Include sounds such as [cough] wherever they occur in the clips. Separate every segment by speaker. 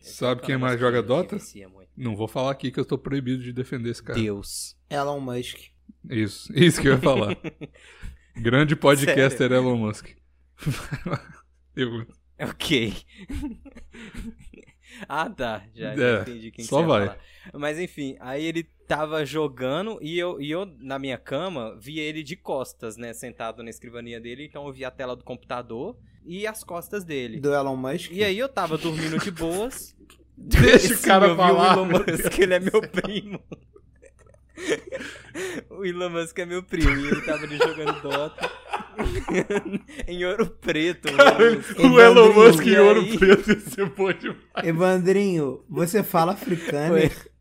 Speaker 1: Sabe quem mais joga Dota? Não vou falar aqui que eu tô proibido de defender esse cara.
Speaker 2: Deus.
Speaker 3: Elon Musk.
Speaker 1: Isso, [laughs] isso que eu ia falar. Grande podcaster
Speaker 2: [laughs] Sério?
Speaker 1: Elon Musk. [laughs] Eu-
Speaker 2: Ok. É [laughs] ah, tá. Já, já
Speaker 1: É,
Speaker 2: entendi quem que
Speaker 1: só
Speaker 2: você ia
Speaker 1: vai.
Speaker 2: falar. Mas enfim, aí ele tava jogando e eu, e eu, na minha cama, vi ele de costas, né? Sentado na escrivaninha dele. Então eu vi a tela do computador e as costas dele.
Speaker 3: Do Elon Musk.
Speaker 2: E aí eu tava dormindo de [laughs] boas.
Speaker 1: Deixa o
Speaker 2: Esse
Speaker 1: cara
Speaker 2: meu viu,
Speaker 1: falar,
Speaker 2: O Elon Musk, ele é meu primo. [laughs] o Elon Musk é meu primo e ele tava ali jogando Dota. [laughs] em ouro preto. né? [laughs] mano.
Speaker 1: o Elon
Speaker 3: Evandrinho,
Speaker 1: Musk
Speaker 2: um e
Speaker 1: em ouro
Speaker 2: aí?
Speaker 1: preto, é você pode.
Speaker 3: Evandrinho, você fala africano.
Speaker 2: Foi.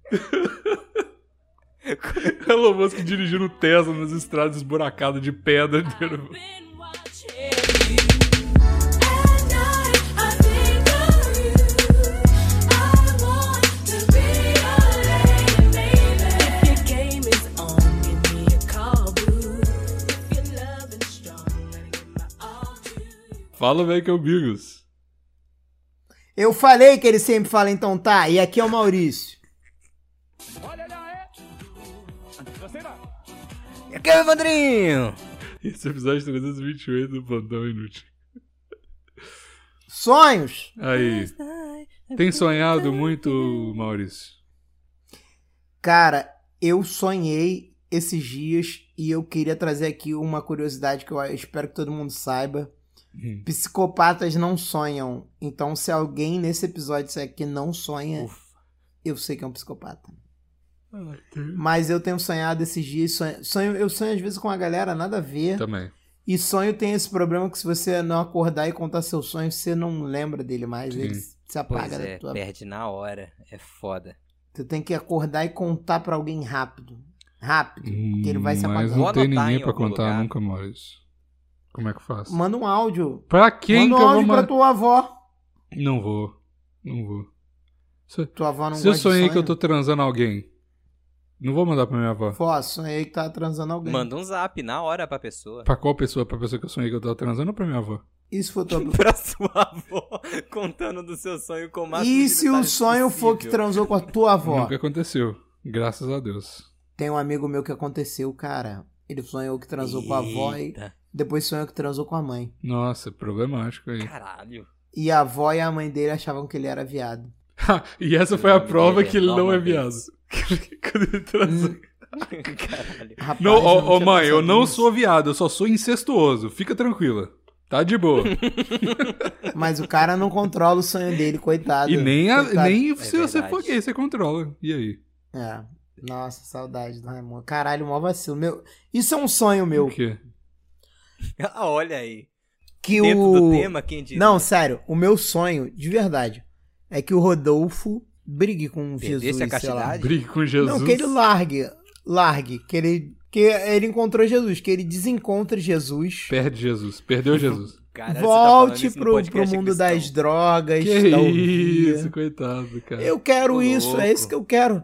Speaker 1: [laughs] Elon Musk dirigindo Tesla nas estradas esburacadas de
Speaker 2: [laughs]
Speaker 1: pedra. entendeu?
Speaker 4: been watching you. At night, I think of you. I want to be your lady, baby. If your game is on, give me a call, boo. If your love is strong, I'll give my all to you.
Speaker 1: Fala, velho, que é o Bigos.
Speaker 3: Eu falei que ele sempre fala, então tá. E aqui é o Maurício.
Speaker 2: Que é o Evandrinho?
Speaker 1: Esse episódio 328 do Plantão Inútil.
Speaker 3: Sonhos?
Speaker 1: Aí. Tem sonhado muito, Maurício?
Speaker 3: Cara, eu sonhei esses dias e eu queria trazer aqui uma curiosidade que eu espero que todo mundo saiba.
Speaker 1: Hum.
Speaker 3: Psicopatas não sonham. Então, se alguém nesse episódio disser que não sonha, eu sei que é um psicopata. Mas eu tenho sonhado esses dias. Sonho, sonho- eu sonho às vezes com a galera, nada a ver.
Speaker 1: Também.
Speaker 3: E sonho tem esse problema que se você não acordar e contar seu sonho, você não lembra dele mais. Ele se
Speaker 2: Pois
Speaker 3: apaga
Speaker 2: é,
Speaker 3: da tua.
Speaker 2: perde na hora. É foda.
Speaker 3: Você tem que acordar e contar pra alguém rápido. Rápido. Porque ele vai se
Speaker 1: Hum, Mas
Speaker 3: apagando.
Speaker 1: não
Speaker 2: Vou
Speaker 1: tem
Speaker 2: anotar
Speaker 1: ninguém
Speaker 2: em
Speaker 1: pra
Speaker 2: algum
Speaker 1: contar
Speaker 2: lugar.
Speaker 1: nunca, Maurício. Como é que eu faço?
Speaker 3: Manda um áudio.
Speaker 1: Pra quem
Speaker 3: Manda um
Speaker 1: que eu vou
Speaker 3: áudio pra
Speaker 1: mandar?
Speaker 3: tua avó.
Speaker 1: Não vou. Não vou. Se,
Speaker 3: Tua avó não
Speaker 1: se eu
Speaker 3: gosta de
Speaker 1: sonhei que eu
Speaker 3: sonho?
Speaker 1: tô transando alguém, não vou mandar pra minha avó.
Speaker 3: Vó, sonhei que tava transando alguém.
Speaker 2: Manda um zap na hora pra pessoa.
Speaker 1: Pra qual pessoa? Pra pessoa que eu sonhei que eu tava transando ou pra minha avó?
Speaker 3: E se for
Speaker 2: [laughs]
Speaker 3: tua...
Speaker 2: [laughs] pra sua avó, contando do seu sonho com o máximo
Speaker 3: E
Speaker 2: de
Speaker 3: se o
Speaker 2: detalhes
Speaker 3: sonho for que
Speaker 2: possível.
Speaker 3: transou com a tua avó?
Speaker 1: Nunca aconteceu. Graças a Deus.
Speaker 3: Tem um amigo meu que aconteceu, cara. Ele sonhou que transou com a avó e
Speaker 2: Eita,
Speaker 3: depois sonhou que transou com a mãe.
Speaker 1: Nossa, problemático aí.
Speaker 2: Caralho. [laughs]
Speaker 3: E a avó e a mãe dele achavam que ele era viado.
Speaker 1: Ha, [laughs] e essa foi a
Speaker 2: Meu
Speaker 1: prova
Speaker 2: nome
Speaker 1: que ele não é
Speaker 2: novamente.
Speaker 1: viado. [laughs] Quando ele transou.
Speaker 2: Caralho.
Speaker 3: Rapaz,
Speaker 1: Não,
Speaker 3: eu
Speaker 1: ô, ô,
Speaker 3: Hum. tinha
Speaker 1: mãe, eu
Speaker 3: pensado
Speaker 1: não
Speaker 3: nisso.
Speaker 1: sou viado, eu só sou incestuoso. Fica tranquila. Tá de boa.
Speaker 3: Mas o cara não controla o sonho dele, coitado.
Speaker 1: E nem, a-
Speaker 3: Coitado.
Speaker 1: nem se você
Speaker 2: verdade.
Speaker 1: for gay, você controla. E aí?
Speaker 3: É. Nossa, saudade do Raimundo. Caralho, mó vacilo. Meu... Isso é um sonho meu.
Speaker 1: O quê?
Speaker 2: Ah, Olha aí.
Speaker 3: Que
Speaker 2: Dentro
Speaker 3: o...
Speaker 2: do tema, quem diz? né?
Speaker 3: Não, sério, o meu sonho, de verdade, é que o Rodolfo brigue com
Speaker 2: Perdesse
Speaker 3: Jesus,
Speaker 2: a
Speaker 3: sei lá.
Speaker 2: castidade?
Speaker 1: Brigue com Jesus.
Speaker 3: Não, que ele largue. Largue. Que ele, que ele encontrou Jesus. Que ele desencontre Jesus.
Speaker 1: Perde Jesus. Perdeu Jesus.
Speaker 2: Cara, você tá falando
Speaker 3: volte
Speaker 2: isso no
Speaker 3: pro, pro
Speaker 2: podcast
Speaker 3: mundo
Speaker 2: cristão.
Speaker 3: das drogas.
Speaker 1: que
Speaker 3: da orgia.
Speaker 1: isso, coitado, cara.
Speaker 3: um Eu quero
Speaker 2: Ô,
Speaker 3: isso. É
Speaker 2: louco.
Speaker 3: isso que eu quero.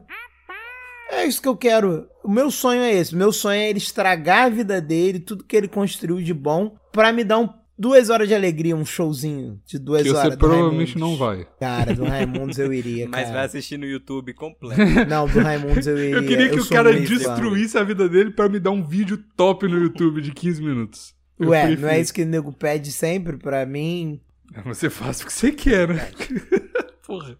Speaker 3: É isso que eu quero. O meu sonho é esse. Meu sonho é ele estragar a vida dele, tudo que ele construiu de bom, pra me dar um- duas horas de alegria, um showzinho de duas
Speaker 1: que
Speaker 3: horas.
Speaker 1: você
Speaker 3: do
Speaker 1: provavelmente não
Speaker 3: Raimundos.
Speaker 1: vai.
Speaker 3: Cara, do Raimundos eu iria,
Speaker 2: Mas vai
Speaker 3: cara.
Speaker 2: assistir no YouTube completo.
Speaker 3: Não, do Raimundos eu iria.
Speaker 1: Eu queria que o
Speaker 3: sou um
Speaker 1: cara
Speaker 3: muito fã.
Speaker 1: destruísse a vida dele pra me dar um vídeo top no YouTube de 15 minutos. Eu
Speaker 3: Ué,
Speaker 1: prefiro.
Speaker 3: não é isso que o nego pede sempre pra mim?
Speaker 1: Você faz o que você quer, né? [laughs] Porra.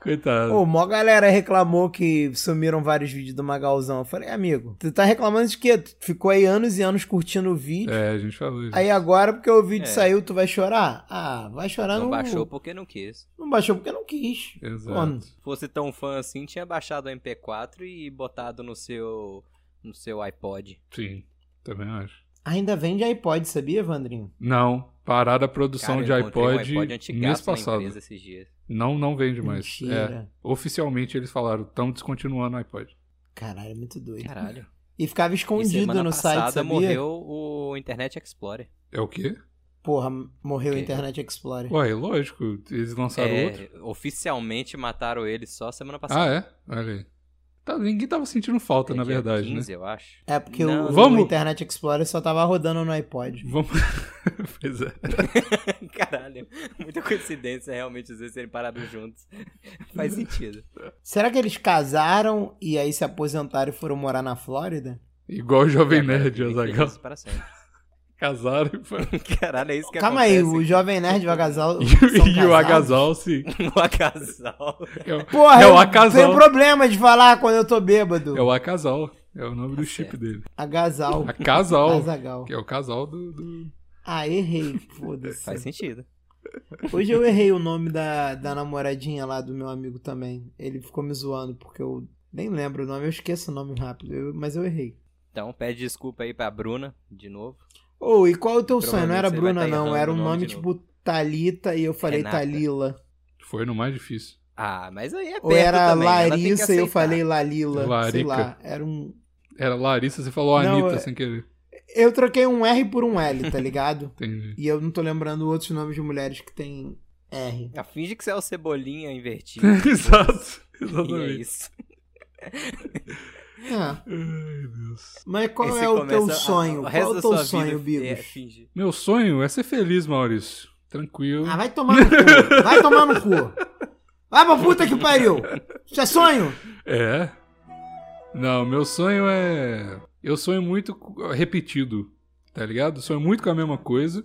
Speaker 1: Coitado.
Speaker 3: Ô, mó galera reclamou que sumiram vários vídeos do Magalzão. Eu falei, amigo, tu tá reclamando de quê? Tu ficou aí anos e anos curtindo o vídeo.
Speaker 1: É, a gente falou isso.
Speaker 3: Aí agora, porque o vídeo
Speaker 2: É.
Speaker 3: saiu, tu vai chorar? Ah, vai chorar
Speaker 2: Não,
Speaker 3: no...
Speaker 2: Então baixou porque não quis.
Speaker 3: Não baixou porque não quis. Mano,
Speaker 1: Exato.
Speaker 2: Se fosse tão fã assim, tinha baixado a MP4 e botado no seu no seu iPod.
Speaker 1: Sim, também acho.
Speaker 3: ainda vende iPod, sabia, Evandrinho?
Speaker 1: Não, pararam a produção
Speaker 2: Cara,
Speaker 1: de
Speaker 2: eu encontrei um
Speaker 1: iPod,
Speaker 2: antigaço
Speaker 1: mês
Speaker 2: na
Speaker 1: passado.
Speaker 2: empresa esses dias.
Speaker 1: Não, não vende mais. É,
Speaker 3: Mentira.
Speaker 1: oficialmente eles falaram, estão descontinuando o iPod.
Speaker 3: Caralho, é muito doido.
Speaker 2: Caralho.
Speaker 3: E ficava
Speaker 2: e
Speaker 3: escondido
Speaker 2: semana
Speaker 3: no
Speaker 2: passada
Speaker 3: site, sabia?
Speaker 2: morreu o Internet Explorer.
Speaker 1: É o quê?
Speaker 3: Porra, morreu o
Speaker 2: Que?
Speaker 3: Internet Explorer.
Speaker 1: Ué, lógico, eles lançaram
Speaker 2: É,
Speaker 1: outro.
Speaker 2: oficialmente mataram ele só semana
Speaker 1: Ah,
Speaker 2: passada.
Speaker 1: é? Olha aí. Tá, ninguém tava sentindo falta,
Speaker 2: É
Speaker 1: na
Speaker 2: dia
Speaker 1: verdade, né?
Speaker 2: 15, eu acho. [laughs]
Speaker 3: É porque
Speaker 2: Não,
Speaker 3: o,
Speaker 1: vamos-
Speaker 3: o Internet Explorer só tava rodando no iPod.
Speaker 1: né? Vamos. [laughs] pois é.
Speaker 2: Caralho, muita coincidência realmente os dois serem parados juntos. [laughs] Faz sentido.
Speaker 3: Será que eles casaram e aí se aposentaram e foram morar na Flórida?
Speaker 1: Igual o Jovem
Speaker 2: É, cara,
Speaker 1: Nerd,
Speaker 2: fiquem
Speaker 1: Azaghal.
Speaker 2: felizes para sempre.
Speaker 1: Casaram e foi-
Speaker 2: [laughs] Caralho, é isso que
Speaker 3: Calma aí,
Speaker 2: acontece.
Speaker 3: o Jovem Nerd e o Agasal.
Speaker 1: [laughs] E o Agasal
Speaker 2: [laughs]
Speaker 1: se.
Speaker 2: o
Speaker 3: [laughs]
Speaker 2: agasal.
Speaker 1: É o,
Speaker 3: Porra,
Speaker 1: É o
Speaker 3: eu
Speaker 1: Agasal.
Speaker 3: tenho problema de falar quando eu tô bêbado.
Speaker 1: é o Acasal. É o nome do chip
Speaker 2: Tá certo.
Speaker 1: dele.
Speaker 3: Agasal.
Speaker 1: Acasal.
Speaker 3: Azagal.
Speaker 1: Que é o casal do. do-
Speaker 3: Ah, errei. Foda-se.
Speaker 2: Faz sentido.
Speaker 3: Hoje eu errei o nome da, da namoradinha lá do meu amigo também. Ele ficou me zoando porque eu nem lembro o nome, eu esqueço o nome rápido, eu- mas eu errei.
Speaker 2: Então, pede desculpa aí pra Bruna, de novo.
Speaker 3: Ô, e qual é o teu sonho? Não era
Speaker 2: Provavelmente você vai tá
Speaker 3: Bruna, não.
Speaker 2: errando
Speaker 3: Era um
Speaker 2: o nome
Speaker 3: nome
Speaker 2: de
Speaker 3: tipo Thalita e eu falei
Speaker 2: Renata.
Speaker 3: Thalila.
Speaker 1: Foi no mais difícil.
Speaker 2: Ah, mas aí é perto
Speaker 3: Ou era
Speaker 2: também, ela tem que
Speaker 3: Larissa e eu
Speaker 2: aceitar.
Speaker 3: falei Lalila. Sei
Speaker 1: Larica.
Speaker 3: lá. Era um.
Speaker 1: Era Larissa, você falou
Speaker 3: Não,
Speaker 1: Anitta
Speaker 3: é-
Speaker 1: sem querer.
Speaker 3: Eu troquei um R por um L, tá ligado? [laughs]
Speaker 2: [laughs]
Speaker 1: Entendi.
Speaker 3: e eu não tô lembrando outros nomes de mulheres que tem R.
Speaker 2: Ah, finge que você é o Cebolinha
Speaker 3: [laughs]
Speaker 2: invertido.
Speaker 1: Exato.
Speaker 2: e é
Speaker 1: Exatamente.
Speaker 2: isso.
Speaker 3: Ah,
Speaker 1: Ai, Deus.
Speaker 3: mas qual
Speaker 2: Aí você
Speaker 3: é o teu
Speaker 2: começa a-
Speaker 3: sonho?
Speaker 2: o
Speaker 3: Qual é
Speaker 2: resto
Speaker 3: o
Speaker 2: da
Speaker 3: teu
Speaker 2: sua
Speaker 3: sonho,
Speaker 2: vida é
Speaker 3: Bigos?
Speaker 2: fingir.
Speaker 1: Meu sonho é ser feliz, Maurício. Tranquilo.
Speaker 3: Ah, vai tomar no cu. Vai tomar no cu. Vai pra puta que pariu. Isso é sonho?
Speaker 1: É. Não, meu sonho é. Eu sonho muito co- repetido, tá ligado? Sonho muito com a mesma coisa.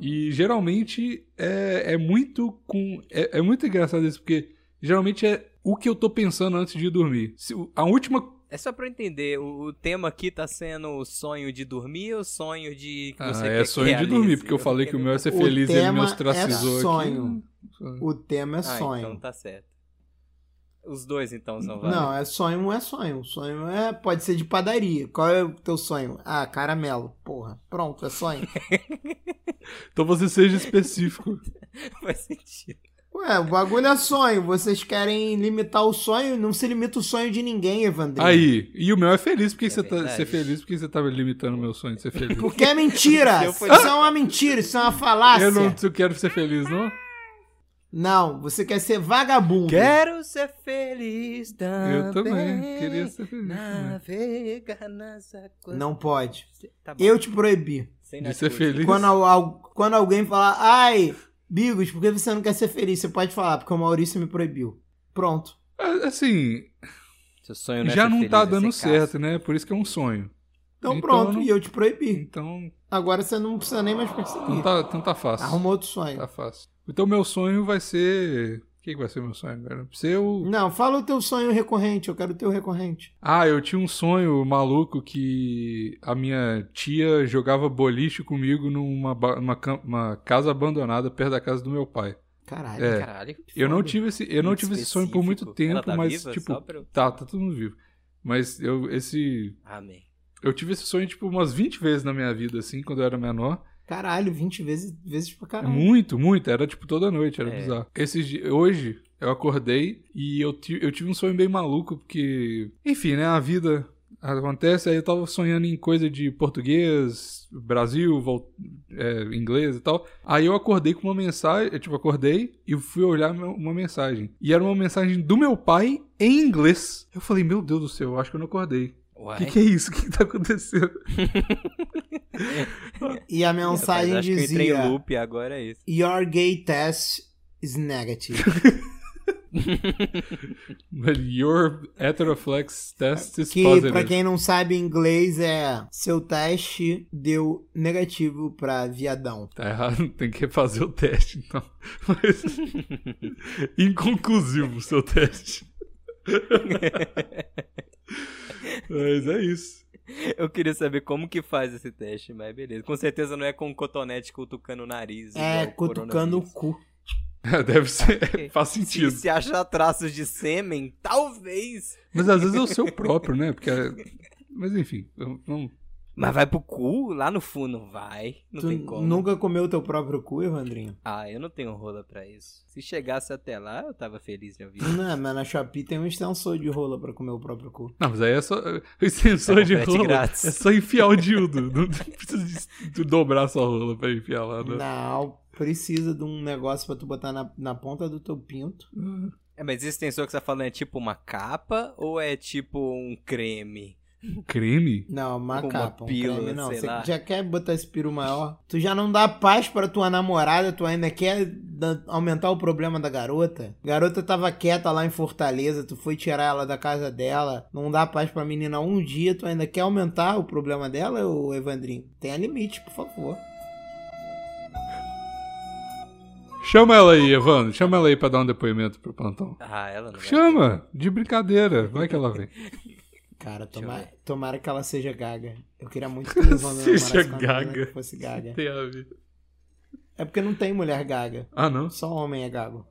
Speaker 1: E geralmente é, é muito com. É, é muito engraçado isso, porque geralmente é o que eu tô pensando antes de dormir. Se o- a última.
Speaker 2: É só pra eu entender, o, o tema aqui tá sendo o sonho de dormir ou sonho de que
Speaker 1: Ah,
Speaker 2: você quer
Speaker 1: é
Speaker 2: que
Speaker 1: sonho de dormir,
Speaker 2: realize?
Speaker 1: porque eu falei que o meu é ser
Speaker 3: O
Speaker 1: feliz e ele me
Speaker 3: tema é
Speaker 1: ostracizou aqui.
Speaker 3: sonho. O tema é
Speaker 2: Ah, então
Speaker 3: sonho.
Speaker 2: tá certo. Os dois, então, são válidos.
Speaker 3: Não, é sonho, não é sonho. Sonho é pode ser de padaria. Qual é o teu sonho? Ah, caramelo. Porra, pronto,
Speaker 2: [laughs]
Speaker 3: é sonho.
Speaker 1: Então você seja específico.
Speaker 2: [laughs] Faz sentido.
Speaker 3: Ué, o bagulho é sonho. Vocês querem limitar o sonho? Não se limita o sonho de ninguém, Evandro.
Speaker 1: Aí. E o meu é feliz, porque
Speaker 2: É
Speaker 1: você tá.
Speaker 2: verdade.
Speaker 1: Ser feliz, porque você tá limitando o meu sonho de ser feliz.
Speaker 3: Porque é mentira.
Speaker 2: [laughs] Se eu
Speaker 3: Isso
Speaker 2: for-
Speaker 3: é uma mentira, isso é uma falácia.
Speaker 1: Eu
Speaker 3: não...
Speaker 1: não eu quero ser feliz, não?
Speaker 3: você quer ser
Speaker 2: Uhum.
Speaker 3: vagabundo.
Speaker 2: Quero ser feliz também.
Speaker 1: Eu também. Queria ser feliz. também.
Speaker 2: Navega nessa coisa.
Speaker 3: Não pode.
Speaker 2: Tá bom.
Speaker 3: Eu te proibi.
Speaker 2: Sem
Speaker 1: De
Speaker 2: nas
Speaker 1: ser
Speaker 2: coisas.
Speaker 1: feliz.
Speaker 3: Quando, al- al- quando alguém falar, ai, Bigos, por que você não quer ser feliz? Você pode falar, porque o Maurício me proibiu. Pronto.
Speaker 1: Ah, Assim,
Speaker 2: Seu sonho não é
Speaker 1: já
Speaker 2: ser
Speaker 1: não
Speaker 2: feliz,
Speaker 1: tá
Speaker 2: é ser
Speaker 1: dando
Speaker 2: caça.
Speaker 1: certo, né? Por isso que é um sonho.
Speaker 3: Então,
Speaker 1: Então,
Speaker 3: pronto,
Speaker 1: não-
Speaker 3: e eu te proibi.
Speaker 1: Então,
Speaker 3: Agora você não precisa nem mais perseguir.
Speaker 1: não tá, então tá fácil.
Speaker 3: Arruma outro
Speaker 2: um
Speaker 3: sonho.
Speaker 1: Tá fácil. Então, meu sonho vai ser. O que, que vai ser meu sonho, cara? Ser o.
Speaker 3: Não, fala o teu sonho recorrente, eu quero o teu recorrente.
Speaker 1: Ah, eu tinha um sonho maluco que a minha tia jogava boliche comigo numa, ba- numa cam- uma casa abandonada perto da casa do meu pai.
Speaker 3: Caralho.
Speaker 1: É.
Speaker 2: Caralho. que
Speaker 1: Eu não
Speaker 2: foda.
Speaker 1: tive esse, eu não
Speaker 2: Muito
Speaker 1: tive esse sonho por
Speaker 2: específico.
Speaker 1: muito tempo,
Speaker 2: Ela tá
Speaker 1: mas
Speaker 2: viva?
Speaker 1: tipo,
Speaker 2: Só pra eu-
Speaker 1: tá, tá todo mundo vivo. Mas eu esse
Speaker 2: Amém.
Speaker 1: Eu tive esse sonho, tipo, umas 20 vezes na minha vida, assim, quando eu era menor.
Speaker 3: Caralho, 20 vezes, vezes pra caralho.
Speaker 1: Muito, muito. Era, tipo, toda noite. Era
Speaker 2: É.
Speaker 1: bizarro. Esses dias, hoje, eu acordei e eu, ti- eu tive um sonho bem maluco, porque... Enfim, né? A vida acontece. Aí eu tava sonhando em coisa de português, Brasil, vol- é, inglês e tal. Aí eu acordei com uma mensagem... Eu, tipo, acordei e fui olhar meu- uma mensagem. E era uma mensagem do meu pai em inglês. Eu falei, meu Deus do céu, eu acho que eu não acordei. O
Speaker 2: Uai.
Speaker 1: que, que é isso? [laughs] O que, que tá
Speaker 3: [laughs]
Speaker 1: acontecendo?
Speaker 3: E a
Speaker 2: Rapaz,
Speaker 3: mensagem
Speaker 2: acho que eu entrei em
Speaker 3: dizia:
Speaker 2: loop agora é isso.
Speaker 3: Your gay test
Speaker 1: [laughs]
Speaker 3: is negative.
Speaker 1: Well, your heteroflex test is
Speaker 3: Que,
Speaker 1: positive.
Speaker 3: pra quem não sabe inglês, é seu teste deu negativo pra viadão.
Speaker 1: Tá errado, [laughs] tem que refazer o teste, então. [laughs] Mas... Inconclusivo o seu teste. [laughs] Mas é isso.
Speaker 2: Eu queria saber como que faz esse teste, mas beleza. Com certeza não é com um cotonete cutucando o nariz.
Speaker 3: É,
Speaker 2: igual o
Speaker 3: cutucando o
Speaker 2: coronavírus.
Speaker 3: cu.
Speaker 1: É, Deve ser.
Speaker 2: [laughs] Ok.
Speaker 1: Faz
Speaker 2: Se,
Speaker 1: sentido.
Speaker 2: se achar traços de sêmen, talvez.
Speaker 1: Mas às vezes é o seu próprio, né? Porque. é- Mas enfim, eu não-
Speaker 2: Mas vai pro cu? Lá no fundo não vai. Não
Speaker 3: tu
Speaker 2: tem como.
Speaker 3: nunca comeu teu próprio cu, Evandrinho?
Speaker 2: Ah, eu não tenho rola pra isso. Se chegasse até lá, eu tava feliz de ouvir.
Speaker 3: Não, mas na Shopee tem um extensor de rola pra comer o próprio cu.
Speaker 1: não, mas aí é só. O extensor
Speaker 2: É
Speaker 1: de
Speaker 2: confete
Speaker 1: rola.
Speaker 2: grátis.
Speaker 1: É só enfiar o dildo. Não precisa de- de dobrar sua rola pra enfiar lá. né?
Speaker 3: Não, precisa de um negócio pra tu botar na, na ponta do teu pinto.
Speaker 2: É, mas esse tensor que você tá falando é tipo uma capa ou é tipo um creme?
Speaker 1: Creme?
Speaker 3: Não, uma
Speaker 2: Uma
Speaker 3: capa, um
Speaker 2: pílula,
Speaker 3: creme, não.
Speaker 2: sei
Speaker 3: Você
Speaker 2: lá.
Speaker 3: já quer botar esse piro maior? Tu já não dá paz pra tua namorada, tu ainda quer da- aumentar o problema da garota? Garota tava quieta lá em Fortaleza, tu foi tirar ela da casa dela, não dá paz pra menina um dia, tu ainda quer aumentar o problema dela, ô Evandrinho? Tenha limite, por favor.
Speaker 1: Chama ela aí, Evandro. Chama ela aí pra dar um depoimento pro plantão.
Speaker 2: Ah, ela não vai-
Speaker 1: Chama! De brincadeira. Vai que ela vem.
Speaker 3: Cara,
Speaker 2: Deixa eu
Speaker 3: toma-
Speaker 2: ver.
Speaker 3: tomara que ela seja gaga. Eu queria
Speaker 2: [laughs]
Speaker 3: muito que o Evandro namorasse
Speaker 1: Seja
Speaker 3: com uma menina
Speaker 1: gaga.
Speaker 3: que fosse gaga.
Speaker 1: Tem a ver.
Speaker 3: É porque não tem mulher gaga.
Speaker 1: Ah, não?
Speaker 3: Só homem é gago.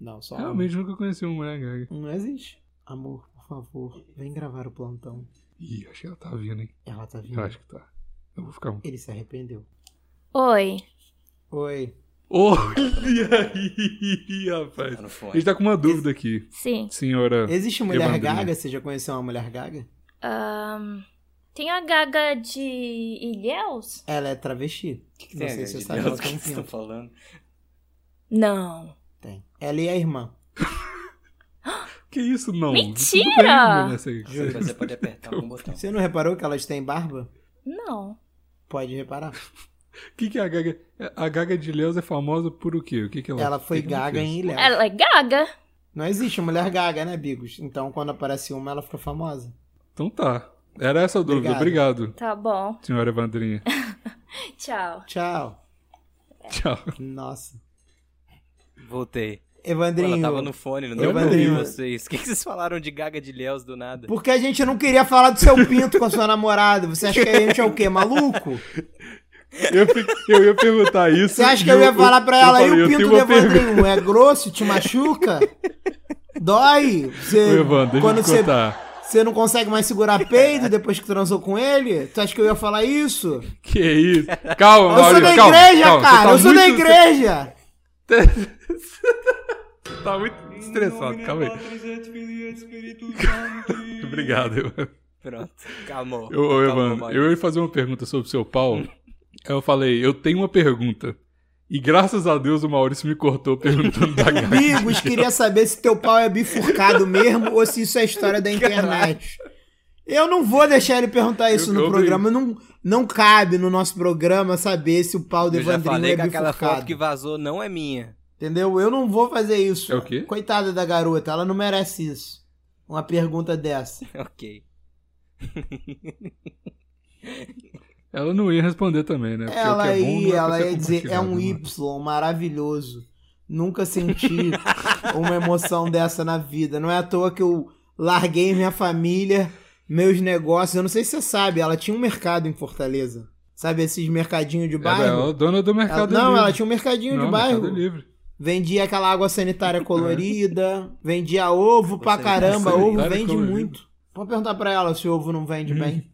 Speaker 3: Não,
Speaker 2: É,
Speaker 3: só homem.
Speaker 1: Realmente nunca conheci uma mulher gaga.
Speaker 3: Não existe. Amor, por favor, vem gravar o plantão.
Speaker 1: Ih, acho que ela tá vindo, hein?
Speaker 3: Ela tá vindo.
Speaker 1: Eu acho que tá. Eu vou ficar um.
Speaker 3: Ele se arrependeu.
Speaker 5: Oi.
Speaker 3: Oi. [laughs]
Speaker 1: Olha aí, rapaz.
Speaker 2: Tá no
Speaker 1: A
Speaker 2: fone.
Speaker 1: gente tá com uma dúvida aqui,
Speaker 5: Sim.
Speaker 1: senhora.
Speaker 3: Existe mulher
Speaker 1: Evandrinha.
Speaker 3: gaga? Você já conheceu uma mulher gaga?
Speaker 5: Ahn, tem a gaga de Ilhéus?
Speaker 3: Ela é travesti.
Speaker 2: que
Speaker 3: não
Speaker 2: tem,
Speaker 3: sei
Speaker 2: gente?
Speaker 3: se você sabe,
Speaker 2: Deus,
Speaker 3: ela
Speaker 2: o que
Speaker 3: tem um
Speaker 2: vocês estão
Speaker 3: pinto.
Speaker 2: falando.
Speaker 5: Não.
Speaker 3: Tem. Ela e a irmã.
Speaker 1: Que isso, não?
Speaker 5: Mentira!
Speaker 1: Tudo bem, mano, essa-
Speaker 2: Você você pode apertar um botão.
Speaker 3: Você não reparou que elas têm barba?
Speaker 5: Não.
Speaker 3: Pode reparar.
Speaker 1: O que, que é a Gaga. A Gaga de Leus é famosa por o quê? O que, que ela
Speaker 3: Ela foi
Speaker 1: o que que ela
Speaker 3: gaga
Speaker 1: fez?
Speaker 3: em Ilhéus.
Speaker 5: Ela é gaga?
Speaker 3: Não existe mulher gaga, né, Bigos? Então, quando aparece uma, ela fica famosa.
Speaker 1: Então tá. Era essa a dúvida.
Speaker 3: Obrigado.
Speaker 1: Obrigado,
Speaker 5: Tá bom.
Speaker 1: senhora Evandrinha. [laughs]
Speaker 5: Tchau.
Speaker 3: Tchau.
Speaker 1: Tchau.
Speaker 3: Nossa.
Speaker 2: Voltei.
Speaker 3: Evandrinho,
Speaker 2: Ela tava no fone, não
Speaker 3: Eu
Speaker 2: deu pra
Speaker 3: não
Speaker 2: ouvir
Speaker 3: vi.
Speaker 2: vocês. O que que vocês falaram de Gaga de Léus do nada?
Speaker 3: por que a gente não queria falar do seu pinto com a sua namorada? Você acha que a gente é o quê, maluco?
Speaker 1: Eu, fi- eu ia perguntar isso.
Speaker 3: Você acha que
Speaker 1: e
Speaker 3: eu ia falar pra
Speaker 1: eu
Speaker 3: ela,
Speaker 1: falei,
Speaker 3: e o
Speaker 1: eu
Speaker 3: pinto
Speaker 1: tenho
Speaker 3: do
Speaker 1: uma pergunta.
Speaker 3: Evandrinho é grosso, te [laughs] machuca? Dói? Você,
Speaker 1: Ô, Evandro, deixa
Speaker 3: quando
Speaker 1: eu te
Speaker 3: você,
Speaker 1: contar.
Speaker 3: você não consegue mais segurar peito depois que transou com ele? Tu acha que eu ia falar isso?
Speaker 1: Que isso? Calma,
Speaker 3: eu sou
Speaker 1: Maurício.
Speaker 3: da
Speaker 1: calma,
Speaker 3: igreja,
Speaker 1: calma. Você
Speaker 3: cara!
Speaker 1: tá
Speaker 3: eu sou da
Speaker 1: muito-
Speaker 3: [laughs] igreja!
Speaker 1: Você tá muito estressado, calma aí. [laughs] Obrigado, Evandro.
Speaker 2: Pronto, calmou.
Speaker 1: Ô, ô,
Speaker 2: Calmou,
Speaker 1: Evandro,
Speaker 2: Maurício.
Speaker 1: eu ia fazer uma pergunta sobre o seu pau. Aí eu falei, eu tenho uma pergunta. E graças a Deus o Maurício me cortou perguntando
Speaker 3: [laughs]
Speaker 1: da Gaga.
Speaker 3: Bigos queria saber se teu pau é bifurcado mesmo ou se isso é história da internet. Eu não vou deixar ele perguntar isso
Speaker 1: Eu-
Speaker 3: no
Speaker 1: eu
Speaker 3: programa. Não, não cabe no nosso programa saber se o pau do
Speaker 2: Eu já
Speaker 3: Evandrinho
Speaker 2: falei
Speaker 3: é
Speaker 2: que aquela foto
Speaker 3: bifurcado.
Speaker 2: que vazou não é minha. [laughs]
Speaker 3: Entendeu? Eu não vou fazer isso.
Speaker 1: É o quê?
Speaker 3: Coitada da garota, ela não merece isso. Uma pergunta dessa.
Speaker 2: Ok.
Speaker 1: Ela não ia responder também, né? Porque
Speaker 3: ela
Speaker 1: o que é bom não
Speaker 3: ia,
Speaker 1: é pra
Speaker 3: ela
Speaker 1: ser
Speaker 3: ia dizer, é
Speaker 1: compartilhado,
Speaker 3: um
Speaker 1: né,
Speaker 3: Y
Speaker 1: mano?
Speaker 3: maravilhoso.
Speaker 1: [laughs]
Speaker 3: Nunca senti uma emoção dessa na vida. Não é à toa que eu larguei minha família, meus negócios. Eu não sei se você sabe, ela tinha um mercado em Fortaleza. Sabe esses mercadinhos de
Speaker 1: Ela é
Speaker 3: bairro?
Speaker 1: a dona do
Speaker 3: Ela-
Speaker 1: Mercado
Speaker 3: não,
Speaker 1: Livre.
Speaker 3: ela tinha um mercadinho
Speaker 1: Não,
Speaker 3: de bairro.
Speaker 1: Mercado é Livre.
Speaker 3: Vendia aquela
Speaker 1: [laughs]
Speaker 3: água sanitária colorida, vendia ovo pra
Speaker 2: Você-
Speaker 3: caramba,
Speaker 1: É. sanitária
Speaker 3: ovo vende
Speaker 1: colorida. Hum.
Speaker 3: muito. Pode perguntar pra ela se ovo não vende bem.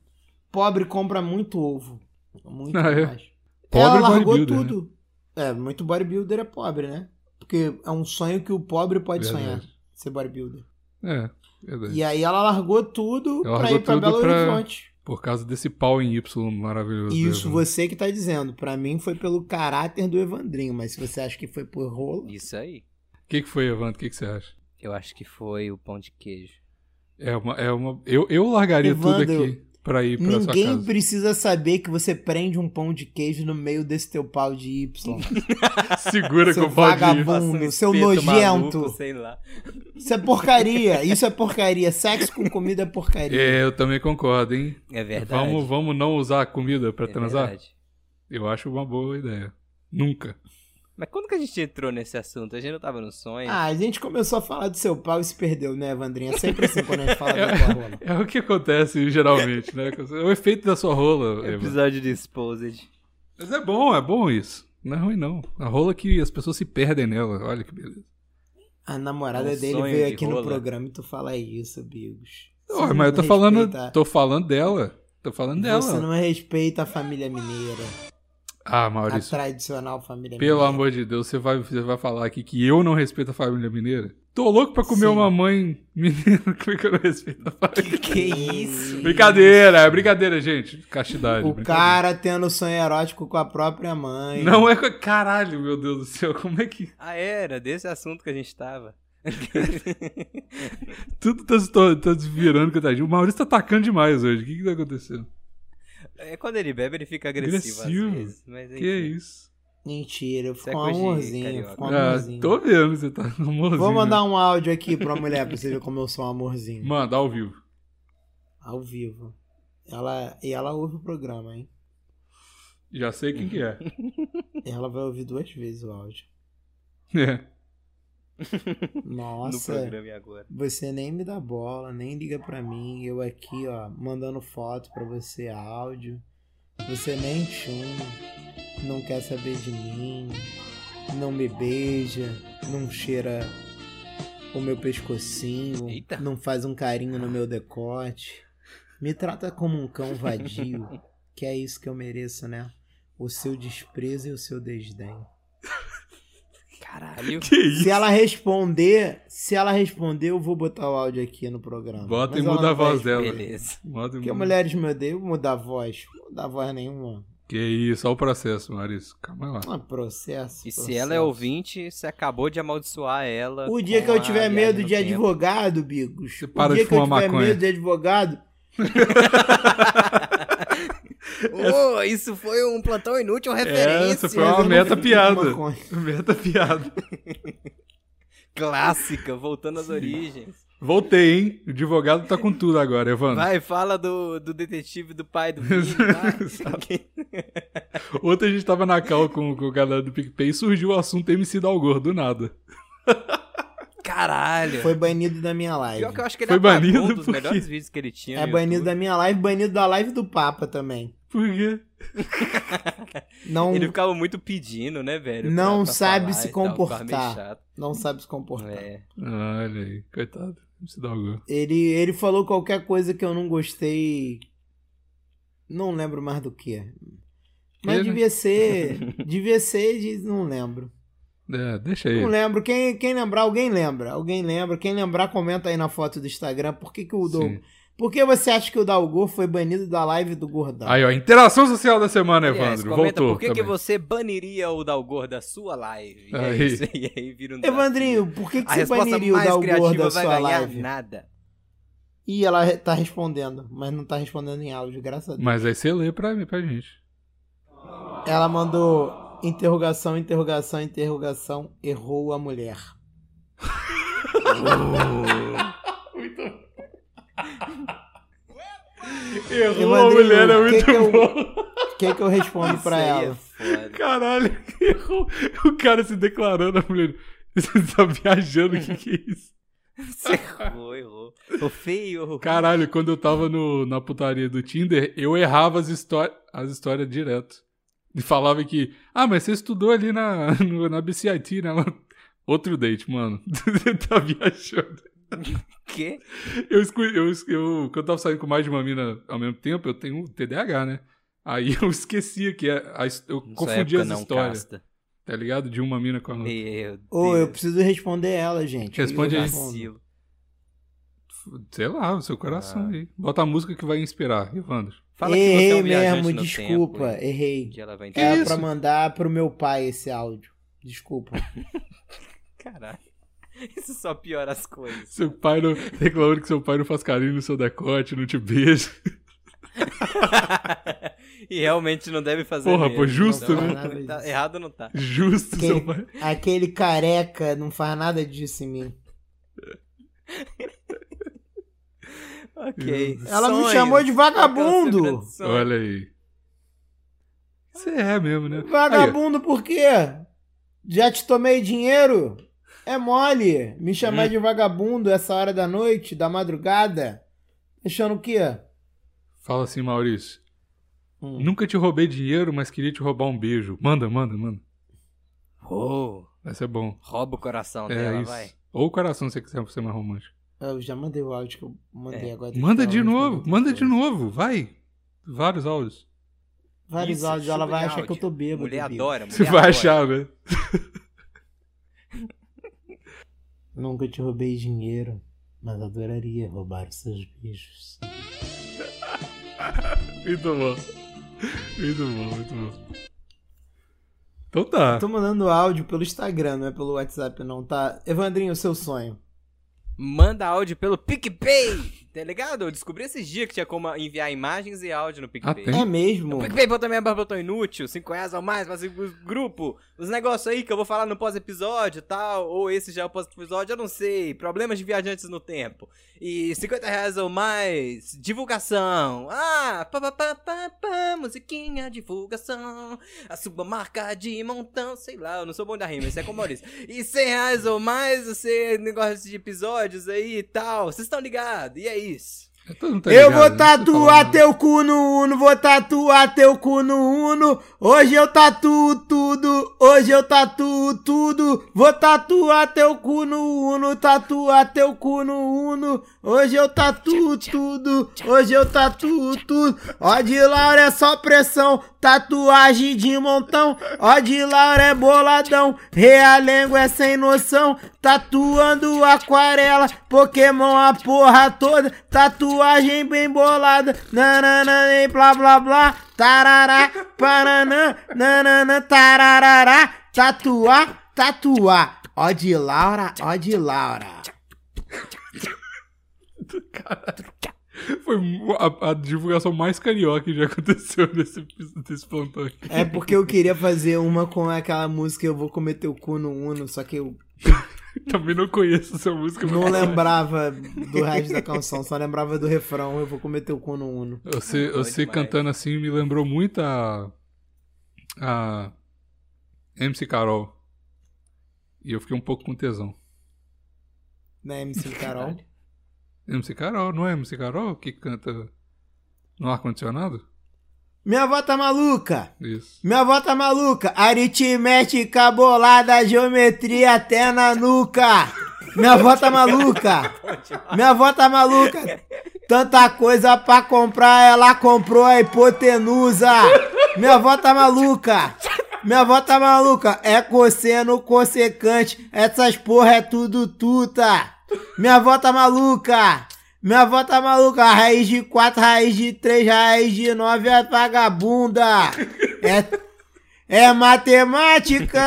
Speaker 3: Pobre compra muito ovo. Muito
Speaker 1: Ah, é?
Speaker 3: mais.
Speaker 1: Pobre
Speaker 3: ela largou
Speaker 1: bodybuilder, né?
Speaker 3: tudo. É, muito bodybuilder é pobre, né? Porque é um sonho que o pobre pode
Speaker 1: Verdade.
Speaker 3: sonhar, ser bodybuilder.
Speaker 1: É, verdade.
Speaker 3: E aí ela largou tudo
Speaker 1: Ela
Speaker 3: pra
Speaker 1: largou
Speaker 3: ir pra
Speaker 1: tudo
Speaker 3: Belo
Speaker 1: pra-
Speaker 3: Horizonte.
Speaker 1: Por causa desse pau em Y maravilhoso.
Speaker 3: E isso
Speaker 1: né,
Speaker 3: você que tá dizendo. Pra mim foi pelo caráter do Evandrinho, mas se você acha que foi por rolo,
Speaker 2: Isso aí.
Speaker 1: O que, que foi, Evandro? O que, que você acha?
Speaker 2: Eu acho que foi o pão de queijo.
Speaker 1: É uma. É uma... Eu, eu largaria
Speaker 3: Evandro,
Speaker 1: tudo aqui pra ir pra sua
Speaker 3: Ninguém
Speaker 1: casa.
Speaker 3: precisa saber que você prende um pão de queijo no meio desse teu pau de Y. [laughs]
Speaker 1: [laughs] Segura que
Speaker 3: Seu
Speaker 1: eu pode ir.
Speaker 3: vagabundo.
Speaker 2: Faça
Speaker 3: Mundo, "Hum, seu
Speaker 2: um espeto
Speaker 3: nojento.
Speaker 2: maluco, sei lá.
Speaker 3: Isso é porcaria. Isso é porcaria. Sexo com comida é porcaria.
Speaker 1: É, eu também concordo, hein?
Speaker 2: É verdade.
Speaker 1: Vamos, vamos não usar a comida pra
Speaker 2: é
Speaker 1: transar?
Speaker 2: verdade.
Speaker 1: Eu acho uma boa ideia. Nunca.
Speaker 2: Mas quando que a gente entrou nesse assunto? A gente não tava no
Speaker 1: É.
Speaker 2: sonho?
Speaker 3: Ah, a gente começou a falar do seu pau e se perdeu, né, Evandrinha? É Sempre assim quando a gente fala né? da
Speaker 1: [laughs]
Speaker 3: tua rola.
Speaker 1: É o que acontece geralmente,
Speaker 3: [laughs]
Speaker 1: né? É o efeito da sua rola,
Speaker 3: É
Speaker 1: Evandro.
Speaker 2: Episódio de Exposed.
Speaker 1: Mas é bom, é bom isso. Não é ruim, não. A rola que as pessoas se perdem nela. Olha que beleza.
Speaker 3: A namorada
Speaker 2: É um
Speaker 3: dele
Speaker 2: sonho
Speaker 3: veio
Speaker 2: de
Speaker 3: aqui no
Speaker 2: rola.
Speaker 3: programa e tu fala isso, Bigos. Você
Speaker 1: Ué,
Speaker 3: não
Speaker 1: mas eu tô
Speaker 3: respeita-
Speaker 1: falando. Tô falando dela. Tô falando dela.
Speaker 3: Você não respeita a família mineira.
Speaker 1: Ah,
Speaker 3: A
Speaker 1: Maurício.
Speaker 3: tradicional família
Speaker 1: Pelo
Speaker 3: mineira.
Speaker 1: amor de Deus, você vai, você vai falar aqui que eu não respeito a família mineira? Tô louco pra comer
Speaker 3: Sim.
Speaker 1: uma mãe mineira. [laughs] Como é que eu não respeito a família?
Speaker 2: Que isso?
Speaker 1: Brincadeira, é brincadeira, gente. Castidade.
Speaker 3: O
Speaker 1: brincadeira.
Speaker 3: cara tendo sonho erótico com a própria mãe.
Speaker 1: Não é. co- Caralho, meu Deus do céu, como é que.
Speaker 2: Ah, era desse assunto que a gente tava.
Speaker 1: Tudo tá se, tor- tá se virando, coitadinho. O Maurício tá atacando demais hoje. O que que tá acontecendo?
Speaker 2: É, quando ele bebe, ele fica agressivo,
Speaker 1: Agressivo?
Speaker 2: às vezes. Mas,
Speaker 1: Que
Speaker 2: enfim.
Speaker 1: isso?
Speaker 3: Mentira,
Speaker 2: Isso é
Speaker 3: ficou um
Speaker 2: coisa de
Speaker 3: amorzinho.
Speaker 2: carioca.
Speaker 3: Ficou um
Speaker 1: Ah,
Speaker 3: amorzinho.
Speaker 1: tô vendo, você tá no amorzinho.
Speaker 3: Vou mandar
Speaker 1: né?
Speaker 3: um áudio aqui pra mulher pra você ver como eu sou um amorzinho.
Speaker 1: Manda, ao vivo.
Speaker 3: Ao vivo. Ela, e ela ouve o programa, hein?
Speaker 1: Já sei quem que
Speaker 3: [laughs]
Speaker 1: é.
Speaker 3: Ela vai ouvir duas vezes o áudio.
Speaker 1: É.
Speaker 2: No
Speaker 3: Nossa,
Speaker 2: programa e agora.
Speaker 3: você nem me dá bola, nem liga pra mim. Eu aqui, ó, mandando foto pra você, áudio. Você nem chuma, não quer saber de mim, não me beija, não cheira o meu pescocinho,
Speaker 2: Eita.
Speaker 3: não faz um carinho no meu decote. Me trata como um cão vadio, que é isso que eu mereço, né? O seu desprezo e o seu desdém.
Speaker 2: [laughs] Caralho.
Speaker 1: Que isso?
Speaker 3: Se ela responder, se ela responder, eu vou botar o áudio aqui no programa.
Speaker 1: Bota e
Speaker 3: Mas ela
Speaker 1: muda a
Speaker 3: não vai
Speaker 1: voz dela.
Speaker 2: Beleza.
Speaker 1: Bota e
Speaker 3: Porque
Speaker 1: muda-
Speaker 3: mulheres me odeiam mudar a voz. Não Mudar a voz nenhuma.
Speaker 1: Que isso, olha o processo, Maurício. Calma lá.
Speaker 3: Não é processo.
Speaker 2: E se
Speaker 3: processo.
Speaker 2: ela é ouvinte, você acabou de amaldiçoar ela.
Speaker 3: O dia
Speaker 2: com
Speaker 3: que eu
Speaker 2: a
Speaker 3: tiver
Speaker 2: viagem
Speaker 3: medo
Speaker 2: no
Speaker 3: de
Speaker 2: tempo.
Speaker 3: advogado, Bigos.
Speaker 1: Você
Speaker 3: o
Speaker 1: para
Speaker 3: dia
Speaker 1: de
Speaker 3: que eu
Speaker 1: fumar
Speaker 3: tiver
Speaker 1: maconha.
Speaker 3: medo de advogado,
Speaker 2: Ô, isso foi um plantão inútil referência.
Speaker 1: Essa É, foi uma
Speaker 3: eu não
Speaker 1: meta
Speaker 3: fumo
Speaker 1: piada.
Speaker 3: maconha.
Speaker 1: Meta piada.
Speaker 2: Clássica, voltando às origens.
Speaker 1: Voltei, hein? O advogado tá com tudo agora, Evandro.
Speaker 2: Vai, fala do, do detetive do pai
Speaker 1: [laughs]
Speaker 2: do filho. vai.
Speaker 1: Ontem a gente tava na cal com, com o galera do PicPay e surgiu o assunto MC Dalgor, do nada.
Speaker 2: Caralho.
Speaker 3: foi banido da minha live.
Speaker 2: Pior que eu acho que ele
Speaker 1: Foi
Speaker 2: apagou
Speaker 1: banido
Speaker 2: um dos
Speaker 1: porque-
Speaker 2: melhores vídeos que ele tinha.
Speaker 3: É
Speaker 2: no
Speaker 3: banido
Speaker 2: YouTube.
Speaker 3: da minha live, banido da live do Papa também.
Speaker 1: Por quê?
Speaker 3: Não,
Speaker 2: Ele ficava muito pedindo, né, velho?
Speaker 3: é um Não
Speaker 2: pra
Speaker 3: sabe
Speaker 2: falar
Speaker 3: se
Speaker 2: e tal, ficava meio
Speaker 3: comportar.
Speaker 2: chato.
Speaker 3: não sabe se comportar.
Speaker 2: É.
Speaker 1: Ah, Olha aí, coitado. MC Dalgor.
Speaker 3: Ele, ele falou qualquer coisa que eu não gostei. Não lembro mais do que. é. Mas
Speaker 1: Ele?
Speaker 3: devia ser.
Speaker 1: [laughs]
Speaker 3: devia ser de. Não lembro.
Speaker 1: É, deixa aí.
Speaker 3: Não lembro. Quem, quem lembrar, alguém lembra. Alguém lembra. Quem lembrar, comenta aí na foto do Instagram. Por que, que o Dal...
Speaker 1: Sim.
Speaker 3: Por que você acha que o Dalgor foi banido da live do Gordão?
Speaker 1: Aí, ó, interação social da semana,
Speaker 2: Aliás,
Speaker 1: Né, Evandro.
Speaker 2: comenta
Speaker 1: Voltou.
Speaker 2: por que, que
Speaker 1: também.
Speaker 2: você baniria o Dalgor da sua live? E
Speaker 1: Aí.
Speaker 2: É isso, aí, aí vira um desafio.
Speaker 3: Evandrinho, por que, que
Speaker 2: a
Speaker 3: você
Speaker 2: resposta
Speaker 3: baniria o
Speaker 2: mais
Speaker 3: Dalgor
Speaker 2: criativa
Speaker 3: da
Speaker 2: vai
Speaker 3: sua
Speaker 2: ganhar
Speaker 3: live?
Speaker 2: nada.
Speaker 3: Ih, ela re- tá respondendo, mas não tá respondendo em áudio, graças a Deus.
Speaker 1: Mas aí você lê pra, mim, pra gente.
Speaker 3: Ela mandou interrogação, interrogação, interrogação, errou a mulher.
Speaker 1: Errou a
Speaker 3: Evandrinho,
Speaker 1: mulher, é
Speaker 3: o que
Speaker 1: muito
Speaker 3: que eu-
Speaker 1: bom.
Speaker 3: O que, que eu respondo pra
Speaker 2: Isso aí é
Speaker 3: ela?
Speaker 2: foda.
Speaker 1: Caralho, [laughs] errou. O cara se declarando, a mulher. [laughs] Você tá viajando, o que, que é isso?
Speaker 2: Você errou, errou. Ô, feio.
Speaker 1: Caralho, quando eu tava no- na putaria do Tinder, eu errava as, histó- as histórias direto. E falava que, ah, mas você estudou ali na, [laughs] no- na BCIT, né? [laughs] Ela, Outro date, mano. [laughs] Você tá viajando.
Speaker 2: Quê?
Speaker 1: Eu, escu- eu, es- eu, quando eu tava saindo com mais de uma mina ao mesmo tempo, eu tenho TDAH, né? Aí [laughs] eu esquecia que é a, a his- eu
Speaker 2: Nessa
Speaker 1: confundia
Speaker 2: época
Speaker 1: as
Speaker 2: não
Speaker 1: histórias,
Speaker 2: casta.
Speaker 1: tá ligado? De uma mina com a outra.
Speaker 2: Meu Deus.
Speaker 3: Ô, eu preciso responder ela, gente.
Speaker 1: Responde
Speaker 3: Eu
Speaker 1: aí.
Speaker 3: respondo.
Speaker 2: Vacilo.
Speaker 1: Sei lá, o seu coração
Speaker 2: Ah.
Speaker 1: aí. Bota a música que vai inspirar, Evandro.
Speaker 2: Fala que você é
Speaker 3: errei
Speaker 2: um viajante
Speaker 3: mesmo,
Speaker 2: no
Speaker 3: desculpa,
Speaker 2: tempo, e um
Speaker 3: errei.
Speaker 2: dia ela vai
Speaker 1: Que
Speaker 3: Era
Speaker 1: isso?
Speaker 2: entender.
Speaker 3: pra mandar pro meu pai esse áudio. Desculpa.
Speaker 2: Caralho. [laughs] Isso só piora as coisas. [laughs]
Speaker 1: Seu pai não. [laughs] Reclamando que seu pai não faz carinho no seu decote, não te beija.
Speaker 2: e realmente não deve fazer
Speaker 1: Porra,
Speaker 2: mesmo.
Speaker 1: pô, justo,
Speaker 2: Então,
Speaker 3: né?
Speaker 2: tá- tá- errado não tá.
Speaker 1: Justo,
Speaker 3: Quem-
Speaker 1: seu pai.
Speaker 3: Aquele careca não faz nada disso em mim.
Speaker 2: Ok.
Speaker 3: Ela me
Speaker 2: Sonhos. é
Speaker 3: chamou de vagabundo.
Speaker 2: Aquela semelhança de sonho.
Speaker 1: Olha aí. Você é mesmo, né?
Speaker 3: Vagabundo por quê? Já te tomei dinheiro? É mole me
Speaker 2: Hum.
Speaker 3: chamar de vagabundo essa hora da noite, da madrugada. Achando o quê?
Speaker 1: Aí, fala assim, Maurício.
Speaker 3: Hum.
Speaker 1: Nunca te roubei dinheiro, mas queria te roubar um beijo. Manda, manda, manda.
Speaker 2: Oh,
Speaker 1: Vai ser bom.
Speaker 2: rouba o coração
Speaker 1: É
Speaker 2: dela,
Speaker 1: isso.
Speaker 2: vai.
Speaker 1: Ou o coração, se você quiser ser mais romântico.
Speaker 3: Eu já mandei o áudio que eu mandei
Speaker 2: É.
Speaker 3: agora. tem que
Speaker 1: Manda
Speaker 3: falar
Speaker 1: de
Speaker 3: mais
Speaker 1: novo,
Speaker 3: coisa.
Speaker 1: manda de novo, vai. Vários áudios.
Speaker 3: Vários
Speaker 2: Isso,
Speaker 3: áudios, ela
Speaker 2: chuva
Speaker 3: vai
Speaker 2: de
Speaker 3: achar que eu tô
Speaker 2: áudio.
Speaker 3: bêbado.
Speaker 2: Mulher
Speaker 3: bêbado.
Speaker 2: adora, mulher
Speaker 1: Você vai
Speaker 2: adora.
Speaker 1: achar, né?
Speaker 3: Nunca te roubei dinheiro, mas adoraria roubar os seus beijos.
Speaker 2: Ah.
Speaker 1: Muito bom. Muito bom, muito bom. Então tá.
Speaker 3: Tô mandando áudio pelo Instagram, não é pelo WhatsApp, não, tá? Evandrinho, o seu sonho.
Speaker 2: Manda áudio pelo PicPay, tá ligado? Eu descobri esses dias que tinha como enviar imagens e áudio
Speaker 1: Ah,
Speaker 2: no PicPay.
Speaker 1: tem?
Speaker 3: É mesmo?
Speaker 2: O PicPay botão minha barba botão um inútil, 5 reais ou mais, mas o grupo, os negócios aí que eu vou falar no pós-episódio e tal, ou esse já é o pós-episódio, eu não sei, problemas de viajantes no tempo. E 50 reais ou mais, divulgação, ah, pá, pá, pá, pá, pá, musiquinha, divulgação, a sua marca de montão, sei lá, eu não sou bom da rima, isso é com o Maurício. E 100 reais ou mais, você, negócio de episódios aí e tal, vocês estão ligados, e é isso.
Speaker 1: Todo mundo tá
Speaker 3: eu
Speaker 1: ligado,
Speaker 3: vou
Speaker 1: né? Tá
Speaker 3: tatuar
Speaker 1: falando.
Speaker 3: teu cu no Uno, vou tatuar teu cu no Uno. Hoje eu tatuo tudo, hoje eu tatuo tudo. Vou tatuar teu cu no Uno, tatuar teu cu no Uno. Hoje eu tatuo tudo, hoje eu tatuo tudo. Ó de Laura é só pressão, tatuagem de montão. Ó de Laura é boladão, realengo é sem noção. Tatuando aquarela, Pokémon a porra toda. Tatuagem bem bolada, nananã e blá blá blá. Tarará, paranã, nananã, tararará. Tatuar, tatuar. Ó de Laura, ó de Laura.
Speaker 1: Foi a, a divulgação mais carioca que já [laughs] aconteceu nesse, nesse plantão aqui.
Speaker 3: É porque eu queria fazer uma com aquela música Eu Vou Comer Teu Cu no Uno, só que eu
Speaker 1: Também não conheço essa música.
Speaker 3: não
Speaker 1: mas-
Speaker 3: lembrava do resto da canção, só lembrava do refrão Eu Vou Comer Teu Cu no Uno.
Speaker 1: Você,
Speaker 2: Doido
Speaker 1: você
Speaker 2: demais.
Speaker 1: cantando assim me lembrou muito a. a. MC Carol. E eu fiquei um pouco com tesão.
Speaker 3: Né, MC Carol?
Speaker 1: MC Carol, não é MC Carol que canta no ar-condicionado?
Speaker 3: Minha avó tá maluca!
Speaker 1: Isso.
Speaker 3: Minha avó tá maluca, aritmética bolada, geometria até na nuca. Minha avó tá maluca,
Speaker 2: tipo,
Speaker 3: minha avó tá maluca. Tanta coisa pra comprar, ela comprou a hipotenusa. Minha avó tá maluca, minha avó tá maluca. É cosseno, consecante, essas porra é tudo tuta. Minha avó tá maluca. Minha avó tá maluca, raiz de 4, raiz de 3, raiz de 9 é vagabunda. É, é matemática,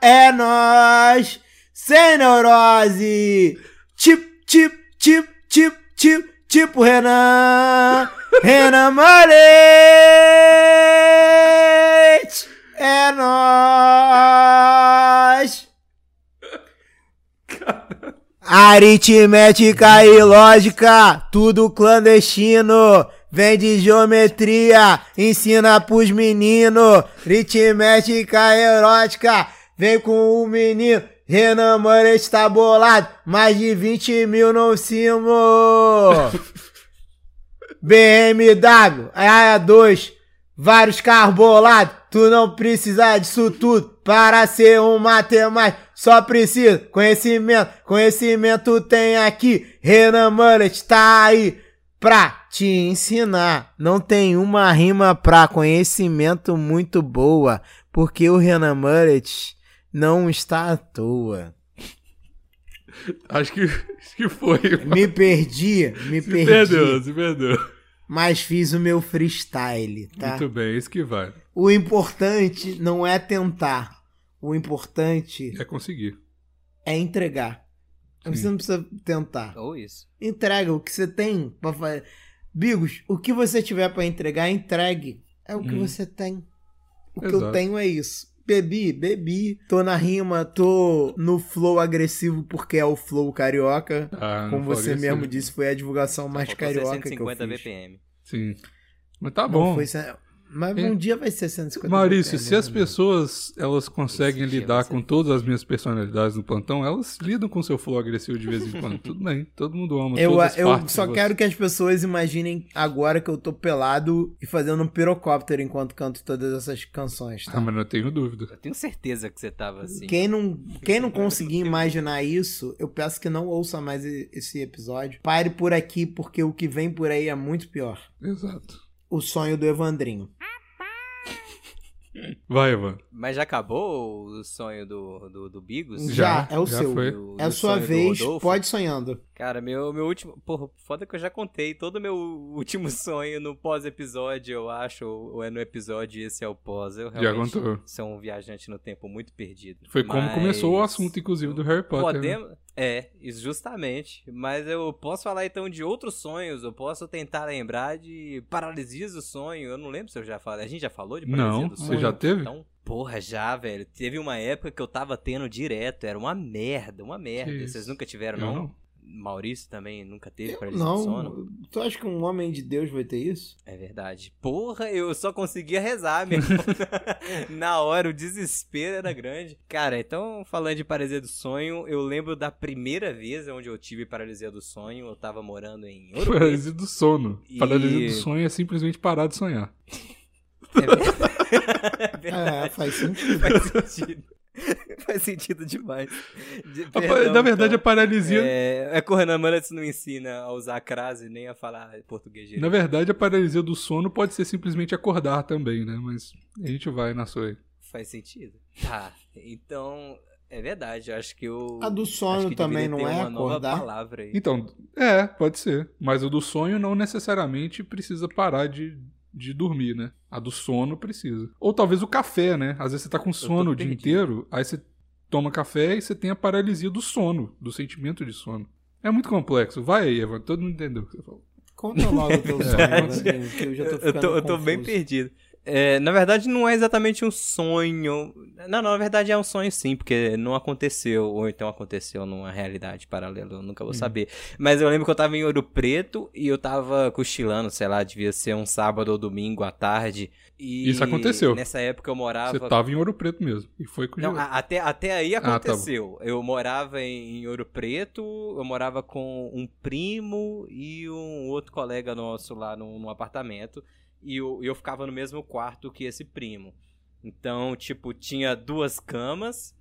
Speaker 3: é nós, sem neurose. Tip, tip, tip, tip, tip, tipo Renan, Renan Marete, é nós. Aritmética e lógica, tudo clandestino. Vem de geometria, ensina pros menino. Aritmética erótica, vem com o menino. Renan Moura está bolado, mais de 20 mil no cimo. BMW, AA2, vários carros bolados. Tu não precisa disso tudo para ser um matemático. Só precisa conhecimento. Conhecimento tem aqui. Renan Mullet tá aí pra te ensinar. Não tem uma rima pra conhecimento muito boa, porque o Renan Mullet não está à toa.
Speaker 1: Acho que, acho que foi.
Speaker 3: Me perdi, me
Speaker 1: Se
Speaker 3: perdi,
Speaker 1: perdeu, se perdeu.
Speaker 3: mas fiz o meu freestyle, tá?
Speaker 1: Muito bem, isso que vale.
Speaker 3: O importante não é tentar. O importante
Speaker 1: É conseguir.
Speaker 3: é entregar. Você
Speaker 1: Sim.
Speaker 3: não precisa tentar.
Speaker 2: Ou isso.
Speaker 3: Entrega o que você tem pra fazer. Bigos, o que você tiver pra entregar, entregue. É o que
Speaker 1: Hum.
Speaker 3: você tem. O que eu
Speaker 1: Exato.
Speaker 3: tenho é isso. Bebi, bebi. Tô na rima, tô no flow agressivo porque é o flow carioca.
Speaker 1: Ah,
Speaker 3: Como
Speaker 1: não falei
Speaker 3: você
Speaker 1: isso.
Speaker 3: mesmo disse, foi a divulgação mais
Speaker 2: Faltou
Speaker 3: carioca que eu
Speaker 2: 650
Speaker 3: fiz.
Speaker 2: BPM.
Speaker 1: Sim. Mas tá
Speaker 3: Não
Speaker 1: bom.
Speaker 3: foi cen- Mas
Speaker 1: É.
Speaker 3: um dia vai ser 150
Speaker 1: Maurício,
Speaker 3: BPM,
Speaker 1: se as
Speaker 3: né?
Speaker 1: pessoas elas conseguem
Speaker 2: Esse dia
Speaker 1: lidar
Speaker 2: você-
Speaker 1: com todas as minhas personalidades no plantão, elas lidam com seu flow agressivo de vez em
Speaker 3: [laughs]
Speaker 1: quando. Tudo bem, todo mundo ama.
Speaker 3: Eu,
Speaker 1: todas as
Speaker 3: eu
Speaker 1: partes
Speaker 3: só
Speaker 1: de você.
Speaker 3: quero que as pessoas imaginem agora que eu tô pelado e fazendo um pirocóptero enquanto canto todas essas canções,
Speaker 1: Ah,
Speaker 3: tá?
Speaker 1: mas não tenho dúvida.
Speaker 2: Eu tenho certeza que você tava assim.
Speaker 3: Quem não, quem não conseguir imaginar isso, eu peço que não ouça mais e- esse episódio. Pare por aqui, porque o que vem por aí é muito pior.
Speaker 1: Exato.
Speaker 3: O sonho do Evandrinho.
Speaker 1: Vai, Evan.
Speaker 2: Mas já acabou o sonho do, do, do Bigos?
Speaker 3: Já, é o
Speaker 1: já
Speaker 3: seu.
Speaker 1: foi.
Speaker 2: Do-
Speaker 3: É a
Speaker 2: do
Speaker 3: sua
Speaker 2: sonho do
Speaker 3: vez,
Speaker 2: Rodolfo?
Speaker 3: pode sonhando.
Speaker 2: Cara, meu, meu último. Porra, foda que eu já contei todo o meu [laughs] último sonho no pós-episódio, eu acho. Ou é no episódio e esse é o pós. Eu
Speaker 1: Já
Speaker 2: realmente
Speaker 1: contou.
Speaker 2: sou um viajante no tempo muito perdido.
Speaker 1: Foi como
Speaker 2: Mas-
Speaker 1: começou o assunto, inclusive, do Harry Potter. né?
Speaker 2: Podemos... É, isso justamente. Mas eu posso falar então de outros sonhos. Eu posso tentar lembrar de paralisias do sonho. Eu não lembro se eu já falei. A gente já falou de paralisia
Speaker 1: Não,
Speaker 2: do
Speaker 1: você
Speaker 2: sonho?
Speaker 1: já teve?
Speaker 2: Então, porra, já, velho. Teve uma época que eu tava tendo direto. Era uma merda, uma merda.
Speaker 1: isso.
Speaker 2: Vocês nunca tiveram,
Speaker 1: Eu
Speaker 2: não?
Speaker 1: [laughs] não.
Speaker 2: Maurício também nunca teve paralisia do tá sono?
Speaker 3: Não, tu acha que um homem de Deus vai
Speaker 2: [laughs]
Speaker 3: ter isso?
Speaker 2: É verdade. Porra, eu só conseguia rezar mesmo.
Speaker 1: [laughs]
Speaker 2: Na hora, o desespero era grande. Cara, então, falando de paralisia do sonho, eu lembro da primeira vez onde eu tive paralisia do sonho. Eu tava
Speaker 1: [laughs]
Speaker 2: morando em Ouro Preto.
Speaker 1: Paralisia do sono.
Speaker 2: E-
Speaker 1: Paralisia do sonho é simplesmente parar de sonhar.
Speaker 2: É
Speaker 1: [laughs]
Speaker 3: É,
Speaker 2: verdade.
Speaker 3: faz sentido.
Speaker 2: Faz sentido. Faz sentido demais. De-
Speaker 1: A pa-
Speaker 2: perdão,
Speaker 1: Na verdade, a
Speaker 2: então.
Speaker 1: paralisia.
Speaker 2: é, é que o Renan Marantes não ensina a usar crase nem a falar português direito.
Speaker 1: Na verdade, a paralisia do sono pode ser simplesmente acordar também, né? Mas a gente vai na sua aí.
Speaker 2: Faz sentido. Tá, então, é verdade. Eu acho que eu...
Speaker 3: A do
Speaker 2: Acho
Speaker 3: sono
Speaker 2: que deveria
Speaker 3: também não
Speaker 2: ter
Speaker 3: é
Speaker 2: uma nova
Speaker 3: acordar.
Speaker 2: palavra aí.
Speaker 1: Então, é, pode ser. Mas o do sonho não necessariamente precisa parar de, de dormir, né? A do sono precisa. Ou talvez o café, né? Às vezes você tá com sono o dia
Speaker 2: perdido.
Speaker 1: inteiro, aí você toma café e você tem a paralisia do sono, do sentimento de sono. É muito complexo. Vai aí, Evan. Todo mundo entendeu o que você falou.
Speaker 3: Conta logo o teu
Speaker 2: [laughs]
Speaker 3: sonho,
Speaker 2: Verdade.
Speaker 3: Evandrinho, que eu já tô
Speaker 2: Eu-
Speaker 3: ficando
Speaker 2: eu tô, eu tô bem
Speaker 3: confuso.
Speaker 2: perdido. É, na verdade, não é exatamente um sonho. Não, não, na verdade é um sonho sim, porque não aconteceu, ou então aconteceu numa realidade paralela, eu nunca vou
Speaker 3: Uhum.
Speaker 2: saber. Mas eu lembro que eu tava em Ouro Preto e eu tava cochilando, sei lá, devia ser um sábado ou domingo à tarde. E
Speaker 1: Isso aconteceu.
Speaker 2: Nessa época eu
Speaker 1: Você
Speaker 2: morava
Speaker 3: tá
Speaker 1: tava em Ouro Preto mesmo. E foi com
Speaker 3: Tipo,
Speaker 2: Ah, Não, ah,
Speaker 1: Gilberto.
Speaker 2: a- até, até aí
Speaker 1: tá bom.
Speaker 2: aconteceu. eu morava em, em Ouro Preto, eu morava com um primo e um outro colega nosso lá num, num apartamento. E eu, eu ficava no mesmo quarto que esse primo. Então, tipo, tinha duas camas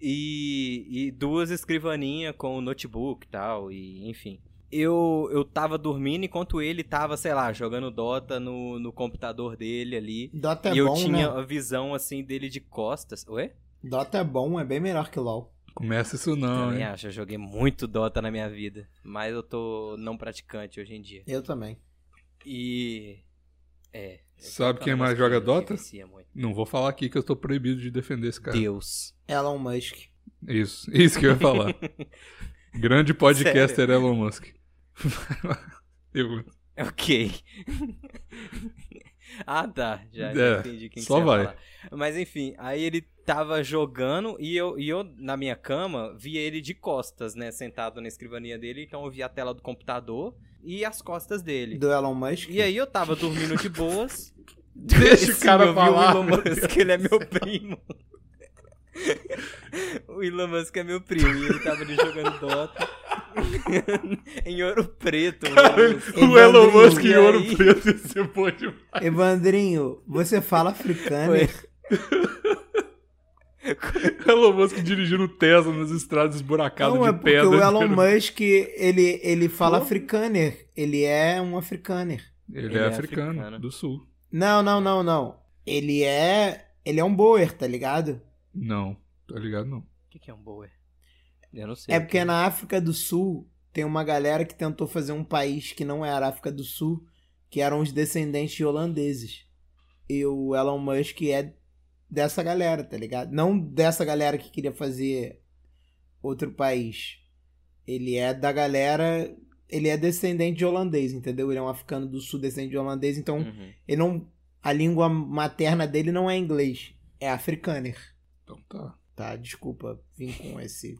Speaker 2: e, e duas escrivaninhas com notebook e tal, e enfim. Eu, eu tava dormindo enquanto ele tava, sei lá, jogando Dota no, no computador dele ali.
Speaker 3: Dota é
Speaker 2: e eu
Speaker 3: bom,
Speaker 2: tinha
Speaker 3: né?
Speaker 2: a visão assim dele de costas. Ué?
Speaker 3: Dota é bom, é bem melhor que LOL.
Speaker 1: Começa isso não,
Speaker 2: Também
Speaker 1: hein?
Speaker 2: acho, eu joguei muito Dota na minha vida. Mas eu tô não praticante hoje em dia.
Speaker 3: Eu também.
Speaker 2: E. É.
Speaker 1: Sabe quem
Speaker 2: Não,
Speaker 1: mais
Speaker 2: mas
Speaker 1: joga
Speaker 2: que- que
Speaker 1: Dota? É.
Speaker 2: vicia muito.
Speaker 1: Não vou falar aqui que eu tô proibido de defender esse cara.
Speaker 2: Deus. [laughs]
Speaker 3: Elon Musk.
Speaker 1: Isso, [laughs] isso que eu ia falar. Grande podcaster
Speaker 2: Sério?
Speaker 1: Elon Musk. [laughs] Eu-
Speaker 2: Ok. ah, tá. Já, já
Speaker 1: É,
Speaker 2: entendi quem que
Speaker 1: só
Speaker 2: você ia
Speaker 1: vai.
Speaker 2: falar. Mas enfim, aí ele tava jogando e eu, e eu, na minha cama, via ele de costas, né? Sentado na escrivaninha dele. Então eu via a tela do computador e as costas dele.
Speaker 3: Do Elon Musk.
Speaker 2: E aí eu tava dormindo de boas.
Speaker 1: [laughs] Deixa o
Speaker 2: Esse
Speaker 1: cara
Speaker 2: meu viu
Speaker 1: falar,
Speaker 2: O Elon
Speaker 1: meu
Speaker 2: Musk, ele
Speaker 1: [laughs]
Speaker 2: é meu primo. o Elon Musk é meu primo e ele tava ali jogando Dota. [laughs] em ouro preto. né? mano.
Speaker 3: O
Speaker 2: um
Speaker 3: Elon Musk
Speaker 2: em Ouro
Speaker 1: Preto, você pode.
Speaker 3: Evandrinho, você fala africano.
Speaker 2: Oi.
Speaker 1: Elon Musk dirigindo o Tesla nas estradas esburacadas
Speaker 3: Não, é
Speaker 1: de
Speaker 3: porque
Speaker 1: pedra.
Speaker 3: o Elon
Speaker 1: inteiro.
Speaker 3: Musk, ele, ele fala africâner. Ele é um africâner.
Speaker 1: Ele,
Speaker 2: Ele
Speaker 1: é,
Speaker 2: é
Speaker 1: africano,
Speaker 2: africano.
Speaker 1: do sul.
Speaker 3: Não, não, não, não. Ele é. Ele é um boer, tá ligado?
Speaker 1: Não, tá ligado? Não.
Speaker 2: O que, que é um boer? Eu não sei.
Speaker 3: É porque na África do Sul tem uma galera que tentou fazer um país que não era África do Sul, que eram os descendentes de holandeses. E o Elon Musk é dessa galera, tá ligado? Não dessa galera que queria fazer outro país. Ele é da galera. Ele é descendente de holandês, entendeu? Ele é um africano do sul descendente de holandês, então
Speaker 2: Uhum.
Speaker 3: ele não. A língua materna dele não é inglês, é africâner.
Speaker 1: Então tá.
Speaker 3: Tá, desculpa vir com esse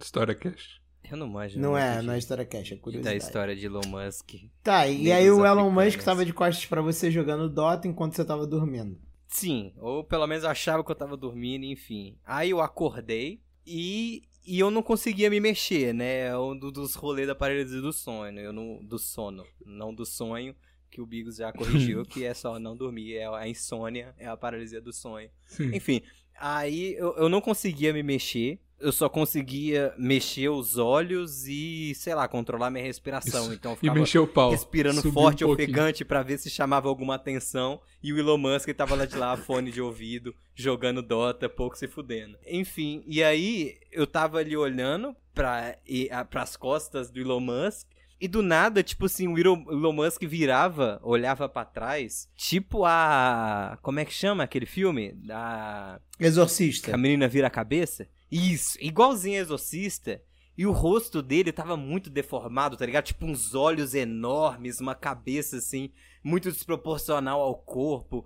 Speaker 1: História cast.
Speaker 2: Eu não manjo.
Speaker 3: não
Speaker 2: muito
Speaker 3: é,
Speaker 2: de-
Speaker 3: não é história cash, é
Speaker 2: Da
Speaker 3: curiosidade.
Speaker 2: história de Elon Musk.
Speaker 3: Tá, e
Speaker 2: Negros
Speaker 3: aí o Elon
Speaker 2: africanos.
Speaker 3: Musk tava de costas pra você jogando Dota enquanto você tava dormindo.
Speaker 2: Sim, ou pelo menos eu achava que eu tava dormindo, enfim. Aí eu acordei e, e eu não conseguia me mexer, né? É um do- dos rolês da paralisia do sono, eu não, do sono, não do sonho, que o Bigos já
Speaker 1: [laughs]
Speaker 2: corrigiu, que é só não dormir, é a insônia, é a paralisia do sonho.
Speaker 1: Sim.
Speaker 2: Enfim, aí eu, eu não conseguia me mexer. eu só conseguia mexer os olhos e, sei lá, controlar minha respiração.
Speaker 1: Isso.
Speaker 2: Então eu
Speaker 1: E
Speaker 2: ficava
Speaker 1: mexeu o pau.
Speaker 2: respirando
Speaker 1: Subiu
Speaker 2: forte,
Speaker 1: um pouquinho.
Speaker 2: ofegante, pra ver se chamava alguma atenção. E o Elon Musk tava lá de lá, [laughs] fone de ouvido, jogando Dota, pouco se fudendo. Enfim, e aí eu tava ali olhando pra, e, a, pras costas do Elon Musk. E do nada, tipo assim, o Elon Elon Musk virava, olhava pra trás, tipo a. Como é que chama aquele filme? Da. Que
Speaker 3: Exorcista.
Speaker 2: a menina vira a cabeça? Isso, igualzinho a Exorcista. E o rosto dele tava muito deformado, tá ligado? Tipo uns olhos enormes, uma cabeça assim, muito desproporcional ao corpo.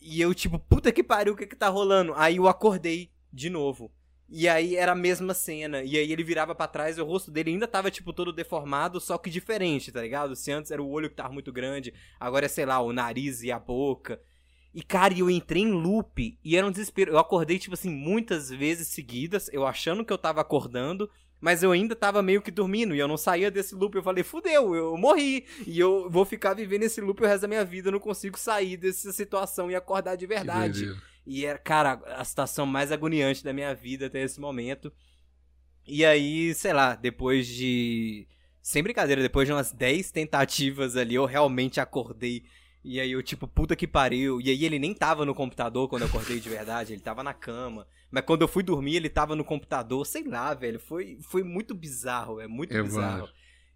Speaker 2: E eu tipo, puta que pariu, o que que tá rolando? Aí eu acordei de novo. E aí era a mesma cena. E aí ele virava pra trás e o rosto dele ainda tava tipo todo deformado, só que diferente, tá ligado? Se antes era o olho que tava muito grande, agora é, sei lá, o nariz e a boca. E, cara, eu entrei em loop e era um desespero. Eu acordei, tipo assim, muitas vezes seguidas, eu achando que eu tava acordando, mas eu ainda tava meio que dormindo e eu não saía desse loop. Eu falei, fudeu, eu morri. E eu vou ficar vivendo esse loop o resto da minha vida, eu não consigo sair dessa situação e acordar de
Speaker 1: Que
Speaker 2: verdade.
Speaker 1: doideira.
Speaker 2: E era, cara, a situação mais agoniante da minha vida até esse momento. E aí, sei lá, depois de. Sem brincadeira, depois de umas 10 tentativas ali, eu realmente acordei. E aí eu, tipo, puta que pariu. E aí ele nem tava no computador quando eu acordei de verdade, ele tava na cama. Mas quando eu fui dormir, ele tava no computador, sei lá, velho. Foi, foi muito bizarro, é muito
Speaker 1: É,
Speaker 2: bizarro.
Speaker 1: mano.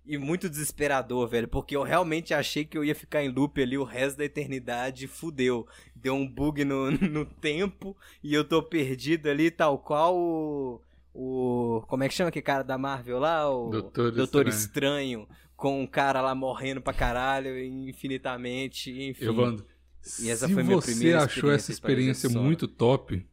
Speaker 2: E muito desesperador, velho, porque eu realmente achei que eu ia ficar em loop ali o resto da eternidade, fudeu. Deu um bug no, [laughs] no tempo e eu tô perdido ali, tal qual o. o como é que chama aquele cara da Marvel lá? O
Speaker 1: Doutor
Speaker 2: Estranho. com um cara lá morrendo pra caralho infinitamente, enfim.
Speaker 1: Evandro,
Speaker 2: E essa
Speaker 1: se
Speaker 2: foi minha
Speaker 1: você
Speaker 2: primeira
Speaker 1: achou essa experiência
Speaker 2: experiência em Parasite
Speaker 1: muito top,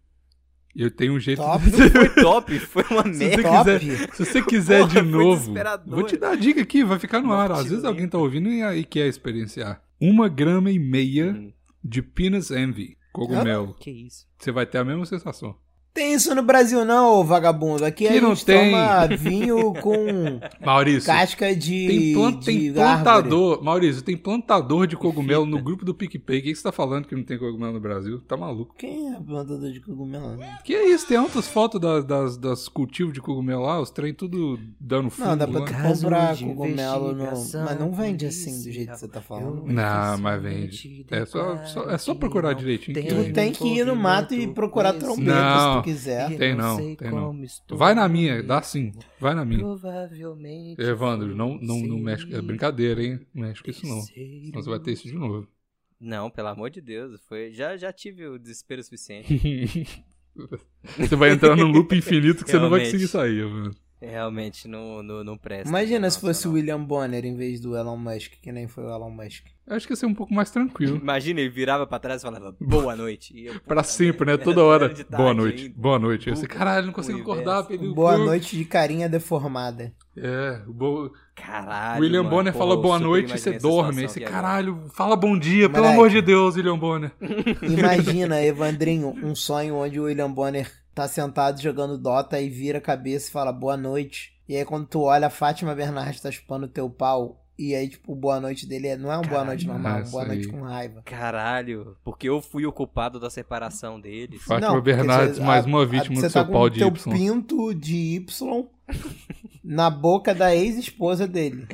Speaker 1: eu tenho um jeito [laughs]
Speaker 3: Top.
Speaker 2: Não foi top, foi uma
Speaker 1: Se você
Speaker 2: merda.
Speaker 3: Top.
Speaker 1: quiser, se você quiser
Speaker 2: Porra,
Speaker 1: de
Speaker 2: foi
Speaker 1: novo,
Speaker 2: desesperador. é
Speaker 1: vou te dar a dica aqui, vai ficar no ar. Às
Speaker 2: Mortilento.
Speaker 1: vezes alguém tá ouvindo e, e quer experienciar. Uma grama e meia
Speaker 2: Hum,
Speaker 1: de Penis Envy, cogumelo.
Speaker 2: Que isso.
Speaker 1: Você vai ter a mesma sensação.
Speaker 3: Tem isso no Brasil não, ô vagabundo. Aqui a
Speaker 1: Que
Speaker 3: gente
Speaker 1: não tem.
Speaker 3: toma vinho
Speaker 1: [laughs]
Speaker 3: com
Speaker 1: Maurício,
Speaker 3: casca de
Speaker 1: tem, plan-
Speaker 3: de
Speaker 1: tem
Speaker 3: árvore.
Speaker 1: plantador. Maurício, tem plantador de cogumelo
Speaker 2: fita.
Speaker 1: no grupo do PicPay. O que que você tá falando que não tem cogumelo no Brasil? Tá maluco.
Speaker 3: Quem é plantador de cogumelo?
Speaker 1: Que é isso? Tem altas fotos da- das, das cultivos de cogumelo lá, os trem tudo dando fundo.
Speaker 3: Não, dá pra
Speaker 1: lá.
Speaker 3: tu
Speaker 2: Caso
Speaker 3: comprar
Speaker 2: de
Speaker 3: cogumelo no...
Speaker 2: investigação
Speaker 3: Mas não vende assim do
Speaker 2: policial.
Speaker 3: jeito que você tá falando.
Speaker 1: Não, mas vende. É só, só- é só procurar direitinho. que
Speaker 2: tem.
Speaker 1: vende.
Speaker 3: Tu tem que ir no mato e procurar trombeta se
Speaker 1: Não.
Speaker 3: tu quiser.
Speaker 1: Tem não, tem não. Vai na minha, dá sim. Vai na minha.
Speaker 2: Provavelmente.
Speaker 1: Evandro, não, não, não mexe. É brincadeira, hein? Não mexe com isso, não.
Speaker 2: Terceiro.
Speaker 1: Mas vai ter isso de
Speaker 3: [laughs]
Speaker 1: novo.
Speaker 2: Não, pelo amor de Deus. Foi... Já, já tive o desespero suficiente.
Speaker 3: [laughs]
Speaker 1: você vai entrar num loop infinito que você não vai
Speaker 2: Realmente.
Speaker 1: conseguir sair, mano.
Speaker 2: Realmente não, não, não
Speaker 1: é
Speaker 2: presta.
Speaker 3: Imagina
Speaker 2: Não,
Speaker 3: se fosse o
Speaker 2: não.
Speaker 3: William Bonner em vez do Elon Musk, que nem foi o Elon Musk.
Speaker 1: Eu Acho que ia ser um pouco mais
Speaker 3: [laughs]
Speaker 1: tranquilo.
Speaker 2: Imagina, ele virava pra trás e falava boa noite. E eu,
Speaker 1: Pra
Speaker 2: puta
Speaker 1: sempre, né?
Speaker 2: merda,
Speaker 1: Toda hora.
Speaker 2: de tarde
Speaker 1: Boa noite.
Speaker 2: ainda.
Speaker 1: Boa noite. Aí Você,
Speaker 2: Bu-
Speaker 1: caralho, não consigo
Speaker 2: universo.
Speaker 1: acordar, perdi o
Speaker 3: Boa
Speaker 1: cu."
Speaker 3: noite de carinha deformada.
Speaker 1: É, o bo-
Speaker 2: Caralho.
Speaker 1: William
Speaker 2: mano,
Speaker 1: Bonner
Speaker 2: porra,
Speaker 1: fala
Speaker 2: eu
Speaker 1: boa
Speaker 2: super
Speaker 1: noite e
Speaker 2: imaginei
Speaker 1: você
Speaker 2: essa
Speaker 1: dorme. Aí
Speaker 2: situação é
Speaker 1: você,
Speaker 2: aqui
Speaker 1: caralho, fala bom dia, pelo
Speaker 3: Moleque.
Speaker 1: amor de Deus, William Bonner. [laughs]
Speaker 3: Imagina, Evandrinho, um sonho onde o William Bonner tá sentado jogando Dota e vira a cabeça e fala boa noite. E aí quando tu olha, a Fátima Bernardes tá chupando o teu pau. E aí, tipo, o boa noite dele é- não é um boa
Speaker 2: Caralho,
Speaker 3: noite normal, é um
Speaker 1: isso
Speaker 3: boa noite
Speaker 1: aí.
Speaker 3: com raiva.
Speaker 2: Caralho, porque eu fui o culpado da separação deles.
Speaker 1: Fátima
Speaker 3: porque
Speaker 1: Bernardes,
Speaker 3: cê-
Speaker 1: mais
Speaker 3: a-
Speaker 1: uma
Speaker 3: a-
Speaker 1: vítima
Speaker 3: cê
Speaker 1: do tipo, seu
Speaker 3: tá
Speaker 1: pau
Speaker 3: com
Speaker 1: de
Speaker 3: teu
Speaker 1: Y.
Speaker 3: pinto de Y na boca da ex-esposa dele.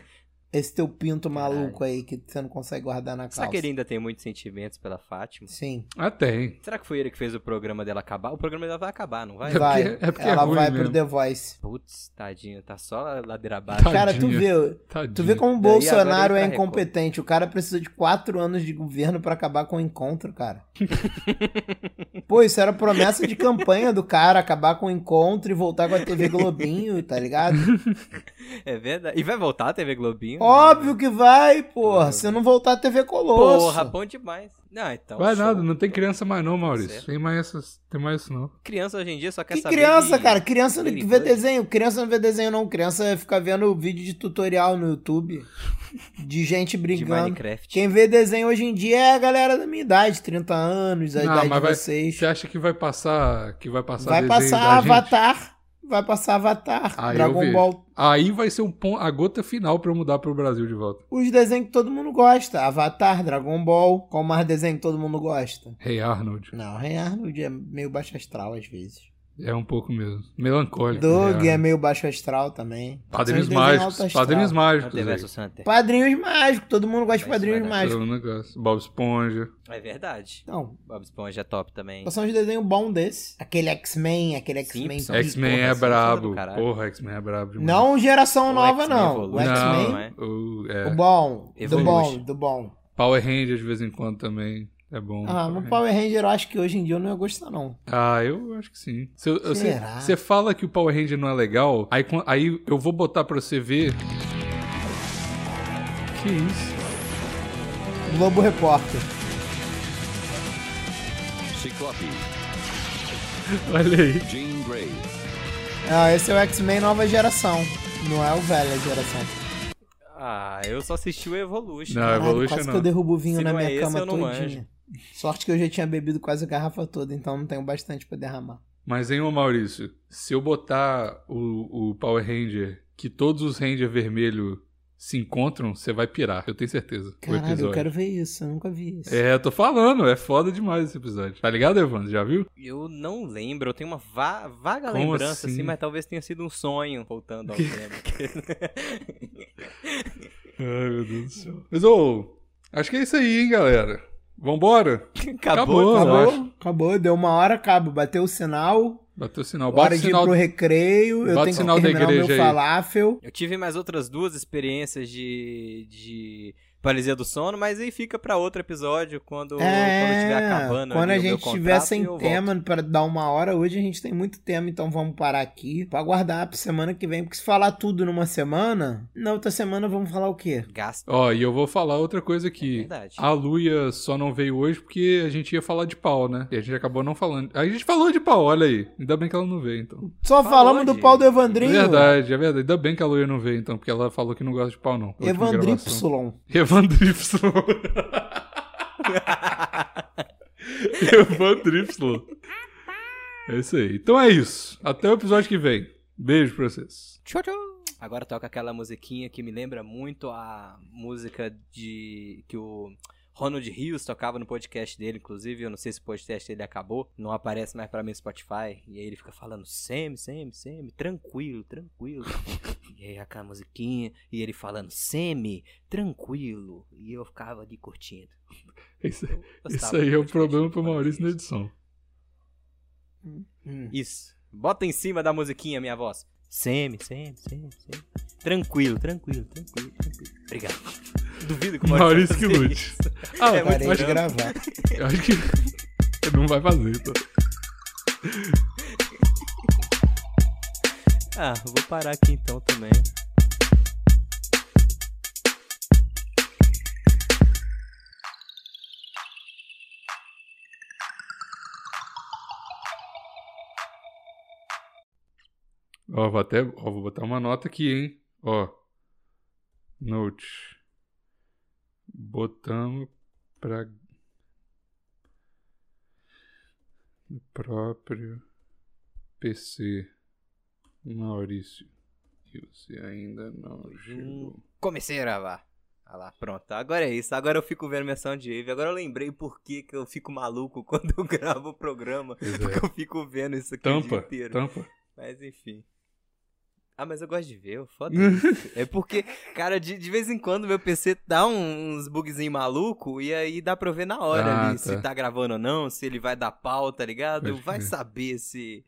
Speaker 3: Esse teu pinto maluco aí que você não consegue guardar na calça.
Speaker 2: Será que ele ainda tem muitos sentimentos pela Fátima?
Speaker 3: Sim.
Speaker 1: Ah, tem.
Speaker 2: Será que foi ele que fez o programa dela acabar? O programa dela vai acabar, não vai?
Speaker 1: É
Speaker 3: Vai.
Speaker 1: porque- é porque é
Speaker 3: Ela
Speaker 1: ruim
Speaker 3: vai pro
Speaker 1: mesmo.
Speaker 3: The Voice.
Speaker 2: Putz, tadinho, tá só a ladeira abaixo.
Speaker 1: Tadinho.
Speaker 3: Cara, tu vê, tu vê
Speaker 1: Tadinho.
Speaker 3: como o
Speaker 2: Daí agora
Speaker 3: Bolsonaro
Speaker 2: ele
Speaker 3: é
Speaker 2: tá
Speaker 3: incompetente. O cara precisa de quatro anos de governo pra acabar com o
Speaker 2: [laughs]
Speaker 3: encontro, cara. Pô, isso era promessa de campanha do cara, acabar com o encontro e voltar com a TV
Speaker 2: [laughs]
Speaker 3: Globinho, tá ligado?
Speaker 2: É verdade. E vai voltar a TV Globinho?
Speaker 3: Óbvio que vai, porra.
Speaker 2: Óbvio.
Speaker 3: Se não voltar a TV Colosso.
Speaker 2: Porra, bom demais. Não,
Speaker 3: é
Speaker 2: então.
Speaker 1: Vai
Speaker 2: show. Tá
Speaker 1: nada, não tem criança mais não, Maurício.
Speaker 2: Certo.
Speaker 1: Tem mais essas, tem mais isso não.
Speaker 2: Criança hoje em dia só quer
Speaker 3: que
Speaker 2: saber.
Speaker 3: criança,
Speaker 2: de-
Speaker 3: cara? Criança não
Speaker 2: Lady
Speaker 3: vê
Speaker 2: Bird.
Speaker 3: desenho. Criança não vê desenho, não. Criança fica vendo vídeo de tutorial no YouTube. De gente
Speaker 2: De
Speaker 3: brigando.
Speaker 2: Minecraft.
Speaker 3: Quem vê desenho hoje em dia é a galera da minha idade, 30 anos, a
Speaker 1: Não,
Speaker 3: idade
Speaker 1: mas
Speaker 3: de
Speaker 1: vai-
Speaker 3: vocês.
Speaker 1: Você acha que vai passar, que vai passar
Speaker 3: Vai
Speaker 1: desenho
Speaker 3: passar
Speaker 1: da gente?
Speaker 3: Avatar. Vai passar Avatar,
Speaker 1: Ah, eu
Speaker 3: Dragon
Speaker 1: vejo.
Speaker 3: Ball.
Speaker 1: Aí vai ser o pon- a gota final pra eu mudar pro Brasil de volta.
Speaker 3: Os desenhos que todo mundo gosta. Avatar, Dragon Ball. Qual mais desenho que todo mundo gosta?
Speaker 1: Hey Arnold.
Speaker 3: Não, Rei Arnold é meio baixo astral às vezes.
Speaker 1: É um pouco mesmo. Melancólico.
Speaker 3: Doug
Speaker 1: né?
Speaker 3: é meio baixo astral também.
Speaker 1: Padrinhos
Speaker 3: São desenho alto
Speaker 1: mágicos.
Speaker 3: astral.
Speaker 1: Padrinhos mágicos.
Speaker 2: Hunter vs
Speaker 1: velho.
Speaker 2: Hunter.
Speaker 3: Padrinhos mágicos, todo mundo
Speaker 1: É
Speaker 3: gosta de
Speaker 2: Isso vai
Speaker 3: padrinhos
Speaker 2: dar
Speaker 3: mágicos.
Speaker 1: Todo negócio. Bob Esponja.
Speaker 2: É verdade.
Speaker 3: Não,
Speaker 2: Bob Esponja é top também.
Speaker 3: são de desenho bom desse. Aquele X-Men, aquele X-Men.
Speaker 2: Simpsons. Ih,
Speaker 1: X-Men
Speaker 2: porra,
Speaker 1: é
Speaker 2: essa é uma coisa
Speaker 1: brabo.
Speaker 2: do caralho.
Speaker 1: Porra, X-Men é brabo demais.
Speaker 3: Não geração
Speaker 2: O
Speaker 3: nova,
Speaker 2: X-Men
Speaker 3: não. O
Speaker 2: Evolution,
Speaker 1: Não,
Speaker 3: X-Men,
Speaker 2: é?
Speaker 1: o-
Speaker 3: o
Speaker 1: é.
Speaker 3: bom, do
Speaker 1: Evolution.
Speaker 3: bom, do bom.
Speaker 1: Power Ranger de vez em quando também. É bom.
Speaker 3: Ah,
Speaker 1: Power
Speaker 3: no
Speaker 1: Ranger.
Speaker 3: Power Ranger eu acho que hoje em dia eu não ia gostar, não.
Speaker 1: Ah, eu acho que sim. Se eu- eu- Você
Speaker 3: Será?
Speaker 1: você fala que o Power Ranger não é legal, aí, quan- aí eu vou botar pra você ver. Que isso? [laughs]
Speaker 3: Globo Repórter.
Speaker 6: Ciclope,
Speaker 1: Olha aí.
Speaker 6: Jean Grey,
Speaker 3: Ah, esse é o X-Men nova geração. Não é o velha geração.
Speaker 2: Ah, eu só assisti o Evolution. né?
Speaker 1: Não,
Speaker 3: Caralho,
Speaker 1: Evolution
Speaker 3: quase que eu
Speaker 1: não.
Speaker 3: derrubo o vinho
Speaker 2: Se
Speaker 3: na
Speaker 2: não é
Speaker 3: minha
Speaker 2: esse,
Speaker 3: cama
Speaker 2: eu não
Speaker 3: todinha. Sorte que eu já tinha bebido quase a garrafa toda, então não tenho bastante pra derramar.
Speaker 1: Mas, hein, ô Maurício, se eu botar o, o Power Ranger que todos os Ranger vermelho se encontram, você vai pirar, eu tenho certeza. o
Speaker 3: Caralho,
Speaker 1: episódio.
Speaker 3: eu quero ver isso, eu nunca vi isso.
Speaker 1: É, eu tô falando, é foda demais esse episódio. Tá ligado, Evandro? Já viu?
Speaker 2: Eu não lembro, eu tenho uma va- vaga
Speaker 1: Como
Speaker 2: lembrança, assim?
Speaker 1: assim?
Speaker 2: mas talvez tenha sido um sonho, voltando ao [laughs]
Speaker 3: [laughs]
Speaker 2: tema.
Speaker 1: Ai, meu Deus do céu. Mas, ô, acho que é isso aí, hein, galera. Vambora? Acabou,
Speaker 2: o episódio.
Speaker 1: acho.
Speaker 3: Acabou, acabou, deu uma hora, acaba. Bateu o sinal,
Speaker 1: Bateu o sinal. Bate
Speaker 3: hora
Speaker 1: o
Speaker 3: de
Speaker 1: sinal.
Speaker 3: ir pro recreio, eu
Speaker 1: bota o
Speaker 3: tenho que
Speaker 1: sinal da
Speaker 3: terminar o meu
Speaker 1: igreja aí.
Speaker 3: falafel.
Speaker 2: Eu tive mais outras duas experiências de, de paralisia do sono, mas aí fica pra outro episódio, quando, quando
Speaker 3: é,
Speaker 2: estiver acabando
Speaker 3: quando
Speaker 2: ali
Speaker 3: a
Speaker 2: o meu
Speaker 3: gente
Speaker 2: contrato,
Speaker 3: tiver
Speaker 2: eu
Speaker 3: sem
Speaker 2: volto.
Speaker 3: tema pra dar uma hora, hoje a gente tem muito tema, então vamos parar aqui pra aguardar pra semana que vem, porque se falar tudo numa semana, na outra semana vamos falar o quê?
Speaker 2: Gasto.
Speaker 1: Ó, e eu vou falar outra coisa
Speaker 2: É
Speaker 1: aqui.
Speaker 2: verdade.
Speaker 3: Ah,
Speaker 1: a Luia só não veio hoje porque a gente ia falar de pau, né? E a gente acabou não falando. Aí a gente falou de pau, olha aí. Ainda bem que ela não veio, então.
Speaker 3: Só
Speaker 2: Falou,
Speaker 3: falamos do
Speaker 2: gente.
Speaker 3: pau do
Speaker 1: É
Speaker 3: Evandrinho.
Speaker 1: verdade, é verdade. Ainda bem que a Luia não veio, então, porque ela falou que não gosta de pau, não. Na última gravação.
Speaker 3: Evandripsilon.
Speaker 1: Evandripsilon. Evandripsilon. É isso aí. Então é isso. Até o episódio que vem. Beijo pra vocês.
Speaker 2: Tchau, tchau. Agora toca aquela musiquinha que me lembra muito a música de que o Ronald Rios tocava no podcast dele, inclusive, eu não sei se o podcast dele acabou, não aparece mais pra mim no Spotify, e aí ele fica falando Semi, Semi, Semi, tranquilo, tranquilo. [laughs] E aí aquela musiquinha, e ele falando Semi, tranquilo, e eu ficava ali curtindo.
Speaker 1: Isso-
Speaker 2: Eu
Speaker 1: Isso
Speaker 2: gostava
Speaker 1: aí é
Speaker 2: do
Speaker 1: o
Speaker 2: podcast
Speaker 1: problema
Speaker 2: do
Speaker 1: pro
Speaker 2: Ronald
Speaker 1: Maurício né? na
Speaker 2: Rios.
Speaker 1: edição.
Speaker 3: Hum.
Speaker 2: Isso. Bota em cima da musiquinha minha voz. Semi, semi, semi, semi. Tranquilo, tranquilo, tranquilo, tranquilo. Obrigado. Duvido que o
Speaker 1: Maurício
Speaker 2: vai
Speaker 1: que
Speaker 2: fazer
Speaker 1: lute.
Speaker 2: isso.
Speaker 1: Ah,
Speaker 2: É muito
Speaker 3: Parei
Speaker 1: mas
Speaker 3: de
Speaker 2: grande.
Speaker 3: gravar.
Speaker 2: [laughs]
Speaker 1: eu acho que [laughs] não vai fazer, então.
Speaker 2: Ah, vou parar aqui então também.
Speaker 1: Ó, vou até. Ó, vou botar uma nota aqui, hein? Ó. Note. Botamos pra. No próprio PC. Maurício. E você ainda não
Speaker 2: Hum.
Speaker 1: chegou.
Speaker 2: Comecei a gravar. Ah lá, pronto. Agora é isso. Agora eu fico vendo minha soundwave. Agora eu lembrei por que, que eu fico maluco [laughs] quando eu gravo o programa. [laughs]
Speaker 1: Pois é.
Speaker 2: Porque eu fico vendo isso aqui o dia
Speaker 1: Tampa,
Speaker 2: inteiro.
Speaker 1: tampa.
Speaker 2: Mas enfim. Ah, mas eu gosto de ver, eu
Speaker 1: [laughs]
Speaker 2: foda isso. É porque, cara, de, de vez em quando meu PC dá um- uns bugzinho maluco e aí dá pra eu ver na hora
Speaker 1: Ah,
Speaker 2: ali se
Speaker 1: tá.
Speaker 2: tá gravando ou não, se ele vai dar pau, tá ligado?
Speaker 1: Pode
Speaker 2: Vai
Speaker 1: crer.
Speaker 2: saber se,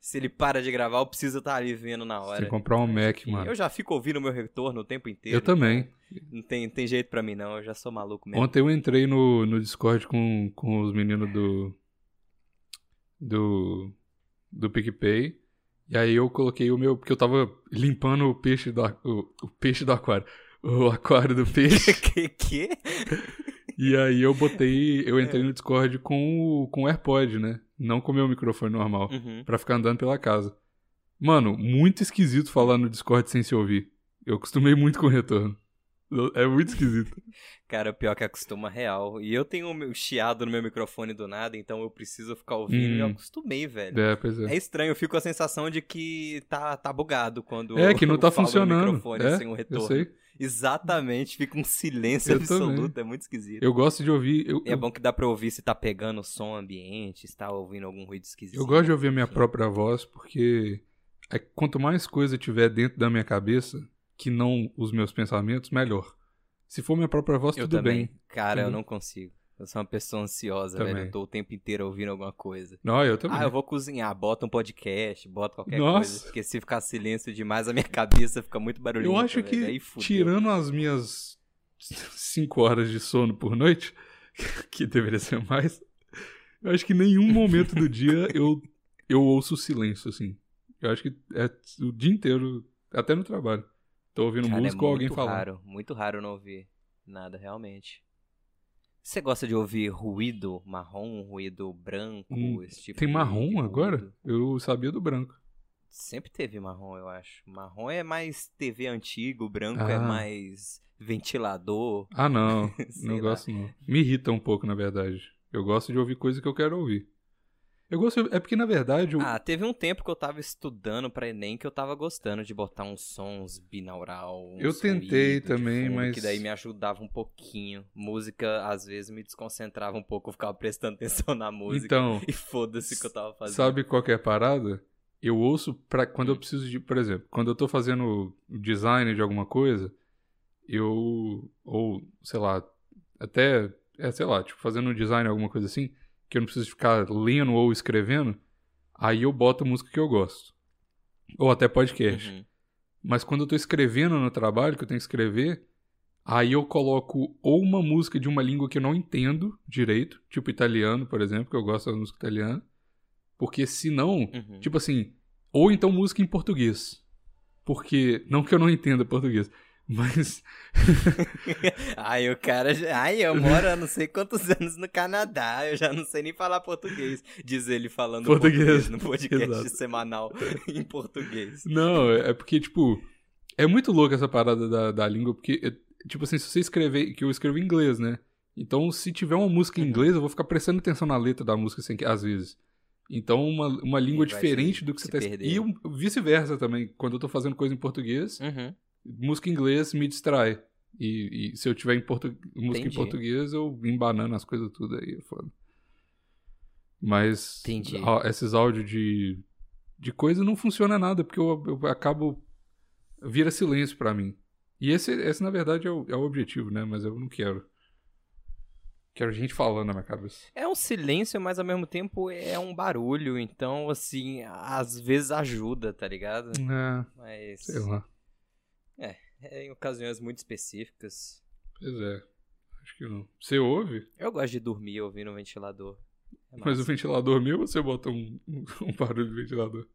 Speaker 2: se ele para de gravar ou precisa estar ali vendo na
Speaker 1: Você tem
Speaker 2: hora.
Speaker 1: que comprar um Mac,
Speaker 2: E
Speaker 1: mano.
Speaker 2: Eu já fico ouvindo meu retorno o tempo inteiro. tá
Speaker 1: Eu também.
Speaker 2: Não tem, tem jeito pra mim, não. Eu já sou maluco mesmo.
Speaker 1: Ontem eu entrei no, no Discord com, com os meninos do. Do. Do PicPay. E aí eu coloquei o meu. Porque eu tava limpando o peixe do. a- O, o peixe do aquário. O aquário do peixe.
Speaker 2: [laughs] [laughs] que que?
Speaker 1: e aí eu botei. Eu entrei no Discord com o, com o AirPod, né? Não com o meu microfone normal.
Speaker 2: Uhum.
Speaker 1: Pra ficar andando pela casa. Mano, muito esquisito falar no Discord sem se ouvir. Eu acostumei muito com o retorno. É muito esquisito.
Speaker 2: Cara, pior é que acostuma real. E eu tenho o meu chiado no meu microfone do nada, então eu preciso ficar ouvindo e eu
Speaker 1: Hum.
Speaker 2: acostumei, velho.
Speaker 1: É, pois é.
Speaker 2: É estranho, eu fico com a sensação de que tá, tá bugado quando
Speaker 1: É, que não
Speaker 2: [laughs] eu
Speaker 1: tá
Speaker 2: falo no
Speaker 1: funcionando.
Speaker 2: microfone
Speaker 1: É,
Speaker 2: sem um
Speaker 1: Eu
Speaker 2: retorno.
Speaker 1: sei.
Speaker 2: Exatamente, fica um silêncio
Speaker 1: [laughs] Eu
Speaker 2: absoluto,
Speaker 1: também.
Speaker 2: é muito esquisito.
Speaker 1: Eu gosto de ouvir. Eu,
Speaker 2: E é bom que dá pra ouvir se tá pegando o som ambiente, se tá ouvindo algum ruído esquisito.
Speaker 1: eu gosto de ouvir a minha
Speaker 2: enfim.
Speaker 1: própria voz, porque é- quanto mais coisa tiver dentro da minha cabeça, que não os meus pensamentos, melhor. Se for minha própria voz,
Speaker 2: Eu
Speaker 1: tudo
Speaker 2: também.
Speaker 1: bem.
Speaker 2: Cara, eu
Speaker 1: Tudo.
Speaker 2: não consigo. Eu sou uma pessoa ansiosa,
Speaker 1: Também.
Speaker 2: velho. Eu tô o tempo inteiro ouvindo alguma coisa.
Speaker 1: Não, eu também.
Speaker 2: Ah, eu vou cozinhar, bota um podcast, bota qualquer
Speaker 1: Nossa.
Speaker 2: coisa. Porque se ficar silêncio demais, a minha [laughs] cabeça fica muito barulhenta.
Speaker 1: Eu acho
Speaker 2: velho.
Speaker 1: que,
Speaker 2: Aí fudeu.
Speaker 1: tirando as minhas [laughs] 5 horas de sono por noite, [laughs] que deveria ser mais, eu acho que em nenhum momento do
Speaker 2: [laughs]
Speaker 1: dia eu, eu ouço silêncio, assim. Eu acho que é o dia inteiro, até no trabalho. Tô ouvindo
Speaker 2: Cara,
Speaker 1: música
Speaker 2: é
Speaker 1: ou alguém
Speaker 2: muito
Speaker 1: falando.
Speaker 2: raro, muito raro não ouvir nada, realmente. Você gosta de ouvir ruído marrom, ruído branco,
Speaker 1: Hum,
Speaker 2: esse tipo
Speaker 1: Tem
Speaker 2: de- de
Speaker 1: marrom
Speaker 2: ruído?
Speaker 1: agora? Eu sabia do branco.
Speaker 2: Sempre teve marrom, eu acho. Marrom é mais TV antigo, branco
Speaker 1: Ah.
Speaker 2: é mais ventilador.
Speaker 1: Ah,
Speaker 2: [laughs]
Speaker 1: não.
Speaker 2: Sei
Speaker 1: não
Speaker 2: lá.
Speaker 1: gosto, não. Me irrita um pouco, na verdade. Eu gosto de ouvir coisa que eu quero ouvir. Eu gosto. É porque, na verdade, eu-
Speaker 2: Ah, teve um tempo que eu tava estudando pra Enem que eu tava gostando de botar uns sons binaural. uns
Speaker 1: Eu tentei
Speaker 2: ruído de
Speaker 1: também,
Speaker 2: fundo,
Speaker 1: mas-
Speaker 2: Que daí me ajudava um pouquinho. Música, às vezes, me desconcentrava um pouco, eu ficava prestando [laughs] atenção na música.
Speaker 1: então.
Speaker 2: E foda-se o que eu tava fazendo.
Speaker 1: Sabe qual que é a parada? Eu ouço pra quando
Speaker 2: Hum.
Speaker 1: eu preciso de, por exemplo, quando eu tô fazendo o design de alguma coisa, eu ou sei lá, até é sei lá, tipo fazendo um design alguma coisa assim, que eu não preciso ficar lendo ou escrevendo, aí eu boto música que eu gosto. Ou até podcast.
Speaker 2: Uhum.
Speaker 1: Mas quando eu tô escrevendo no trabalho, que eu tenho que escrever, aí eu coloco ou uma música de uma língua que eu não entendo direito, tipo italiano, por exemplo, que eu gosto da música italiana, porque senão,
Speaker 2: Uhum.
Speaker 1: tipo assim, ou então música em português. Porque, não que eu não entenda português, [laughs] mas
Speaker 2: Ai, o cara. já- Ai, eu moro há não sei quantos [laughs] anos no Canadá. Eu já não sei nem falar português. Diz ele falando português,
Speaker 1: Português,
Speaker 2: no
Speaker 1: [laughs]
Speaker 2: podcast
Speaker 1: exato.
Speaker 2: semanal [laughs] em português.
Speaker 1: Não, é é porque, tipo, é muito louco essa parada da, da língua, porque, é, tipo assim, se você escrever, que eu escrevo em inglês, né? Então, se tiver uma música
Speaker 2: Uhum.
Speaker 1: em inglês, eu vou ficar prestando atenção na letra da música, assim, que- às vezes. Então, uma, uma língua
Speaker 2: E vai
Speaker 1: diferente
Speaker 2: se-
Speaker 1: do que você
Speaker 2: se
Speaker 1: tá escrevendo. E
Speaker 2: perder.
Speaker 1: um- vice-versa também. Quando eu tô fazendo coisa em português,
Speaker 2: Uhum.
Speaker 1: música em inglês me distrai. E, e se eu tiver em portu... música
Speaker 2: Entendi.
Speaker 1: em português, eu embanano as coisas tudo aí, é foda. Mas
Speaker 2: Entendi.
Speaker 1: ó, esses áudios de, de coisa não funciona nada, porque eu, eu acabo. Vira silêncio pra mim. E esse, esse, na verdade, é o, é o objetivo, né? Mas eu não quero. Quero gente falando na minha cabeça.
Speaker 2: É um silêncio, mas ao mesmo tempo é um barulho. Então, assim, às vezes ajuda, tá ligado?
Speaker 1: É,
Speaker 2: Mas
Speaker 1: sei lá.
Speaker 2: é em ocasiões muito específicas.
Speaker 1: Pois é. Acho que não. Você ouve,
Speaker 2: Eu gosto de dormir ouvindo o ventilador. É
Speaker 1: mas o
Speaker 2: massa.
Speaker 1: ventilador meu ou você bota um, [laughs] um, um barulho de ventilador?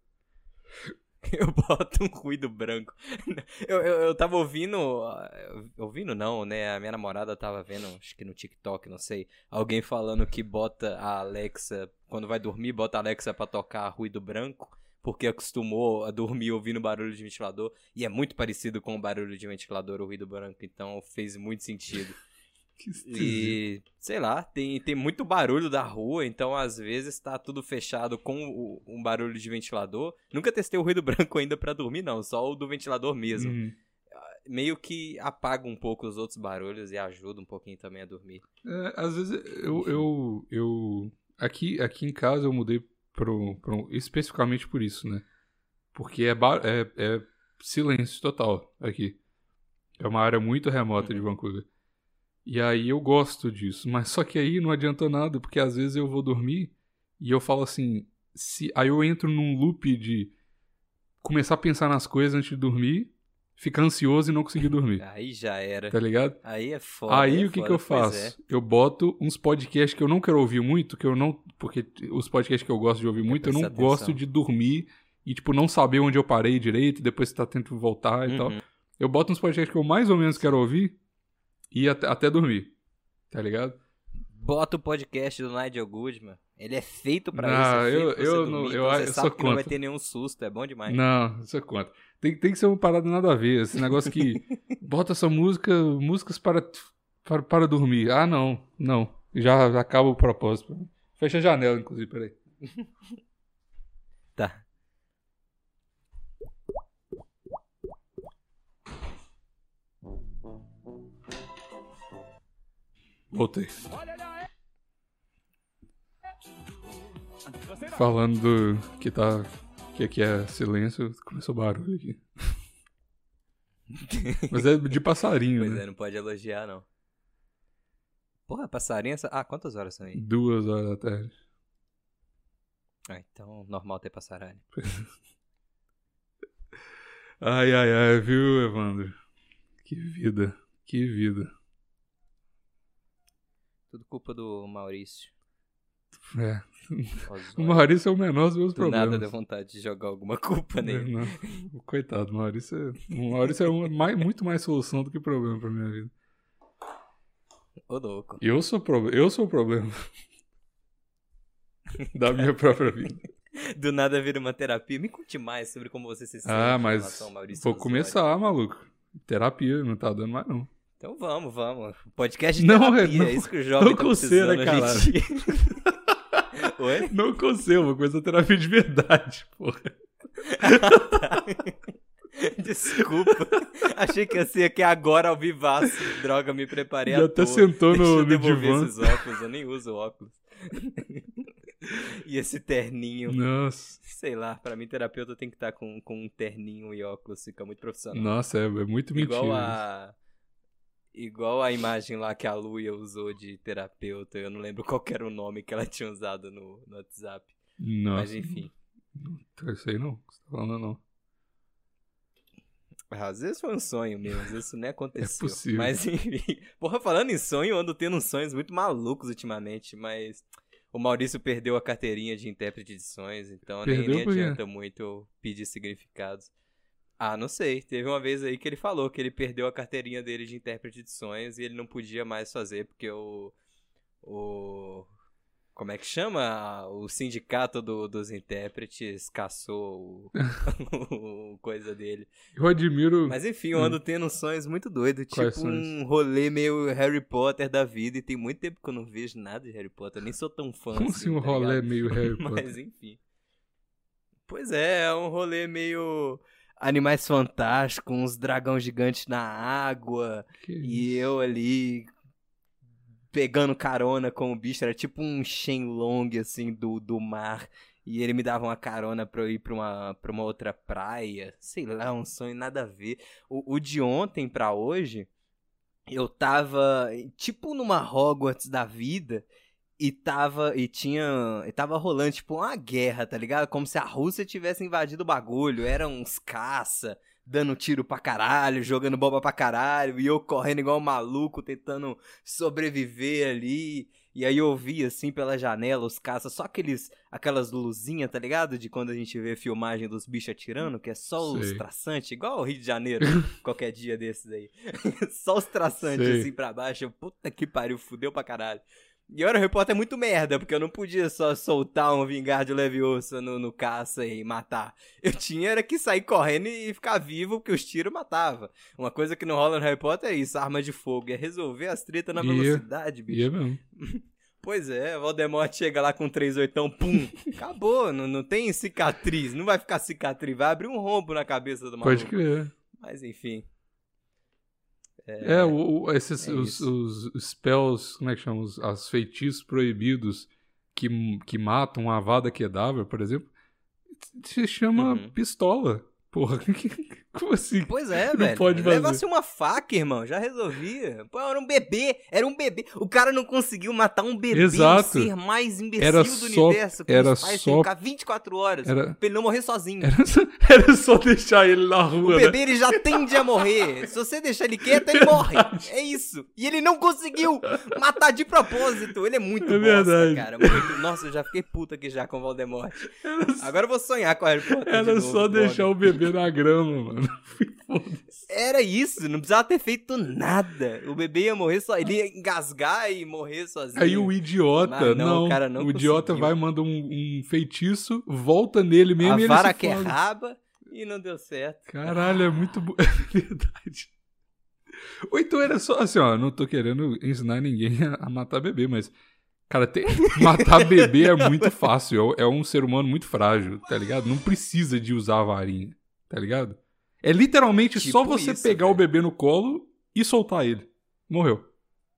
Speaker 2: [laughs] Eu boto um ruído branco. [laughs] Eu, eu, eu tava ouvindo. ah, Ouvindo não, né? A minha namorada tava vendo, acho que no TikTok, não sei. Alguém falando que bota a Alexa. Quando vai dormir, bota a Alexa pra tocar ruído branco. Porque acostumou a dormir ouvindo barulho de ventilador. E é muito parecido com o barulho de ventilador, o ruído branco. Então fez muito sentido.
Speaker 1: Que esquisito.
Speaker 2: E, sei lá, tem, tem muito barulho da rua, então às vezes tá tudo fechado com o- um barulho de ventilador. Nunca testei o ruído [laughs] branco ainda pra dormir, não, só o do ventilador mesmo.
Speaker 1: Hum.
Speaker 2: Meio que apaga um pouco os outros barulhos e ajuda um pouquinho também a dormir.
Speaker 1: É, às vezes eu, eu, eu aqui, aqui em casa eu mudei pro, pro, especificamente por isso, né? Porque é, ba- é, é silêncio total aqui. É uma área muito remota de Vancouver. E aí eu gosto disso, mas só que aí não adiantou nada, porque às vezes eu vou dormir e eu falo assim, se aí eu entro num loop de começar a pensar nas coisas antes de dormir, ficar ansioso e não conseguir
Speaker 2: [laughs]
Speaker 1: dormir,
Speaker 2: Aí já era.
Speaker 1: tá ligado?
Speaker 2: Aí é foda.
Speaker 1: Aí
Speaker 2: é
Speaker 1: o que, que
Speaker 2: foda,
Speaker 1: eu
Speaker 2: pois
Speaker 1: faço?
Speaker 2: é.
Speaker 1: Eu boto uns podcasts que eu não quero ouvir muito, que eu não. Porque os podcasts que eu gosto de ouvir muito, eu não
Speaker 2: prestar atenção.
Speaker 1: gosto de dormir e, tipo, não saber onde eu parei direito, depois você tá tentando voltar e tal.
Speaker 2: Uhum.
Speaker 1: Eu boto uns podcasts que eu mais ou menos quero ouvir e até, até dormir. Tá ligado?
Speaker 2: Bota o podcast do Nigel Goodman. Ele é feito pra
Speaker 1: Não,
Speaker 2: isso. é feito
Speaker 1: Ah, eu-
Speaker 2: pra você
Speaker 1: eu
Speaker 2: dormir,
Speaker 1: não-
Speaker 2: então
Speaker 1: eu-
Speaker 2: você
Speaker 1: eu
Speaker 2: sabe
Speaker 1: sou
Speaker 2: que não vai
Speaker 1: contra.
Speaker 2: ter nenhum susto, é bom demais.
Speaker 1: Não, isso conta. Tem, tem que ser uma parada nada a ver. Esse negócio
Speaker 2: [laughs]
Speaker 1: que bota essa música, músicas para, para, para dormir. Ah, não, não. Já, já acaba o propósito. Fecha a janela, inclusive, peraí.
Speaker 2: Tá.
Speaker 1: Voltei. Falando do que tá. que aqui é silêncio, começou barulho
Speaker 2: [laughs]
Speaker 1: aqui. Mas é de passarinho,
Speaker 2: Pois
Speaker 1: né?
Speaker 2: é, não pode elogiar, não. Porra, passarinha. essa- Ah, quantas horas são aí?
Speaker 1: Duas horas da tarde.
Speaker 2: Ah, então, normal ter passarinho.
Speaker 1: Ai, ai, ai, viu, Evandro? Que vida, que vida.
Speaker 2: Tudo culpa do Maurício.
Speaker 1: É. [laughs] O
Speaker 2: Osório.
Speaker 1: Maurício é o menor dos meus
Speaker 2: Do nada
Speaker 1: problemas.
Speaker 2: deu um vontade de jogar alguma culpa nele.
Speaker 1: Não, Coitado, Maurício. é- o Maurício é uma, mais- muito mais solução do que problema pra minha vida.
Speaker 2: Ô, louco.
Speaker 1: Eu sou, pro, eu sou o
Speaker 2: [laughs]
Speaker 1: problema. da minha própria vida.
Speaker 2: Do nada vira uma terapia. Me conte mais sobre como você se sente
Speaker 1: Ah,
Speaker 2: em
Speaker 1: mas
Speaker 2: relação ao Maurício
Speaker 1: vou
Speaker 2: Osório.
Speaker 1: começar, maluco. Terapia, não tá dando mais não.
Speaker 2: Então vamos, vamos. Podcast de
Speaker 1: Não,
Speaker 2: terapia,
Speaker 1: é, não-
Speaker 2: é isso que o jovem
Speaker 1: não né,
Speaker 2: tá
Speaker 1: conceira,
Speaker 2: precisando, gente. [laughs] Oi?
Speaker 1: Não consigo, uma coisa terapia de verdade, [laughs] porra.
Speaker 2: Desculpa. [laughs] Achei que ia ser aqui agora ao vivaço. Droga, me preparei
Speaker 1: Já
Speaker 2: é à
Speaker 1: até
Speaker 2: toa.
Speaker 1: sentou
Speaker 2: Deixa
Speaker 1: no,
Speaker 2: eu
Speaker 1: no
Speaker 2: devolver
Speaker 1: divã.
Speaker 2: esses óculos, eu nem uso óculos. [laughs] e esse terninho.
Speaker 1: Nossa,
Speaker 2: Sei lá, pra mim terapeuta tem que estar com, com um terninho e óculos, fica muito profissional.
Speaker 1: nossa, é, é muito mentira.
Speaker 2: Igual a. Igual a imagem lá que a Luia usou de terapeuta, eu não lembro qual que era o nome que ela tinha usado no, no WhatsApp.
Speaker 1: né? Nossa,
Speaker 2: Mas enfim.
Speaker 1: não sei não, o que você tá falando não.
Speaker 2: Às vezes foi um sonho mesmo, às vezes
Speaker 1: [laughs]
Speaker 2: isso nem aconteceu.
Speaker 1: É possível.
Speaker 2: Mas enfim. [laughs] Porra, falando em sonho, eu ando tendo uns sonhos muito malucos ultimamente, mas o Maurício perdeu a carteirinha de intérprete de sonhos, então nem-
Speaker 1: Perdeu
Speaker 2: nem,
Speaker 1: por quê?
Speaker 2: adianta muito eu pedir significados. Ah, não sei. Teve uma vez aí que ele falou que ele perdeu a carteirinha dele de intérprete de sonhos e ele não podia mais fazer porque o. O. Como é que chama? O sindicato do- dos intérpretes caçou o, [laughs] o coisa dele.
Speaker 1: Eu admiro,
Speaker 2: Mas enfim, eu ando tendo uns sonhos muito doidos,
Speaker 1: Hum. Quais
Speaker 2: tipo
Speaker 1: sonhos?
Speaker 2: um rolê meio Harry Potter da vida, e tem muito tempo que eu não vejo nada de Harry Potter, eu nem sou tão fã
Speaker 1: como assim
Speaker 2: assim,
Speaker 1: um
Speaker 2: tá
Speaker 1: rolê
Speaker 2: [laughs] ligado?
Speaker 1: meio Harry Potter?
Speaker 2: Mas enfim. Pois é, é um rolê meio animais fantásticos, uns dragão gigante na água,
Speaker 1: Que
Speaker 2: e
Speaker 1: isso?
Speaker 2: eu ali pegando carona com o bicho, era tipo um Shenlong assim do, do mar. E ele me dava uma carona pra eu ir pra uma, pra uma outra praia. Sei lá, um sonho nada a ver. O, o de ontem pra hoje, eu tava eh, tipo numa Hogwarts da vida. E tava, e tinha, e tava rolando, tipo, uma guerra, tá ligado? Como se a Rússia tivesse invadido o bagulho. Eram uns caça, dando tiro pra caralho, jogando bomba pra caralho, e eu correndo igual um maluco, tentando sobreviver ali. E aí eu vi, assim, pela janela, os caças, só aqueles, aquelas luzinhas, tá ligado? De quando a gente vê filmagem dos bichos atirando, que é só os
Speaker 1: Sei.
Speaker 2: traçantes, igual o Rio de Janeiro, qualquer dia desses aí. [laughs] só os traçantes,
Speaker 1: Sei.
Speaker 2: assim, pra baixo. Eu, Puta que pariu, fudeu pra caralho. E eu era um repórter muito merda, porque eu não podia só soltar um vingar de leviosa no, no caça e matar. Eu tinha era que sair correndo e ficar vivo, porque os tiros matava. Uma coisa que não rola no Harry Potter é isso, arma de fogo. É resolver as tretas na
Speaker 1: E-
Speaker 2: velocidade, bicho.
Speaker 1: E é mesmo.
Speaker 2: Pois é, Voldemort chega lá com 3
Speaker 1: [laughs]
Speaker 2: oitão, pum, acabou, não, não tem cicatriz, não vai ficar cicatriz, vai abrir um rombo na cabeça do maluco.
Speaker 1: Pode crer.
Speaker 2: Mas enfim.
Speaker 1: É, o- o- esses,
Speaker 2: é
Speaker 1: os, os spells, como é que chama? Os, as feitiços proibidos que, que matam a Avada Kedavra, por exemplo, se chama
Speaker 2: Uhum.
Speaker 1: pistola. Porra, [laughs] como assim?
Speaker 2: Pois é,
Speaker 1: [laughs] Não
Speaker 2: velho.
Speaker 1: pode fazer.
Speaker 2: Levasse uma faca, irmão, já resolvia. Pô, era um bebê, era um bebê. O cara não conseguiu matar um bebê,
Speaker 1: Exato.
Speaker 2: o ser mais imbecil
Speaker 1: Era
Speaker 2: do
Speaker 1: só-
Speaker 2: universo. Que
Speaker 1: era
Speaker 2: os pais têm
Speaker 1: só-
Speaker 2: que ficar 24 horas
Speaker 1: Era,
Speaker 2: pra ele não morrer sozinho.
Speaker 1: era, só, [laughs] era só deixar ele na rua,
Speaker 2: O
Speaker 1: né?
Speaker 2: bebê ele já tende a
Speaker 1: [laughs]
Speaker 2: morrer. Se você deixar ele quieto, ele morre. É isso. E ele não conseguiu matar de propósito. Ele é muito
Speaker 1: É
Speaker 2: bosta,
Speaker 1: verdade.
Speaker 2: cara. Muito- Nossa, eu já fiquei puta aqui já com o Voldemort. Agora eu vou sonhar com a Harry Potter. de
Speaker 1: Era
Speaker 2: novo,
Speaker 1: só
Speaker 2: droga.
Speaker 1: deixar o bebê na grama, mano. Foda-se.
Speaker 2: era isso, não precisava ter feito nada. O bebê ia morrer só, ele ia engasgar e morrer
Speaker 1: [laughs]
Speaker 2: sozinho.
Speaker 1: Aí o idiota,
Speaker 2: Mas não,
Speaker 1: não,
Speaker 2: o cara não
Speaker 1: o idiota
Speaker 2: conseguiu.
Speaker 1: vai, manda um, um feitiço, volta nele mesmo e
Speaker 2: a
Speaker 1: ele
Speaker 2: vara
Speaker 1: se
Speaker 2: que é
Speaker 1: foda.
Speaker 2: raba e não deu certo.
Speaker 1: Caralho, é muito bom. [laughs] É verdade. Ou então era só assim, ó. Não tô querendo ensinar ninguém a- a matar bebê, mas. Cara, tem... [laughs] matar bebê é muito fácil. É é um ser humano muito frágil, tá ligado? Não precisa de usar a varinha, tá ligado? É literalmente só
Speaker 2: Tipo
Speaker 1: você
Speaker 2: isso,
Speaker 1: pegar o
Speaker 2: velho.
Speaker 1: bebê no colo e soltar ele. Morreu.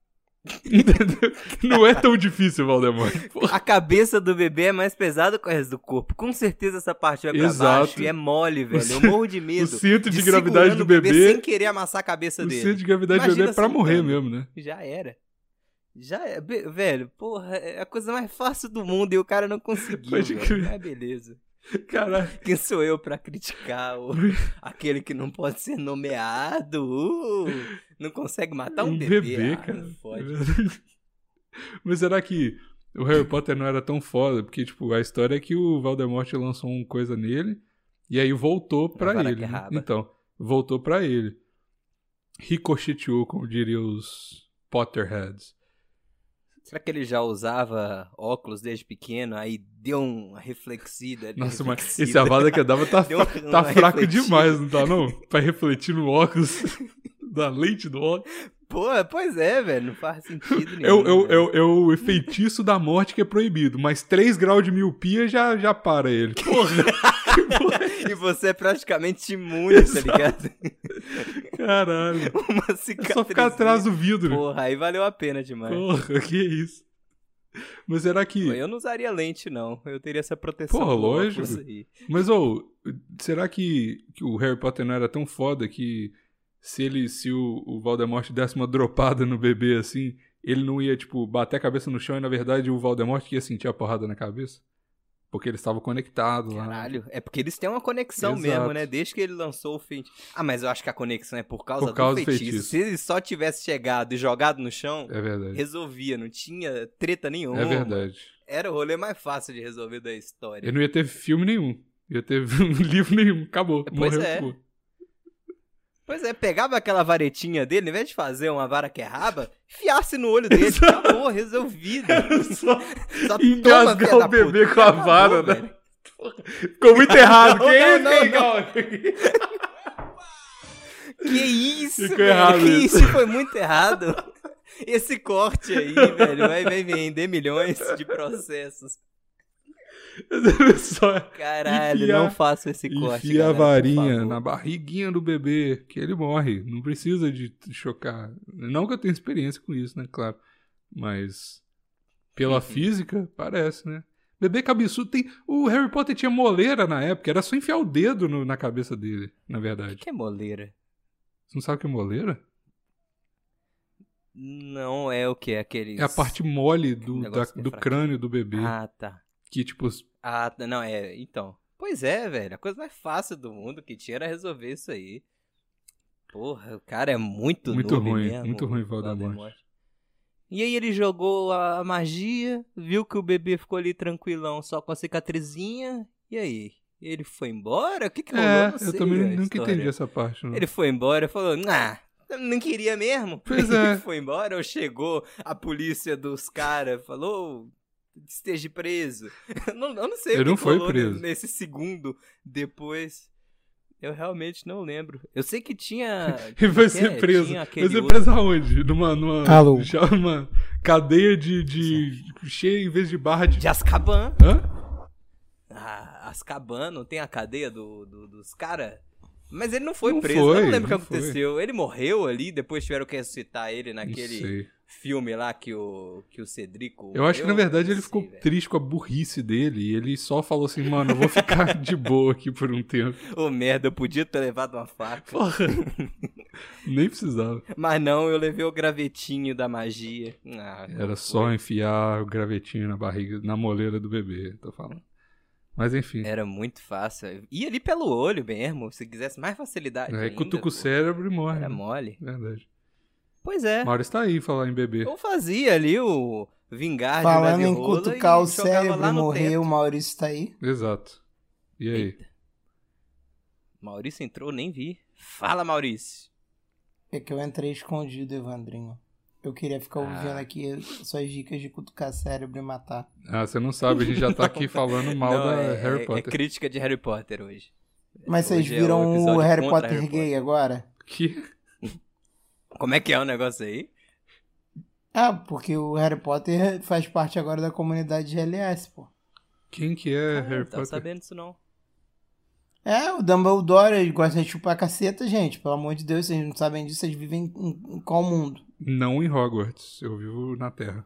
Speaker 1: [laughs] Entendeu? Não é tão difícil,
Speaker 2: [laughs]
Speaker 1: Valdemar. Porra.
Speaker 2: A cabeça do bebê é mais pesada que o resto do corpo. Com certeza essa parte vai pra
Speaker 1: Exato.
Speaker 2: baixo e é mole, velho. Eu
Speaker 1: ce-
Speaker 2: morro de
Speaker 1: O
Speaker 2: medo.
Speaker 1: centro de, gravidade
Speaker 2: segurando
Speaker 1: do
Speaker 2: o bebê, sem
Speaker 1: bebê.
Speaker 2: querer amassar a cabeça
Speaker 1: O
Speaker 2: dele.
Speaker 1: centro de gravidade do
Speaker 2: Imagina
Speaker 1: bebê é pra
Speaker 2: soltando.
Speaker 1: morrer mesmo, né?
Speaker 2: Já era. Já é, Be- velho, porra, é a coisa mais fácil do mundo e o cara não conseguiu,
Speaker 1: Pode
Speaker 2: velho.
Speaker 1: crer.
Speaker 2: Mas beleza.
Speaker 1: Caralho.
Speaker 2: Quem sou eu pra
Speaker 1: [laughs]
Speaker 2: criticar o- aquele que não pode ser nomeado? Uh, não consegue matar um,
Speaker 1: Um
Speaker 2: bebê,
Speaker 1: bebê,
Speaker 2: Ah,
Speaker 1: cara.
Speaker 2: não Pode.
Speaker 1: [laughs] Mas será que o Harry Potter não era tão foda? Porque, tipo, a história é que o Voldemort lançou uma coisa nele e aí voltou pra
Speaker 2: vara
Speaker 1: ele.
Speaker 2: que
Speaker 1: né?
Speaker 2: raba.
Speaker 1: Então, voltou pra ele. Ricocheteou, como diriam os Potterheads.
Speaker 2: Será que ele já usava óculos desde pequeno? Aí deu uma reflexida.
Speaker 1: Nossa, mas
Speaker 2: reflexida.
Speaker 1: esse
Speaker 2: [laughs]
Speaker 1: avada que dava tá,
Speaker 2: Deu
Speaker 1: fra-
Speaker 2: uma-
Speaker 1: tá
Speaker 2: uma
Speaker 1: fraco
Speaker 2: refletida.
Speaker 1: demais, não tá não? Pra refletir no óculos, [laughs] da lente do óculos.
Speaker 2: Pô, pois é, velho, não
Speaker 1: [laughs]
Speaker 2: faz sentido nenhum.
Speaker 1: É o, é o-
Speaker 2: velho.
Speaker 1: é o- é o feitiço da morte que é proibido, mas 3 graus de miopia já, já para ele. Porra!
Speaker 2: [laughs] E você é praticamente imune, tá
Speaker 1: [laughs]
Speaker 2: ligado?
Speaker 1: Caralho.
Speaker 2: Uma
Speaker 1: É
Speaker 2: cicatriz.
Speaker 1: só ficar né? atrás do vidro.
Speaker 2: Porra, aí valeu a pena demais.
Speaker 1: Porra, que isso? Mas será que.
Speaker 2: Eu não usaria lente, não. Eu teria essa proteção.
Speaker 1: Porra,
Speaker 2: do óculos
Speaker 1: lógico.
Speaker 2: aí.
Speaker 1: Mas, ô, será que, que o Harry Potter não era tão foda que se ele. Se o, o Voldemort desse uma dropada no bebê assim, ele não ia, tipo, bater a cabeça no chão e na verdade o Voldemort que ia sentir a porrada na cabeça? Porque ele estava conectado lá.
Speaker 2: Caralho. É porque eles têm uma conexão
Speaker 1: Exato.
Speaker 2: mesmo, né? Desde que ele lançou o feitiço. Ah, mas eu acho que a conexão é por causa,
Speaker 1: Por causa do
Speaker 2: do feitiço.
Speaker 1: feitiço.
Speaker 2: Se ele só tivesse chegado e jogado no chão,
Speaker 1: É verdade.
Speaker 2: resolvia. Não tinha treta nenhuma.
Speaker 1: É verdade.
Speaker 2: Era o rolê mais fácil de resolver da história.
Speaker 1: Ele não ia ter filme nenhum. Ia ter [laughs] livro nenhum. Acabou.
Speaker 2: Pois
Speaker 1: Morreu.
Speaker 2: é.
Speaker 1: acabou.
Speaker 2: Pois é, pegava aquela varetinha dele, ao invés de fazer uma vara que é raba, fiasse no
Speaker 1: [laughs]
Speaker 2: olho dele, acabou, resolvido.
Speaker 1: Só
Speaker 2: [laughs] Só toma,
Speaker 1: engasgar
Speaker 2: filha da
Speaker 1: o bebê
Speaker 2: puta.
Speaker 1: com a
Speaker 2: Acabou,
Speaker 1: vara, né?
Speaker 2: velho.
Speaker 1: Ficou muito errado.
Speaker 2: Não,
Speaker 1: Quem é
Speaker 2: não,
Speaker 1: esse
Speaker 2: não,
Speaker 1: [laughs] legal?
Speaker 2: Que isso,
Speaker 1: Ficou
Speaker 2: velho.
Speaker 1: errado
Speaker 2: que
Speaker 1: isso.
Speaker 2: isso foi muito errado. Esse corte
Speaker 1: [laughs]
Speaker 2: aí, velho, vai, vai vender milhões de processos.
Speaker 1: Só
Speaker 2: Caralho,
Speaker 1: Enfia-
Speaker 2: não faço esse corte.
Speaker 1: enfia a
Speaker 2: galera, por
Speaker 1: varinha
Speaker 2: favor.
Speaker 1: na barriguinha do bebê, que ele morre. Não precisa de t- chocar. Não que eu tenha experiência com isso, né? Claro. Mas pela
Speaker 2: Uhum.
Speaker 1: física, parece, né? Bebê cabeçudo tem. O Harry Potter tinha moleira na época, era só enfiar o dedo no- na cabeça dele, na
Speaker 2: O
Speaker 1: verdade.
Speaker 2: que é moleira?
Speaker 1: Você não sabe o que é moleira?
Speaker 2: Não é o que? Aqueles.
Speaker 1: É a parte mole do,
Speaker 2: Negócio
Speaker 1: da-
Speaker 2: que é
Speaker 1: do
Speaker 2: fraquinho.
Speaker 1: crânio do bebê.
Speaker 2: Ah, tá.
Speaker 1: Que, tipo,
Speaker 2: Ah, tá. Não, é. Então. Pois é, velho. A coisa mais fácil do mundo que tinha era resolver isso aí. Porra, o cara é muito
Speaker 1: Muito
Speaker 2: noob
Speaker 1: ruim,
Speaker 2: mesmo,
Speaker 1: muito ruim,
Speaker 2: o
Speaker 1: Voldemort.
Speaker 2: E aí ele jogou a magia, viu que o bebê ficou ali tranquilão, só com a cicatrizinha. E aí? Ele foi embora? O que que rolou?
Speaker 1: É,
Speaker 2: Não
Speaker 1: eu
Speaker 2: sei
Speaker 1: também
Speaker 2: a
Speaker 1: nunca
Speaker 2: história.
Speaker 1: entendi essa parte. Não.
Speaker 2: Ele foi embora e falou, ah, não queria mesmo.
Speaker 1: Pois
Speaker 2: [laughs] Ele
Speaker 1: é.
Speaker 2: foi embora, ou chegou a polícia dos caras, falou, esteja preso. [laughs] Eu não, eu não sei
Speaker 1: Ele
Speaker 2: o que
Speaker 1: não
Speaker 2: que
Speaker 1: foi
Speaker 2: rolou ne-
Speaker 1: preso.
Speaker 2: nesse segundo depois. Eu realmente não lembro. Eu sei que tinha...
Speaker 1: [laughs] Ele vai
Speaker 2: que
Speaker 1: ser
Speaker 2: é,
Speaker 1: preso.
Speaker 2: tinha
Speaker 1: Vai
Speaker 2: aquele
Speaker 1: ser
Speaker 2: outro-
Speaker 1: preso aonde? Numa, numa,
Speaker 3: Alô.
Speaker 1: já uma cadeia de, de cheia em vez de barra de...
Speaker 2: De Azkaban.
Speaker 1: Hã?
Speaker 2: Ah, Azkaban, não tem a cadeia do, do- dos caras? Mas ele não foi
Speaker 1: Não
Speaker 2: preso, eu
Speaker 1: foi,
Speaker 2: não lembro o
Speaker 1: não
Speaker 2: que
Speaker 1: foi.
Speaker 2: aconteceu. Ele morreu ali, depois tiveram que ressuscitar ele
Speaker 1: Não
Speaker 2: naquele
Speaker 1: sei.
Speaker 2: filme lá que o, que o Cedrico...
Speaker 1: Eu acho que, na
Speaker 2: morreu.
Speaker 1: verdade,
Speaker 2: Não
Speaker 1: ele
Speaker 2: sei,
Speaker 1: ficou
Speaker 2: velho.
Speaker 1: triste com a burrice dele e ele só falou assim, mano, eu vou
Speaker 2: [laughs]
Speaker 1: ficar de boa aqui por um tempo.
Speaker 2: Ô merda, eu podia ter levado uma faca.
Speaker 1: Porra. Nem precisava.
Speaker 2: Mas não, eu levei o gravetinho da magia. Ah,
Speaker 1: Era só enfiar o gravetinho na barriga, na moleira do bebê, tô falando. Mas enfim.
Speaker 2: Era muito fácil. Ia ali pelo olho mesmo, se quisesse mais facilidade.
Speaker 1: Aí
Speaker 2: ainda,
Speaker 1: É, cutuca
Speaker 2: pô.
Speaker 1: o cérebro e morre.
Speaker 2: Era
Speaker 1: né?
Speaker 2: mole.
Speaker 1: Verdade.
Speaker 2: Pois é.
Speaker 1: Mauro está aí falar em bebê.
Speaker 2: Eu fazia ali o vingar de
Speaker 3: [laughs] Falando
Speaker 2: leve
Speaker 3: em
Speaker 2: rola
Speaker 3: cutucar
Speaker 2: e jogava
Speaker 3: o cérebro
Speaker 2: lá
Speaker 3: e
Speaker 2: no
Speaker 3: morrer,
Speaker 2: teto.
Speaker 3: o Maurício tá aí.
Speaker 1: Exato. E aí?
Speaker 2: Eita. Maurício entrou, nem vi. Fala, Maurício.
Speaker 3: É que eu entrei escondido, Evandrinho. Eu queria
Speaker 2: Ah.
Speaker 3: ficar ouvindo aqui suas dicas de cutucar cérebro e matar.
Speaker 1: Ah, você não sabe, a gente já tá aqui falando mal
Speaker 2: Não,
Speaker 1: da
Speaker 2: é- é-
Speaker 1: Harry
Speaker 2: É
Speaker 1: Potter.
Speaker 2: crítica de Harry Potter hoje.
Speaker 3: Mas vocês
Speaker 2: Hoje é
Speaker 3: viram
Speaker 2: um
Speaker 3: o
Speaker 2: episódio
Speaker 3: Harry
Speaker 2: contra
Speaker 3: Potter
Speaker 2: Harry
Speaker 3: gay agora?
Speaker 1: Que?
Speaker 2: Como é que é o negócio aí?
Speaker 3: Ah, porque o Harry Potter faz parte agora da comunidade GLS, pô.
Speaker 1: Quem que é Harry
Speaker 2: Ah, não tava
Speaker 1: Potter?
Speaker 2: sabendo disso não.
Speaker 3: É, o Dumbledore ele gosta de chupar caceta, gente. Pelo amor de Deus, vocês não sabem disso, vocês vivem em, em qual mundo?
Speaker 1: Não em Hogwarts, eu vivo na Terra.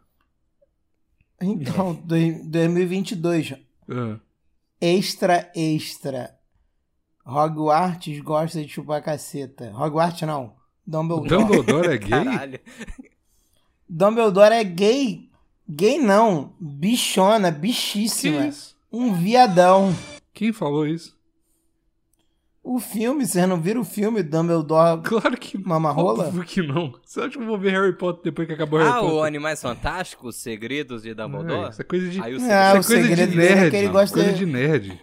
Speaker 1: [laughs]
Speaker 3: Então, dois- 2022,
Speaker 1: Ah,
Speaker 3: extra, extra. Hogwarts gosta de chupar caceta. Hogwarts não, Dumbledore.
Speaker 2: [laughs]
Speaker 1: Dumbledore é gay?
Speaker 2: Caralho.
Speaker 3: [laughs] Dumbledore é gay. Gay não, bichona,
Speaker 1: Que
Speaker 3: bichíssima.
Speaker 1: isso?
Speaker 3: Um viadão.
Speaker 1: Quem falou isso?
Speaker 3: O filme, vocês não viram o filme Dumbledore
Speaker 1: Claro que
Speaker 3: Mamarrola?
Speaker 1: Óbvio que não. Você acha que eu vou ver Harry Potter depois que acabou Harry
Speaker 2: Ah,
Speaker 1: Potter?
Speaker 2: o Animais Fantásticos, Segredos de
Speaker 1: É,
Speaker 2: Dumbledore?
Speaker 1: isso é coisa de,
Speaker 2: Aí o
Speaker 1: isso
Speaker 3: Ah,
Speaker 1: é
Speaker 3: o
Speaker 2: segredo-
Speaker 1: coisa de
Speaker 3: segredo dele é
Speaker 1: nerd.
Speaker 3: que ele gosta
Speaker 1: coisa
Speaker 3: de-
Speaker 1: de nerd.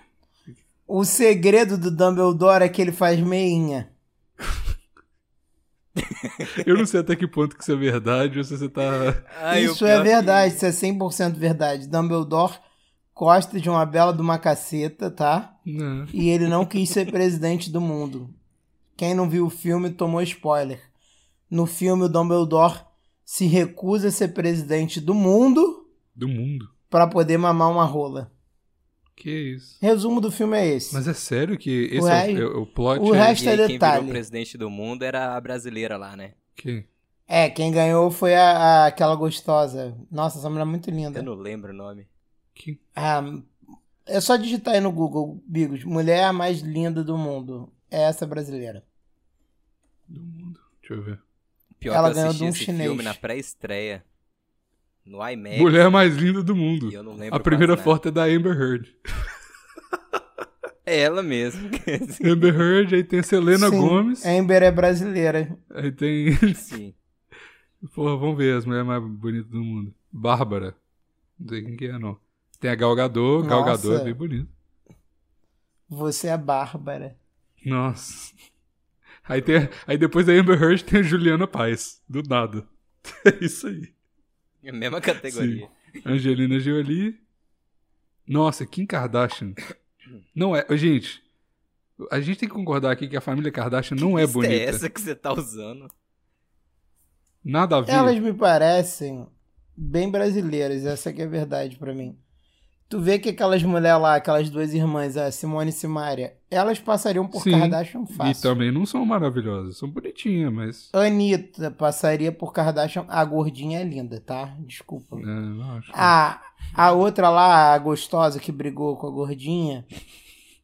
Speaker 3: O segredo do Dumbledore é que ele faz meinha.
Speaker 1: Eu não sei até que ponto que isso é verdade ou se você tá...
Speaker 2: Ai, o
Speaker 3: isso é
Speaker 2: pior que-
Speaker 3: verdade, isso é 100% verdade. Dumbledore gosta de uma bela de uma caceta, tá?
Speaker 1: Não.
Speaker 3: E ele não
Speaker 2: [laughs]
Speaker 3: quis ser presidente do mundo. Quem não viu o filme tomou spoiler. No filme, o Dumbledore se recusa a ser presidente do mundo
Speaker 1: Do mundo.
Speaker 3: pra poder mamar uma rola.
Speaker 1: Que isso.
Speaker 3: Resumo do filme é esse.
Speaker 1: Mas é sério que esse
Speaker 3: O
Speaker 1: é,
Speaker 3: Harry-
Speaker 1: o, é o- o plot?
Speaker 3: o
Speaker 1: é...
Speaker 3: Harry- Este
Speaker 2: e aí,
Speaker 3: é
Speaker 2: quem virou
Speaker 3: detalhe.
Speaker 2: presidente do mundo era a brasileira lá, né?
Speaker 1: que-
Speaker 3: É, quem ganhou foi a- a- aquela gostosa. Nossa, essa mulher é muito linda.
Speaker 2: Eu não lembro o nome.
Speaker 1: que-
Speaker 3: Ah, é só digitar aí no Google, Bigos, mulher é a mais linda do mundo. É essa brasileira.
Speaker 1: Do mundo. Deixa eu ver.
Speaker 2: Pior
Speaker 3: Ela
Speaker 2: que eu
Speaker 3: ganhou
Speaker 2: assisti
Speaker 3: de um
Speaker 2: esse
Speaker 3: chinês.
Speaker 2: filme na pré-estreia. No IMAX.
Speaker 1: Mulher mais linda do
Speaker 2: É E
Speaker 1: mundo.
Speaker 2: eu não lembro
Speaker 1: A primeira
Speaker 2: quase nada.
Speaker 1: foto é da Amber Heard.
Speaker 2: É ela mesmo. [laughs] Assim,
Speaker 1: Amber Heard, aí tem a Selena
Speaker 3: Sim,
Speaker 1: Gomes.
Speaker 3: Amber é brasileira.
Speaker 1: Aí tem... [laughs]
Speaker 2: Sim.
Speaker 1: Porra, vamos ver as mulheres mais bonitas do mundo. Bárbara. Não sei quem que é, não. Tem a Galgador. Galgador é
Speaker 3: Nossa.
Speaker 1: bem bonito.
Speaker 3: Você é Bárbara.
Speaker 1: Nossa. Aí, tem, aí depois da Amber Heard tem a Juliana Paz. Do nada. [laughs] É isso aí.
Speaker 2: É a mesma categoria.
Speaker 1: Angelina Jolie. Nossa, Kim Kardashian. Não é. Ô, Gente, a gente tem que concordar aqui que a família Kardashian não é
Speaker 2: Lista
Speaker 1: bonita.
Speaker 2: é essa que você tá usando?
Speaker 1: Nada a ver.
Speaker 3: Elas me parecem bem brasileiras, essa que é a verdade pra mim. Tu vê que aquelas mulheres lá, aquelas duas irmãs, a Simone e Simária, elas passariam por
Speaker 1: Sim,
Speaker 3: Kardashian
Speaker 1: e
Speaker 3: fácil.
Speaker 1: também não são maravilhosas. São bonitinhas, mas.
Speaker 3: Anitta passaria por Kardashian. A gordinha é linda, tá? Desculpa.
Speaker 1: É, não acho.
Speaker 2: Ah.
Speaker 3: A, a outra lá, a gostosa que brigou com a gordinha,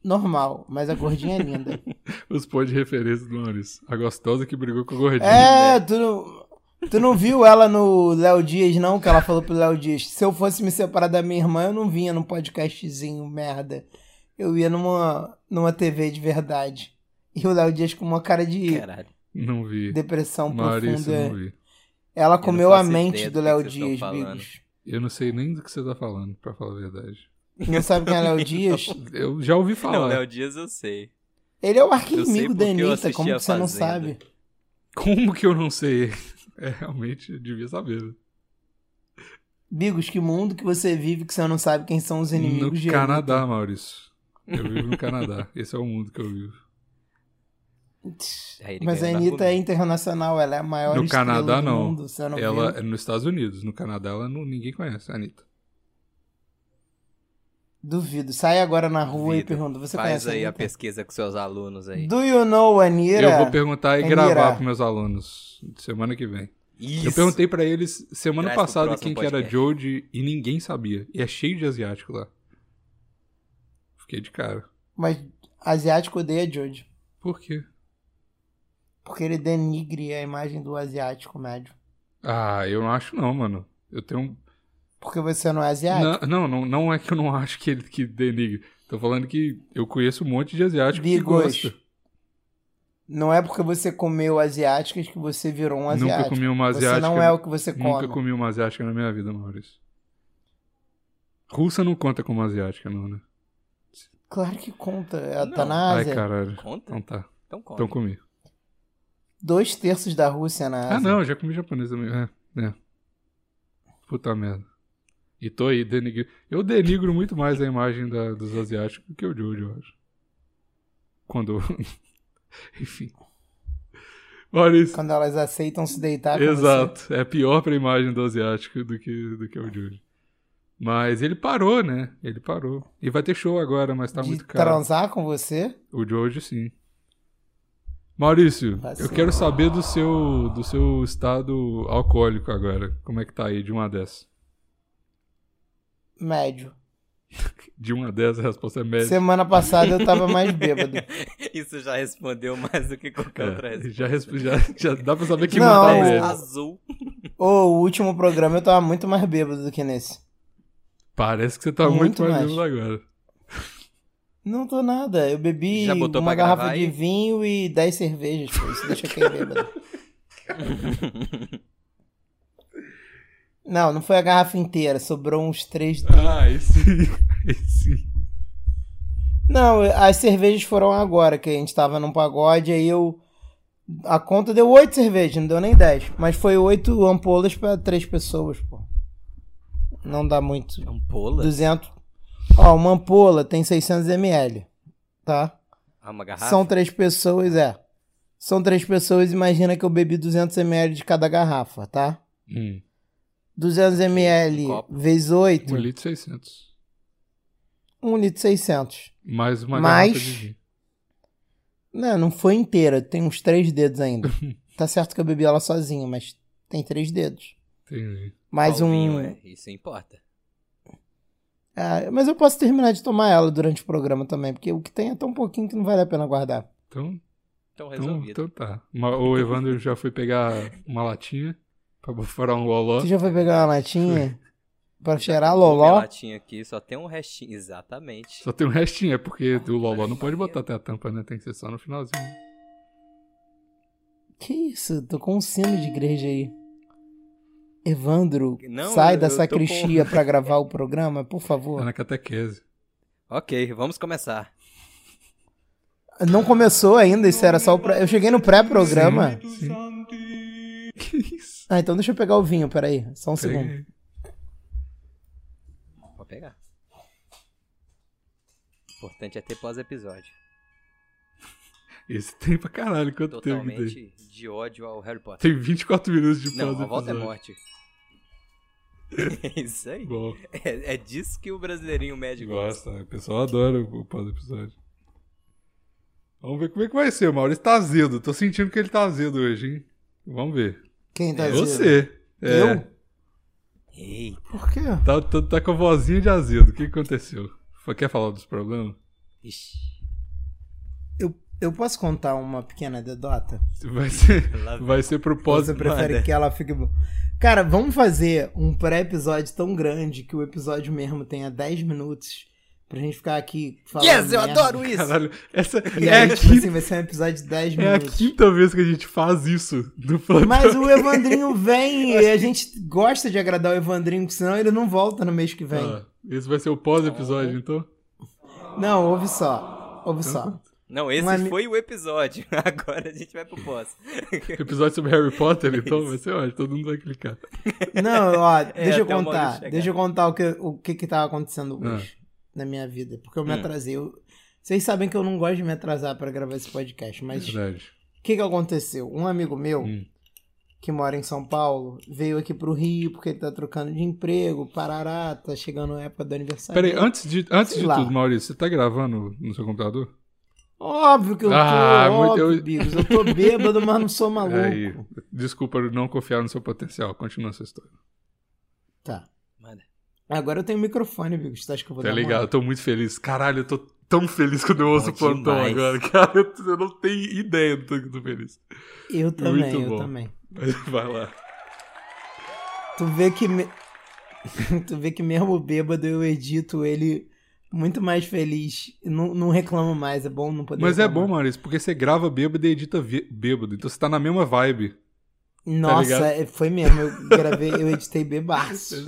Speaker 3: normal, mas a gordinha
Speaker 2: [laughs]
Speaker 3: é linda.
Speaker 1: Os pôs de referência do Maurício. A gostosa que brigou com o gordinho.
Speaker 3: É, tu não, tu não viu ela no Léo Dias, não? Que ela falou pro Léo Dias: se eu fosse me separar da minha irmã, eu não vinha num podcastzinho, merda. Eu ia numa, numa TV de verdade. E o Léo Dias com uma cara de
Speaker 2: Caralho.
Speaker 1: Não vi.
Speaker 3: depressão
Speaker 2: um
Speaker 1: Maurício,
Speaker 2: é.
Speaker 1: não
Speaker 3: profunda.
Speaker 1: vi.
Speaker 3: Ela
Speaker 2: não
Speaker 3: comeu a
Speaker 2: faço ideia
Speaker 3: mente
Speaker 2: do
Speaker 3: do
Speaker 2: né, que
Speaker 3: Léo
Speaker 2: vocês estão
Speaker 3: Dias,
Speaker 2: falando.
Speaker 3: Bigos.
Speaker 1: Eu não sei nem do que você tá falando, pra falar a verdade.
Speaker 3: Não sabe quem
Speaker 2: [laughs]
Speaker 3: é Léo Dias?
Speaker 1: Eu já ouvi falar.
Speaker 2: Não, Léo Dias eu sei.
Speaker 3: Ele é o
Speaker 2: Eu sei
Speaker 3: arquinimigo da
Speaker 2: porque eu
Speaker 3: Anitta,
Speaker 2: assisti
Speaker 3: como
Speaker 2: a
Speaker 3: que você não
Speaker 2: Fazenda.
Speaker 3: sabe?
Speaker 1: Como que eu não sei? [laughs] É, realmente, eu devia saber. né?
Speaker 3: Bigos, que mundo que você vive que você não sabe quem são os inimigos
Speaker 1: No
Speaker 3: de
Speaker 1: Canadá, Maurício. Eu vivo no Canadá. Esse é o mundo que eu vivo.
Speaker 2: Aí
Speaker 3: Anitta.
Speaker 2: ele
Speaker 3: Mas a
Speaker 2: ganhou da
Speaker 3: Anitta é
Speaker 2: Romênia.
Speaker 3: internacional, ela é a maior
Speaker 1: No
Speaker 3: estrela
Speaker 1: Canadá,
Speaker 3: do
Speaker 1: não.
Speaker 3: mundo, você não
Speaker 1: Ela
Speaker 3: viu?
Speaker 1: é nos Estados Unidos. No Canadá, ela não, ninguém conhece, a Anitta.
Speaker 3: Duvido. Sai agora na rua e
Speaker 2: Duvido.
Speaker 3: pergunta, você
Speaker 2: Faz
Speaker 3: conhece então?
Speaker 2: aí a
Speaker 3: a Anitta?
Speaker 2: pesquisa com seus alunos aí.
Speaker 3: Do you know Anira?
Speaker 1: Eu vou perguntar e
Speaker 3: É
Speaker 1: gravar
Speaker 3: mirar.
Speaker 1: pros meus alunos semana que vem.
Speaker 2: Isso.
Speaker 1: Eu perguntei pra eles semana
Speaker 2: Traz pro
Speaker 1: passada
Speaker 2: próximo
Speaker 1: quem que era
Speaker 2: podcast.
Speaker 1: Jodie e ninguém sabia. E é cheio de asiático lá. Fiquei de cara.
Speaker 3: Mas asiático odeia Jodie,
Speaker 1: Por quê?
Speaker 3: porque ele denigre a imagem do asiático médio.
Speaker 1: Ah, eu não acho não, mano. Eu tenho.
Speaker 3: Porque você não é asiático?
Speaker 1: Não, não, não, não é que eu não acho que ele que denigre. Tô falando que eu conheço um monte de asiático
Speaker 3: Bigos. um
Speaker 1: que gosta.
Speaker 3: Não é porque você comeu asiáticas que você virou um asiático.
Speaker 1: Nunca comi uma asiática.
Speaker 3: Você não é o que você
Speaker 1: Nunca
Speaker 3: come.
Speaker 1: comi uma asiática na minha vida, Maurício. Russa não conta como asiática, não, né?
Speaker 3: Claro que conta. Ela tá
Speaker 2: Não.
Speaker 3: na
Speaker 1: Ai,
Speaker 3: Ásia.
Speaker 1: caralho.
Speaker 2: Conta?
Speaker 1: Então tá.
Speaker 2: Então conta.
Speaker 1: Então comi.
Speaker 3: Dois terços da Rússia é na Ásia.
Speaker 1: Ah, não, eu já comi japonês também. É, é. Puta merda. E tô aí denigri... Eu denigro muito mais a imagem da- dos asiáticos do que o Jojo, eu acho. Quando. [laughs] Enfim. Olha isso.
Speaker 3: Quando elas aceitam se deitar Tá com
Speaker 1: Exato. É pior pra imagem do asiático do que, do que o Jojo. Mas ele parou, né? Ele parou. E vai ter show agora, mas
Speaker 3: você.
Speaker 1: tá
Speaker 3: de
Speaker 1: muito caro.
Speaker 3: transar com você?
Speaker 1: O Jojo, sim. Maurício,
Speaker 3: Vai
Speaker 1: eu
Speaker 3: sim.
Speaker 1: quero saber do seu, do seu estado alcoólico agora. Como é que tá aí, de 1 a 10?
Speaker 3: Médio.
Speaker 1: De 1 a 10 a resposta é média.
Speaker 3: Semana passada eu tava
Speaker 1: [laughs]
Speaker 3: mais bêbado.
Speaker 2: Isso já respondeu mais do que qualquer outra
Speaker 1: É,
Speaker 2: resposta.
Speaker 1: já, resp- já, já dá pra saber que
Speaker 3: Não,
Speaker 1: tá
Speaker 3: é-
Speaker 1: nele.
Speaker 2: Azul.
Speaker 3: Ô, o último programa eu tava muito mais bêbado do que nesse.
Speaker 1: Parece que você tá muito,
Speaker 3: Muito
Speaker 1: mais
Speaker 3: mais.
Speaker 1: bêbado agora.
Speaker 3: Não tô nada. Eu bebi
Speaker 2: Já botou
Speaker 3: uma
Speaker 2: pra gravar
Speaker 3: garrafa de
Speaker 2: aí?
Speaker 3: vinho e 10 cervejas, pô. Isso deixa quem
Speaker 2: [laughs]
Speaker 3: é bêbado. Não, não foi a garrafa inteira, sobrou uns três.
Speaker 1: Ah, esse. [laughs] esse.
Speaker 3: Não, as cervejas foram agora, que a gente tava num pagode, aí eu. A conta deu oito cervejas, não deu nem 10. Mas foi oito ampolas pra três pessoas, pô. Não dá muito.
Speaker 2: É Ampola?
Speaker 3: 200. Ó, uma ampola tem 600 ml, tá?
Speaker 2: Ah, uma garrafa?
Speaker 3: São três pessoas, é. São três pessoas, imagina que eu bebi 200 ml de cada garrafa, tá?
Speaker 1: Hum,
Speaker 3: 200 ml
Speaker 2: Um copo.
Speaker 3: vezes 8,
Speaker 1: 1 litro e 600.
Speaker 3: 1 litro e 600.
Speaker 1: Mais uma
Speaker 3: Mais-
Speaker 1: garrafa de vinho.
Speaker 3: Né, Não, não foi inteira, tem uns três dedos ainda. tá certo que eu bebi ela sozinho, mas tem três dedos.
Speaker 1: Entendi.
Speaker 3: Mais
Speaker 2: Qual
Speaker 3: um.
Speaker 2: vinho é? Isso importa.
Speaker 3: Ah, mas eu posso terminar de tomar ela durante o programa também, porque o que tem é tão pouquinho que não vale a pena guardar.
Speaker 1: Então,
Speaker 2: Então
Speaker 1: então,
Speaker 2: resolvido.
Speaker 1: então tá. Ma- O Evandro já foi pegar uma latinha pra furar um loló.
Speaker 3: Você já foi pegar uma latinha pra cheirar
Speaker 2: Minha
Speaker 3: loló?
Speaker 2: latinha aqui só tem um restinho. Exatamente.
Speaker 1: Só tem um restinho, é porque o Loló não pode botar até a tampa, né? Tem que ser só no finalzinho.
Speaker 3: Que isso? Tô com um sino de igreja aí. Evandro,
Speaker 2: Não,
Speaker 3: sai
Speaker 2: eu-
Speaker 3: da
Speaker 2: eu tô [laughs]
Speaker 3: sacristia pra gravar o programa, por
Speaker 1: É
Speaker 3: favor.
Speaker 1: na catequese.
Speaker 2: Ok, vamos começar.
Speaker 3: Não começou ainda, isso era só o pré... Eu cheguei no pré-programa.
Speaker 1: Sim. [laughs] Que isso?
Speaker 3: Ah, então deixa eu pegar o vinho, peraí. Só um
Speaker 1: Pega
Speaker 3: segundo.
Speaker 1: aí.
Speaker 2: Vou pegar. O importante é ter pós-episódio.
Speaker 1: Esse tem pra caralho quanto tempo tem.
Speaker 2: Totalmente de ódio ao Harry Potter.
Speaker 1: Tem 24 minutos de pausa.
Speaker 2: Não, a volta é
Speaker 1: episódio.
Speaker 2: morte. [laughs] É isso aí.
Speaker 1: Bom,
Speaker 2: É, é disso que o brasileirinho médio gosta.
Speaker 1: gosta. né? O pessoal adora o pós-episódio. Vamos ver como é que vai ser. O Maurício tá azedo. Tô sentindo que ele tá azedo hoje, hein? Vamos ver.
Speaker 3: Quem tá azedo?
Speaker 1: É Você. É,
Speaker 3: Eu?
Speaker 2: Ei,
Speaker 3: Por quê?
Speaker 1: tá, tá, tá com a vozinha de azedo. O que que aconteceu? Foi- Quer falar dos problemas?
Speaker 2: ixi,
Speaker 3: Eu, eu posso contar uma pequena dedota?
Speaker 1: Vai ser,
Speaker 2: lá vem.
Speaker 1: vai ser pro
Speaker 3: Ou
Speaker 1: pós
Speaker 3: Você prefere
Speaker 2: manda.
Speaker 3: que ela fique... bo- Cara, vamos fazer um pré-episódio tão grande que o episódio mesmo tenha 10 minutos pra gente ficar aqui falando
Speaker 2: Yes, eu
Speaker 3: merda.
Speaker 2: adoro isso!
Speaker 1: Caralho, essa
Speaker 3: E
Speaker 1: é,
Speaker 3: aí,
Speaker 1: a
Speaker 3: tipo
Speaker 1: quinta,
Speaker 3: assim, vai ser um episódio de 10
Speaker 1: é a
Speaker 3: minutos.
Speaker 1: quinta vez que a gente faz isso no plantão.
Speaker 3: Mas o Evandrinho vem e a gente gosta de agradar o Evandrinho, porque senão ele não volta no mês que vem.
Speaker 1: Ah, esse vai ser o
Speaker 3: Ah.
Speaker 1: pós-episódio, então?
Speaker 3: Não, ouve só. Ouve só.
Speaker 2: Não, esse
Speaker 3: Um ami-
Speaker 2: foi o episódio. [laughs] Agora a gente vai pro pós.
Speaker 1: [laughs] Episódio sobre Harry
Speaker 3: [laughs]
Speaker 1: Potter, então vai ser ótimo, todo mundo vai clicar.
Speaker 2: [laughs]
Speaker 3: Não, ó, deixa
Speaker 2: É, até
Speaker 3: eu
Speaker 2: o Maurício
Speaker 3: contar.
Speaker 2: chegar.
Speaker 3: Deixa eu contar o que, o que que tava acontecendo
Speaker 1: Ah.
Speaker 3: hoje na minha vida, porque eu me
Speaker 2: Hum.
Speaker 3: atrasei. Eu- Vocês sabem que eu não gosto de me atrasar pra gravar esse podcast, mas o
Speaker 1: É Verdade.
Speaker 3: que que aconteceu? Um amigo meu,
Speaker 1: Hum.
Speaker 3: que mora em São Paulo, veio aqui pro Rio porque ele tá trocando de emprego, parará, tá chegando a época do aniversário.
Speaker 1: Peraí,
Speaker 3: dele.
Speaker 1: antes de, antes
Speaker 3: tá Sei
Speaker 1: de
Speaker 3: lá.
Speaker 1: tudo, Maurício, você tá gravando no seu computador?
Speaker 3: Óbvio que eu
Speaker 1: Ah,
Speaker 3: tô,
Speaker 1: muito-
Speaker 3: óbvio,
Speaker 1: eu-
Speaker 3: eu... Bigos. Eu tô bêbado, mas não sou maluco.
Speaker 1: [laughs] Aí, desculpa não confiar no seu potencial, continua essa história.
Speaker 3: Tá.
Speaker 2: Mano,
Speaker 3: Agora eu tenho um microfone, Bigos. Tá, acho que eu vou
Speaker 1: tá
Speaker 3: dar
Speaker 1: ligado? Eu
Speaker 3: moral?
Speaker 1: tô muito feliz. Caralho, eu tô tão feliz quando eu ouço o
Speaker 2: Bom
Speaker 1: plantão
Speaker 2: demais.
Speaker 1: agora, [laughs] cara. Eu, eu não tenho ideia do tanto que eu tô feliz.
Speaker 3: Eu também,
Speaker 1: Muito
Speaker 3: eu
Speaker 1: bom.
Speaker 3: também.
Speaker 1: Mas vai lá.
Speaker 3: Tu vê que... me- [laughs] tu vê que mesmo bêbado eu edito ele muito mais feliz. Não, não reclamo mais, é bom não poder
Speaker 1: Mas é bom,
Speaker 3: reclamar.
Speaker 1: Maurício, porque você grava bêbado e edita vi- bêbado. Então você tá na mesma vibe.
Speaker 3: Nossa,
Speaker 1: ligado?
Speaker 3: é- foi mesmo. Eu gravei, eu editei
Speaker 1: [laughs]
Speaker 3: bebaço.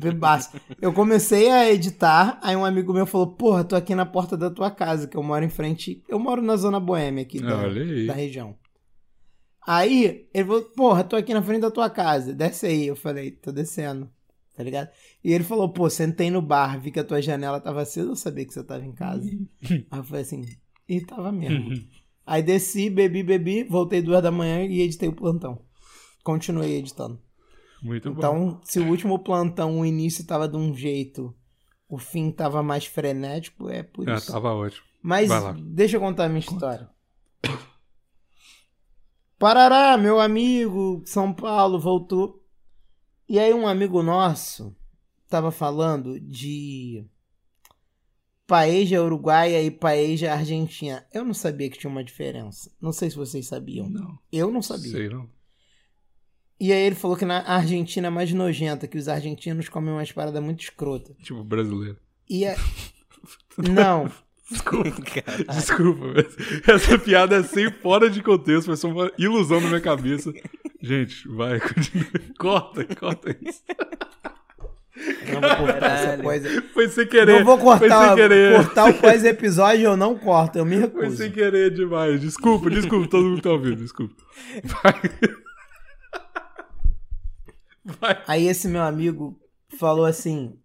Speaker 3: Bebaço. Eu comecei a editar, aí um amigo meu falou: Porra, tô aqui na porta da tua casa, que eu moro em frente. Eu moro na zona boêmia aqui da,
Speaker 1: Ah, Olha aí.
Speaker 3: da região. Aí ele falou: Porra, tô aqui na frente da tua casa, desce aí. Eu falei: Tô descendo, tá ligado? E ele falou: Pô, sentei no bar, vi que a tua janela tava acesa, eu sabia que você tava em casa.
Speaker 1: Uhum.
Speaker 3: aí eu falei assim: E tava mesmo. Aí desci, bebi, bebi, voltei duas da manhã e editei o plantão. Continuei editando.
Speaker 1: Muito bom.
Speaker 3: Então, se o último plantão, o início tava de um jeito, o fim tava mais frenético, é por
Speaker 1: Ah,
Speaker 3: isso.
Speaker 1: tava ótimo.
Speaker 3: Mas
Speaker 1: Vai lá.
Speaker 3: deixa eu contar a minha história. Parará, meu amigo, São Paulo, voltou. E aí um amigo nosso tava falando de paeja uruguaia e paeja argentina. Eu não sabia que tinha uma diferença. Não sei se vocês sabiam.
Speaker 1: Não,
Speaker 3: Eu não sabia.
Speaker 1: sei não.
Speaker 3: E aí ele falou que na Argentina é mais nojenta, que os argentinos comem umas paradas muito escrota.
Speaker 1: Tipo brasileiro.
Speaker 3: E
Speaker 1: [laughs]
Speaker 3: a... Não,
Speaker 1: Desculpa. [laughs] Desculpa, mas essa piada é sem fora de contexto, foi só uma ilusão na minha cabeça. Gente, vai, [laughs] continua. corta, corta isso.
Speaker 3: não vou cortar essa
Speaker 2: Caralho.
Speaker 3: coisa.
Speaker 1: Foi sem querer.
Speaker 3: Não vou
Speaker 1: foi
Speaker 3: cortar,
Speaker 1: sem querer.
Speaker 3: cortar o pós-episódio, eu não corto, eu me
Speaker 1: Foi
Speaker 3: recuso.
Speaker 1: sem querer demais. Desculpa, desculpa, todo mundo que tá ouvindo, desculpa.
Speaker 3: Aí esse meu amigo falou assim: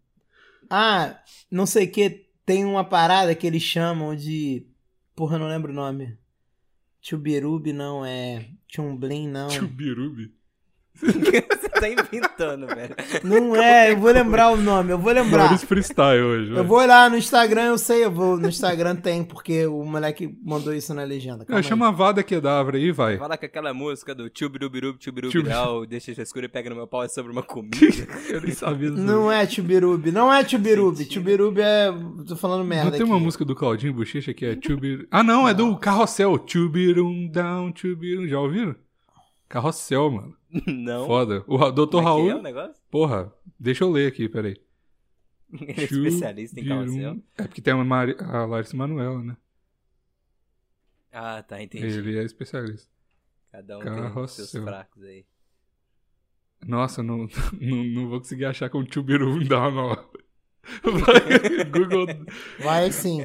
Speaker 3: Ah, não sei o que, tem uma parada que eles chamam de. Porra, eu não lembro o nome. Tchubirubi não, é. Tchumblin não.
Speaker 1: Chubirubi.
Speaker 2: [laughs] Você tá inventando, velho.
Speaker 3: Não é, eu vou lembrar o nome, eu vou lembrar.
Speaker 1: Maurício freestyle hoje.
Speaker 3: Eu
Speaker 1: vai.
Speaker 3: vou olhar no Instagram, eu sei, eu vou. No Instagram tem, porque o moleque mandou isso na legenda.
Speaker 1: Não,
Speaker 3: calma
Speaker 1: chama a Vada Kedavra aí, vai.
Speaker 2: Fala que aquela música do tchubirubirub,
Speaker 1: Tchubi-
Speaker 2: tchubirubirau, deixa a escura e pega no meu pau, é sobre uma comida.
Speaker 1: [laughs] Eu nem sabia
Speaker 3: aí.
Speaker 1: disso.
Speaker 3: Não é Tchubirubi, não é Tchubirubi. Tchubirubi é. Tô falando
Speaker 1: Não
Speaker 3: merda.
Speaker 1: tem uma
Speaker 3: aqui.
Speaker 1: música do Claudinho Bochecha que é Tubir... Ah, não, é do Carrossel. Tubirum down, tubirum... Já ouviram? Carrossel, mano.
Speaker 2: Não.
Speaker 1: Foda. O Ra- Dr.
Speaker 2: Como é que
Speaker 1: Raul...
Speaker 2: é o negócio? [laughs]
Speaker 1: Porra, deixa eu ler aqui, peraí.
Speaker 2: Ele é especialista em carrossel.
Speaker 1: Tubirum- É porque tem uma Mari... a Larissa Manuela, né?
Speaker 2: Ah, tá, entendi.
Speaker 1: Ele é especialista.
Speaker 2: Cada um tem
Speaker 1: Carrossel.
Speaker 2: seus fracos aí.
Speaker 1: Nossa, não, [laughs] não, não vou conseguir achar com [laughs] Tubirum down, não. Vai, Google...
Speaker 3: Vai sim.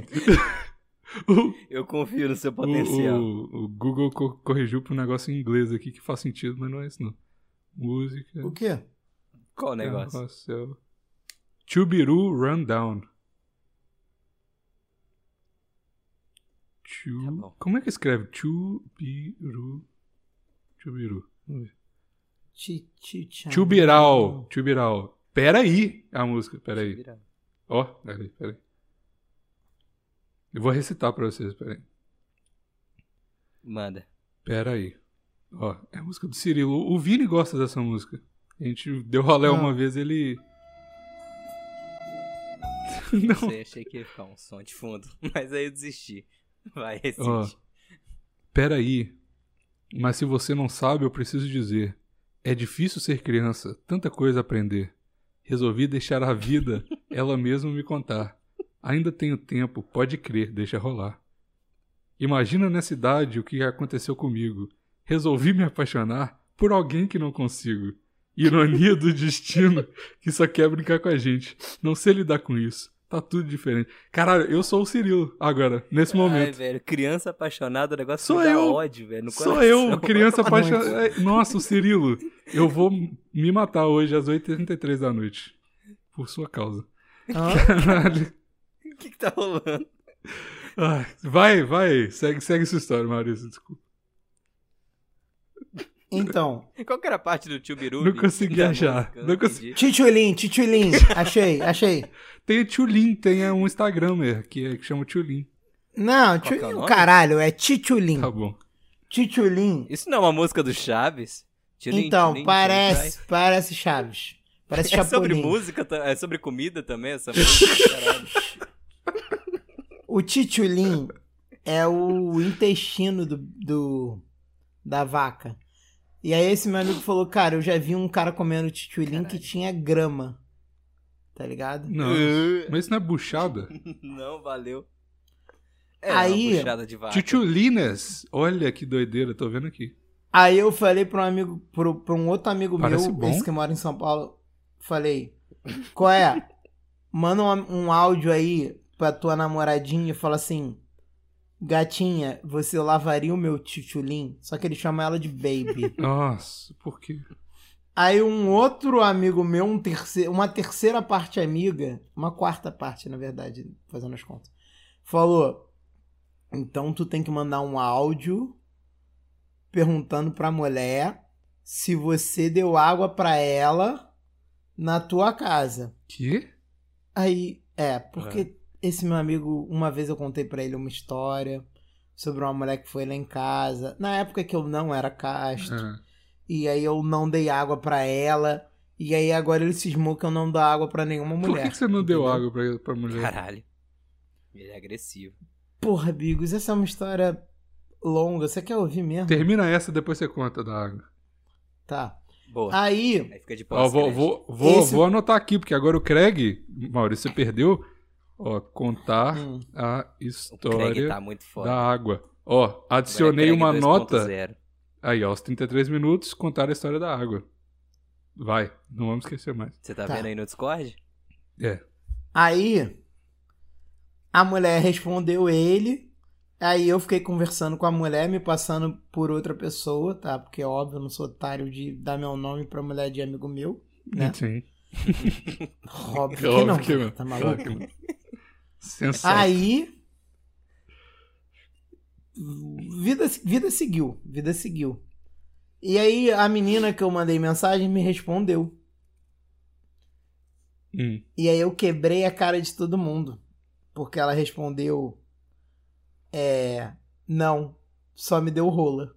Speaker 1: O,
Speaker 2: Eu confio no seu potencial.
Speaker 1: o, o, o Google co- corrigiu pro negócio em inglês aqui que faz sentido, mas não é isso, não. Música...
Speaker 3: O quê?
Speaker 2: Qual o negócio?
Speaker 1: Carrossel. Chubiru Rundown. Chu...
Speaker 2: Tá bom.
Speaker 1: Como é que escreve? Chubiru. Chubiru. Vamos ver.
Speaker 3: Ti- ti-
Speaker 2: Tá.
Speaker 3: tchan.
Speaker 1: Chubiral. Chubiral. Peraí a música, peraí.
Speaker 2: Vira.
Speaker 1: Ó, peraí, peraí. Eu vou recitar pra vocês, peraí.
Speaker 2: Manda.
Speaker 1: [laughs] Peraí. Ó, é a música do Cirilo. O Vini gosta dessa música. A gente deu rolé
Speaker 3: Ah.
Speaker 1: uma vez, ele. [laughs]
Speaker 2: Não sei, achei que ia ficar um som de fundo. [laughs] Mas aí eu desisti. Vai,
Speaker 1: Ó,
Speaker 2: resiste.
Speaker 1: peraí. Mas se você não sabe, eu preciso dizer. É difícil ser criança, tanta coisa a aprender. Resolvi deixar a vida, ela mesma me contar. Ainda tenho tempo, pode crer, deixa rolar. Imagina nessa idade o que aconteceu comigo. Resolvi me apaixonar por alguém que não consigo. Ironia do destino que só quer brincar com a gente. Não sei lidar com isso. Tá tudo diferente. Caralho, eu sou o Cirilo agora, nesse
Speaker 2: Ai,
Speaker 1: momento.
Speaker 2: velho, criança apaixonada, o negócio
Speaker 1: Sou
Speaker 2: me dá
Speaker 1: eu.
Speaker 2: ódio, velho. no
Speaker 1: Sou
Speaker 2: [laughs] coração.
Speaker 1: eu, criança apaixonada. É, Nossa, o Cirilo. Eu vou me matar hoje às 8h33 da noite. Por sua causa. [laughs]
Speaker 3: Hã?
Speaker 1: Caralho.
Speaker 2: O que, que tá rolando?
Speaker 1: Ai, Vai, vai. Segue, segue essa história, Maurício. Desculpa.
Speaker 3: Então,
Speaker 2: Qual que era a parte do tio Biru?
Speaker 1: Não consegui achar. Não consegui.
Speaker 3: Tchutchulim, Tchutchulim. Achei, achei.
Speaker 1: Tem o Tchulin, tem é, um Instagramer que, é, que chama Tchulin.
Speaker 2: Qual
Speaker 3: Não,
Speaker 2: que é o
Speaker 3: Tchulin,
Speaker 2: nome?
Speaker 3: caralho, é Tchutchulim.
Speaker 1: Tá bom.
Speaker 3: Tchutchulim.
Speaker 2: Isso não é uma música do Chaves? Tchulin,
Speaker 3: Então,
Speaker 2: tchulin, tchulin,
Speaker 3: parece, parece Chaves. Parece
Speaker 2: tchulin. É sobre
Speaker 3: Chapolin.
Speaker 2: música, ta- é sobre comida também, essa música, caralho.
Speaker 3: o Tchutchulim é o intestino do, do- da vaca. E aí esse meu amigo falou, cara, eu já vi um cara comendo Tchutchulim que tinha grama. Tá ligado?
Speaker 1: Não. Mas isso não é buchada?
Speaker 2: [laughs] Não, valeu. É
Speaker 3: Aí-
Speaker 2: uma puxada de vaca.
Speaker 1: Tchulines. Olha que doideira, tô vendo aqui.
Speaker 3: Aí eu falei pra um amigo, pro, pra um outro amigo
Speaker 1: Parece
Speaker 3: meu,
Speaker 1: bom.
Speaker 3: esse que mora em São Paulo, falei, qual é? Manda um, um áudio aí pra tua namoradinha e fala assim, gatinha, você lavaria o meu tchutchulim? Só que ele chama ela de baby.
Speaker 1: Nossa, por quê?
Speaker 3: Aí um outro amigo meu, um terceiro, uma terceira parte amiga, uma quarta parte, na verdade, fazendo as contas, falou: Então tu tem que mandar um áudio perguntando pra mulher se você deu água pra ela na tua casa.
Speaker 1: Que?
Speaker 3: Aí, é, porque esse meu amigo, uma vez eu contei pra ele uma história sobre uma mulher que foi lá em casa, na época que eu não era casto.
Speaker 1: Ah,
Speaker 3: E aí eu não dei água pra ela. E aí agora ele cismou que eu não dou água pra nenhuma
Speaker 1: Por
Speaker 3: mulher.
Speaker 1: que, que você não deu
Speaker 3: entendeu?
Speaker 1: água pra, pra mulher?
Speaker 2: Caralho. Ele é agressivo.
Speaker 3: Porra, Bigos, essa é uma história longa. Você quer ouvir mesmo?
Speaker 1: Termina essa, depois você conta da água.
Speaker 3: Tá.
Speaker 2: Boa.
Speaker 3: Aí,
Speaker 2: Aí fica de
Speaker 1: Ó,
Speaker 2: pós
Speaker 1: vou, vou, vou,
Speaker 3: Esse-
Speaker 1: vou anotar aqui, porque agora o Craig, Maurício, você perdeu. Ó, contar
Speaker 3: hum,
Speaker 1: a
Speaker 2: O Craig
Speaker 1: história
Speaker 2: tá é muito foda.
Speaker 1: da água. Ó, adicionei uma nota. Aí, ó, aos 33 minutos, contar a história da água. Vai, não vamos esquecer mais.
Speaker 2: Você tá,
Speaker 3: Tá.
Speaker 2: vendo aí no Discord?
Speaker 1: É.
Speaker 3: aí a mulher respondeu ele. Aí eu fiquei conversando com a mulher, me passando por outra pessoa, tá? Porque óbvio, eu não sou otário de dar meu nome pra mulher de
Speaker 1: [laughs]
Speaker 3: amigo meu. Né?
Speaker 1: Sim.
Speaker 3: Óbvio que
Speaker 1: É Óbvio
Speaker 3: não.
Speaker 1: que não.
Speaker 3: Tá maluco?
Speaker 1: Sensacional.
Speaker 3: Aí. Vida, vida seguiu. Vida seguiu. E aí, a menina que eu mandei mensagem me respondeu.
Speaker 1: Hum.
Speaker 3: E aí, eu quebrei a cara de todo mundo. Porque ela respondeu: É. Não. Só me deu rola.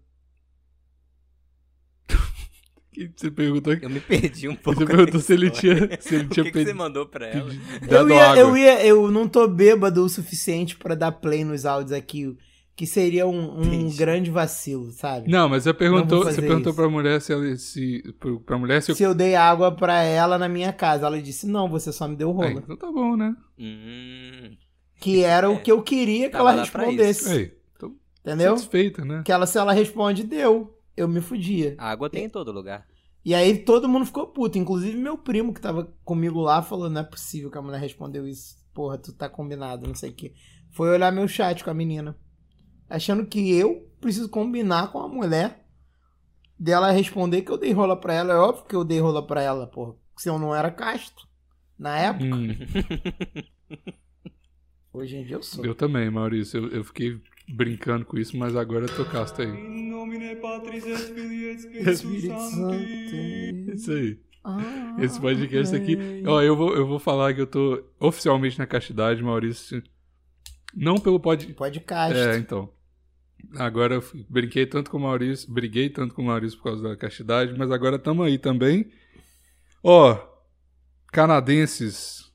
Speaker 1: E Você perguntou,
Speaker 2: Eu me perdi um pouco.
Speaker 1: você perguntou
Speaker 2: nessa
Speaker 1: se ele
Speaker 2: história.
Speaker 1: tinha, se ele [laughs]
Speaker 2: O
Speaker 1: tinha
Speaker 2: que, que
Speaker 1: pedi-
Speaker 2: você mandou pra ela?
Speaker 1: pedi-
Speaker 3: Eu
Speaker 1: dado
Speaker 3: ia,
Speaker 1: água.
Speaker 3: eu ia. Eu não tô bêbado o suficiente pra dar play nos áudios aqui. Que seria um, um
Speaker 2: Entendi.
Speaker 3: grande vacilo, sabe?
Speaker 1: Não, mas você perguntou,
Speaker 3: Não vou
Speaker 1: você
Speaker 3: fazer
Speaker 1: perguntou
Speaker 3: isso.
Speaker 1: pra mulher se ela. Se, pro- pra mulher se eu.
Speaker 3: Se eu dei água pra ela na minha casa. Ela disse: Não, você só me deu
Speaker 1: Ah,
Speaker 3: rola.
Speaker 1: então tá bom, né?
Speaker 2: Hum.
Speaker 3: Que era
Speaker 2: É.
Speaker 3: o que eu queria que
Speaker 2: Tava
Speaker 3: ela
Speaker 2: lá pra
Speaker 3: respondesse.
Speaker 1: Aí,
Speaker 3: Entendeu?
Speaker 1: satisfeita, né?
Speaker 3: Que ela, se ela responde, deu. Eu me fudia.
Speaker 2: A água tem em todo lugar.
Speaker 3: E aí todo mundo ficou puto. Inclusive meu primo que tava comigo lá falou: não é possível que a mulher respondeu isso. Porra, tu tá combinado, não sei o quê. Foi olhar meu chat com a menina. Achando que eu preciso combinar com a mulher dela responder que eu dei rola pra ela. É óbvio que eu dei rola pra ela, porra. Se eu não era casto. Na época,
Speaker 1: Hum,
Speaker 3: hoje em dia eu sou.
Speaker 1: eu também, Maurício. Eu, eu fiquei brincando com isso, mas agora eu tô casto aí.
Speaker 3: Espírito Santo.
Speaker 1: Isso aí.
Speaker 3: Ah,
Speaker 1: Esse podcast aqui.
Speaker 3: amém.
Speaker 1: Ó, eu vou, eu vou falar que eu tô oficialmente na castidade, Maurício. Não pelo pod.
Speaker 3: Podcast.
Speaker 1: É, então. Agora eu fui- brinquei tanto com o Maurício, briguei tanto com o Maurício por causa da castidade, mas agora tamo aí também. Ó, canadenses,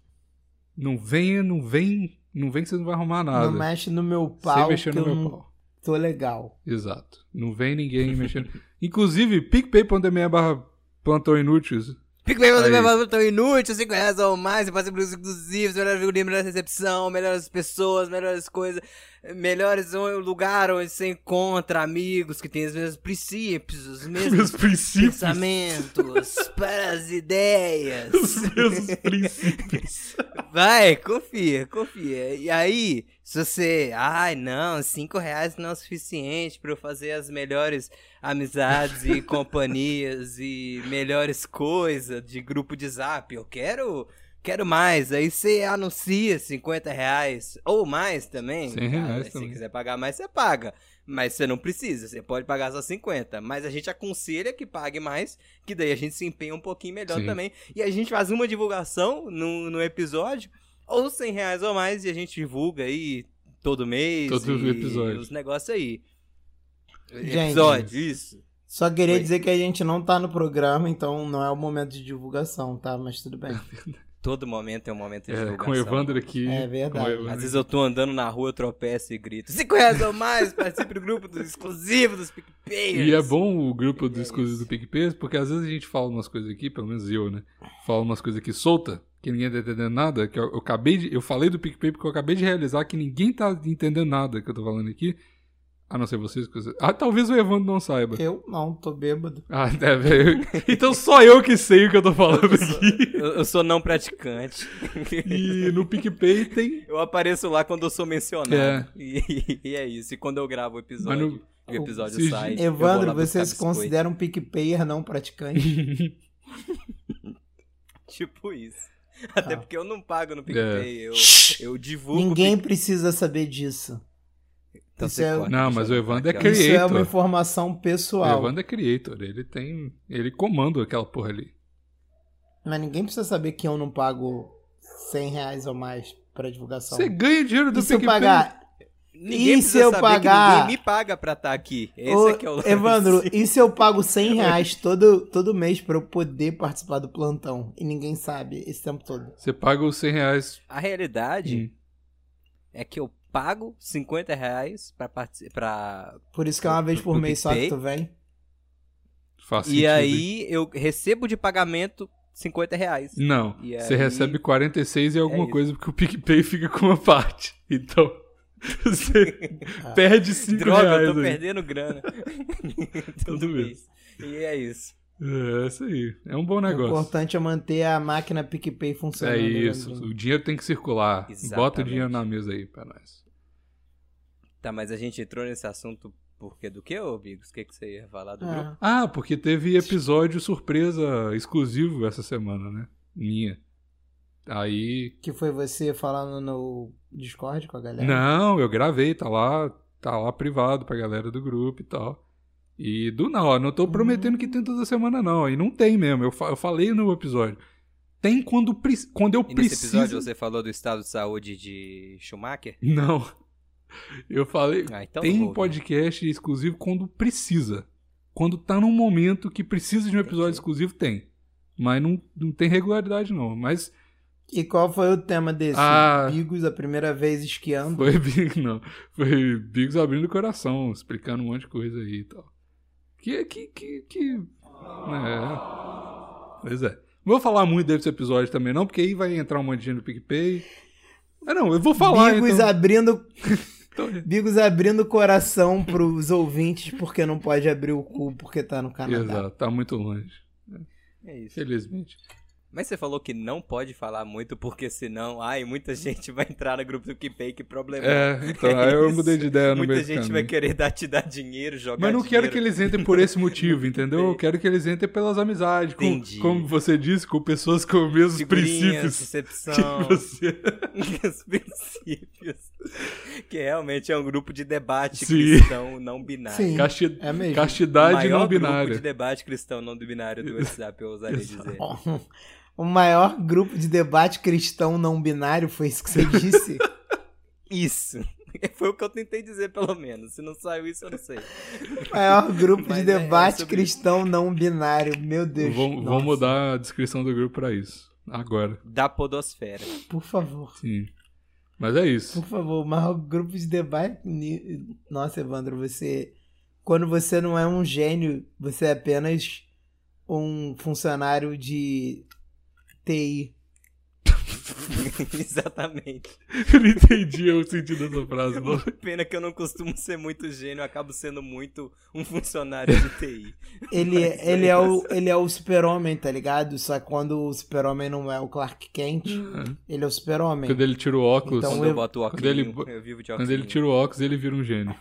Speaker 1: não venha, não vem, não vem que você não vai arrumar nada.
Speaker 3: Não mexe no meu
Speaker 1: Sem
Speaker 3: pau,
Speaker 1: mexer
Speaker 3: que
Speaker 1: no
Speaker 3: eu
Speaker 1: meu
Speaker 3: não
Speaker 1: pau.
Speaker 3: tô legal.
Speaker 1: Exato. Não vem ninguém mexendo. [laughs] Inclusive, picpay.me barra plantão inúteis.
Speaker 2: PicPay
Speaker 1: Aí.
Speaker 2: tão inútil, 5 reais ou mais, você passa por exclusivos, melhores figurinhas, melhor recepção, melhores pessoas, melhores coisas, melhores o- lugar onde você encontra amigos que têm os mesmos princípios, os mesmos
Speaker 1: Meus princípios.
Speaker 2: pensamentos, [laughs] para as ideias.
Speaker 1: Os meus princípios.
Speaker 2: Vai, confia, confia. E aí, se você. Ai, não, cinco reais não é o suficiente pra eu fazer as melhores
Speaker 1: [laughs]
Speaker 2: amizades e companhias e melhores coisas de grupo de zap. Eu quero. Quero mais. Aí você anuncia 50 reais ou mais também.
Speaker 1: 100 reais
Speaker 2: Se
Speaker 1: também.
Speaker 2: você quiser pagar mais, você paga. Mas você não precisa, você pode pagar só 50. Mas a gente aconselha que pague mais, que daí a gente se empenha um pouquinho melhor
Speaker 1: Sim.
Speaker 2: também. E a gente faz uma divulgação no, no episódio, ou 100 reais ou mais, e a gente divulga aí todo mês.
Speaker 1: Todo
Speaker 2: e
Speaker 1: episódio.
Speaker 2: Os negócios aí.
Speaker 3: Gente.
Speaker 2: Episódio, isso.
Speaker 3: Só queria
Speaker 2: Oi.
Speaker 3: dizer que a gente não tá no programa, então não é o momento de divulgação, tá? Mas tudo bem.
Speaker 2: Todo momento é um momento de
Speaker 1: É,
Speaker 2: divulgação.
Speaker 1: com o Evandro aqui. né?
Speaker 3: É
Speaker 1: com o
Speaker 3: verdade.
Speaker 1: Evandro.
Speaker 2: Às vezes eu tô andando na rua, eu tropeço e grito: 5 reais ou mais, participe do grupo do exclusivo dos PicPayers.
Speaker 1: E é bom o grupo do
Speaker 2: É
Speaker 1: exclusivo
Speaker 2: isso.
Speaker 1: do PicPay, porque às vezes a gente fala umas coisas aqui, pelo menos eu, né? Fala umas coisas aqui solta, que ninguém tá entendendo nada, que eu, eu acabei de. Eu falei do PicPay porque eu acabei de realizar que ninguém tá entendendo nada que eu tô falando aqui. A não ser vocês. que vocês- Ah, talvez o Evandro não saiba.
Speaker 3: Eu não, tô bêbado.
Speaker 1: Ah, deve. [laughs] eu- Então só eu que sei o que eu tô falando aqui.
Speaker 2: Eu, eu sou não praticante.
Speaker 1: E no PicPay tem.
Speaker 2: Eu apareço lá quando eu sou mencionado.
Speaker 1: É.
Speaker 2: E, e é isso. E quando eu gravo o
Speaker 1: Mas
Speaker 2: episódio,
Speaker 1: no...
Speaker 2: o episódio
Speaker 1: se-
Speaker 2: sai. eu vou
Speaker 3: Evandro,
Speaker 2: lá buscar
Speaker 3: você se
Speaker 2: biscoito.
Speaker 3: considera um PicPayer não
Speaker 1: [laughs]
Speaker 3: praticante?
Speaker 2: Tipo isso. Até
Speaker 3: Tá.
Speaker 2: porque eu não pago no PicPay.
Speaker 1: É.
Speaker 2: Eu, eu divulgo. o
Speaker 3: Ninguém precisa saber disso.
Speaker 2: Pic- Então
Speaker 3: isso
Speaker 2: você
Speaker 3: é-
Speaker 2: corta,
Speaker 1: Não,
Speaker 2: deixa
Speaker 1: mas
Speaker 2: eu
Speaker 1: o
Speaker 2: botar
Speaker 1: Evandro é
Speaker 2: aquela-
Speaker 1: criança.
Speaker 3: Isso é uma
Speaker 1: Creator.
Speaker 3: informação
Speaker 1: O
Speaker 3: pessoal.
Speaker 1: Evandro é creator. Ele tem. Ele comanda aquela porra ali.
Speaker 3: Mas ninguém precisa saber que eu não pago 100 reais ou mais pra divulgação.
Speaker 1: Você ganha dinheiro do
Speaker 3: e se eu
Speaker 1: PicPay.
Speaker 3: pagar?
Speaker 2: Ninguém
Speaker 3: E se
Speaker 2: precisa
Speaker 3: eu
Speaker 2: saber que
Speaker 3: pagar-
Speaker 2: Ninguém me paga pra estar aqui. Esse
Speaker 3: Ô,
Speaker 2: é que é o lance.
Speaker 3: Evandro, e se eu pago
Speaker 1: É
Speaker 3: 100 reais todo, todo mês pra eu poder participar do plantão? E ninguém sabe esse tempo todo.
Speaker 1: Você paga os 100 reais.
Speaker 2: A realidade
Speaker 1: Hum.
Speaker 2: é que eu pago 50 reais pra participar.
Speaker 3: Por isso que é uma vez por
Speaker 2: Pro
Speaker 3: mês só que
Speaker 2: PicPay?
Speaker 3: tu vem.
Speaker 1: Faz
Speaker 2: E
Speaker 1: sentido.
Speaker 2: aí eu recebo de pagamento 50 reais.
Speaker 1: Não.
Speaker 2: E
Speaker 1: você
Speaker 2: aí- É
Speaker 1: recebe 46 e alguma
Speaker 2: isso.
Speaker 1: coisa, porque o PicPay fica com uma parte. Então. [laughs] Você perde 5
Speaker 2: Ah. Droga,
Speaker 1: reais.
Speaker 2: eu tô
Speaker 1: aí. [laughs]
Speaker 2: perdendo grana. [laughs] Tudo
Speaker 1: Tudo bem.
Speaker 2: mês. E é isso.
Speaker 1: É isso aí. É um bom
Speaker 3: O
Speaker 1: negócio.
Speaker 2: tá
Speaker 3: importante é manter a máquina PicPay funcionando. né,
Speaker 1: É isso.
Speaker 3: Evandrinho.
Speaker 1: O dinheiro tem que circular. Bota o
Speaker 2: né, Exatamente.
Speaker 1: dinheiro na mesa aí pra nós.
Speaker 2: Tá, mas a gente entrou nesse assunto porque do que, ô Bigos? O que, que você ia falar do grupo?
Speaker 3: Ah,
Speaker 1: Ah, porque teve episódio surpresa exclusivo essa semana, né? Minha. Aí.
Speaker 3: que foi você falando no Discord com a galera?
Speaker 1: Não, eu gravei, tá lá, tá lá privado pra galera do grupo e tal. E do não, ó, não tô prometendo que tem toda semana, não. E não tem mesmo. Eu, fa- eu falei no episódio. Tem quando, pre- quando eu
Speaker 2: E nesse
Speaker 1: preciso.
Speaker 2: episódio você falou do estado de saúde de Schumacher?
Speaker 1: Não. Eu falei.
Speaker 2: Ah, então não
Speaker 1: tem
Speaker 2: vou
Speaker 1: um
Speaker 2: ouvir.
Speaker 1: podcast exclusivo quando precisa. Quando tá num momento que precisa de um episódio
Speaker 2: Entendi.
Speaker 1: exclusivo, tem. Mas não, não tem regularidade, não. Mas [laughs]
Speaker 3: E qual foi o tema desse?
Speaker 1: Ah.
Speaker 3: Bigos, a primeira vez esquiando.
Speaker 1: foi Bigos, não. Foi Bigos abrindo o coração, explicando um monte de coisa aí e tal. Que. que, que, que... É. Pois é. Não vou falar muito desse episódio também, não, porque aí vai entrar um monte de gente no PicPay. Ah, não, eu vou falar.
Speaker 3: Bigos
Speaker 1: então. [laughs]
Speaker 3: abrindo.
Speaker 1: Então-
Speaker 3: Bigos abrindo o coração pros ouvintes, porque não pode abrir o cu porque tá no Canadá.
Speaker 1: Exato, tá muito longe.
Speaker 2: É isso.
Speaker 1: Felizmente.
Speaker 2: Mas você falou que não pode falar muito porque senão, ai, muita
Speaker 1: [laughs]
Speaker 2: gente vai entrar no grupo do PicPay, que problema.
Speaker 1: É, então,
Speaker 2: É
Speaker 1: aí eu
Speaker 2: isso. [laughs]
Speaker 1: mudei de ideia no
Speaker 2: muita
Speaker 1: meio do
Speaker 2: gente vai
Speaker 1: caminho.
Speaker 2: querer [laughs] dar, te dar dinheiro, jogar
Speaker 1: Mas não quero que
Speaker 2: dinheiro.
Speaker 1: eles entrem por esse
Speaker 2: [laughs]
Speaker 1: motivo, entendeu? Eu
Speaker 2: Entendi.
Speaker 1: quero que eles entrem pelas amizades, com-
Speaker 2: Entendi.
Speaker 1: como você disse, com pessoas com os mesmos
Speaker 2: Figurinhas,
Speaker 1: princípios [laughs] que
Speaker 2: Recepção.
Speaker 1: você.
Speaker 2: [laughs] os princípios. Que realmente é um grupo de debate
Speaker 1: Sim.
Speaker 2: cristão não binário.
Speaker 3: Sim,
Speaker 1: Casti-
Speaker 3: é mesmo.
Speaker 2: O
Speaker 1: Castidade
Speaker 2: maior
Speaker 1: não
Speaker 2: grupo de
Speaker 1: binária.
Speaker 2: debate cristão não binário do WhatsApp, eu ousaria dizer.
Speaker 3: um, O maior grupo de debate cristão não binário foi isso que você
Speaker 2: [laughs]
Speaker 3: disse?
Speaker 2: Isso. [laughs] Foi o que eu tentei dizer, pelo menos. Se não saiu isso, eu não sei.
Speaker 3: O maior grupo
Speaker 2: Mas
Speaker 3: de
Speaker 2: é, é
Speaker 3: debate
Speaker 2: sobre isso.
Speaker 3: cristão não binário. Meu Deus.
Speaker 1: Vamos
Speaker 3: nossa,
Speaker 1: vamos mudar a descrição do grupo pra isso. Agora.
Speaker 2: Da podosfera. [laughs]
Speaker 3: Por favor.
Speaker 1: Sim. Mas é isso.
Speaker 3: Por favor, o maior grupo de debate. ni- Nossa, Evandro, você. Quando você não é um gênio, você é apenas um funcionário de TI.
Speaker 2: Exatamente.
Speaker 1: [laughs] Eu não entendi o sentido dessa frase. Não.
Speaker 2: Pena que eu não costumo ser muito gênio, eu acabo sendo muito um funcionário de TI.
Speaker 3: Ele,
Speaker 2: Mas é
Speaker 3: ele, é o, ele é o super-homem, tá ligado? Só que quando o super-homem não é o Clark Kent,
Speaker 2: Hum.
Speaker 3: ele é o super-homem.
Speaker 1: Quando ele tira o óculos,
Speaker 3: Então
Speaker 2: Quando
Speaker 3: eu-
Speaker 2: eu boto o
Speaker 1: quando ele
Speaker 2: óculos,
Speaker 1: bo-
Speaker 2: eu vivo de óculos.
Speaker 1: quando ele tira o óculos, ele vira um gênio.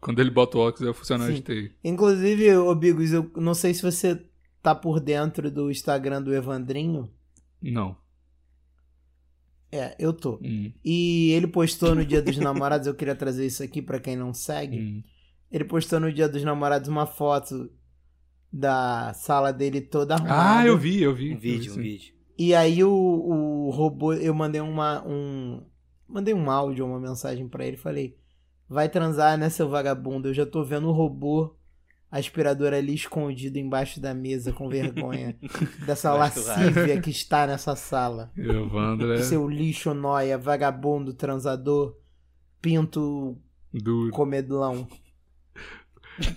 Speaker 1: Quando ele bota o óculos, é o funcionário
Speaker 3: Sim.
Speaker 1: de TI.
Speaker 3: Inclusive, ô Bigos, eu não sei se você tá por dentro do Instagram do Evandrinho.
Speaker 1: Não.
Speaker 3: É, eu tô.
Speaker 1: Hum,
Speaker 3: E ele postou no Dia dos
Speaker 1: [laughs]
Speaker 3: Namorados, eu queria trazer isso aqui pra quem não segue.
Speaker 1: hum.
Speaker 3: Ele postou no Dia dos Namorados uma foto da sala dele toda arrumada.
Speaker 1: Ah, eu vi, eu vi.
Speaker 2: Um
Speaker 1: eu vi,
Speaker 2: vídeo, um
Speaker 1: sim.
Speaker 2: vídeo.
Speaker 3: E aí o, o robô, eu mandei uma um mandei um áudio, uma mensagem pra ele, falei: "Vai transar, né, seu vagabundo? Eu já tô vendo o robô aspirador ali escondido embaixo da mesa com
Speaker 1: [laughs]
Speaker 3: vergonha dessa
Speaker 2: Embaixo do
Speaker 3: lascívia que está nessa sala.
Speaker 1: Evandro é
Speaker 3: Seu lixo noia, vagabundo, transador, pinto
Speaker 1: duro.
Speaker 3: comedlão."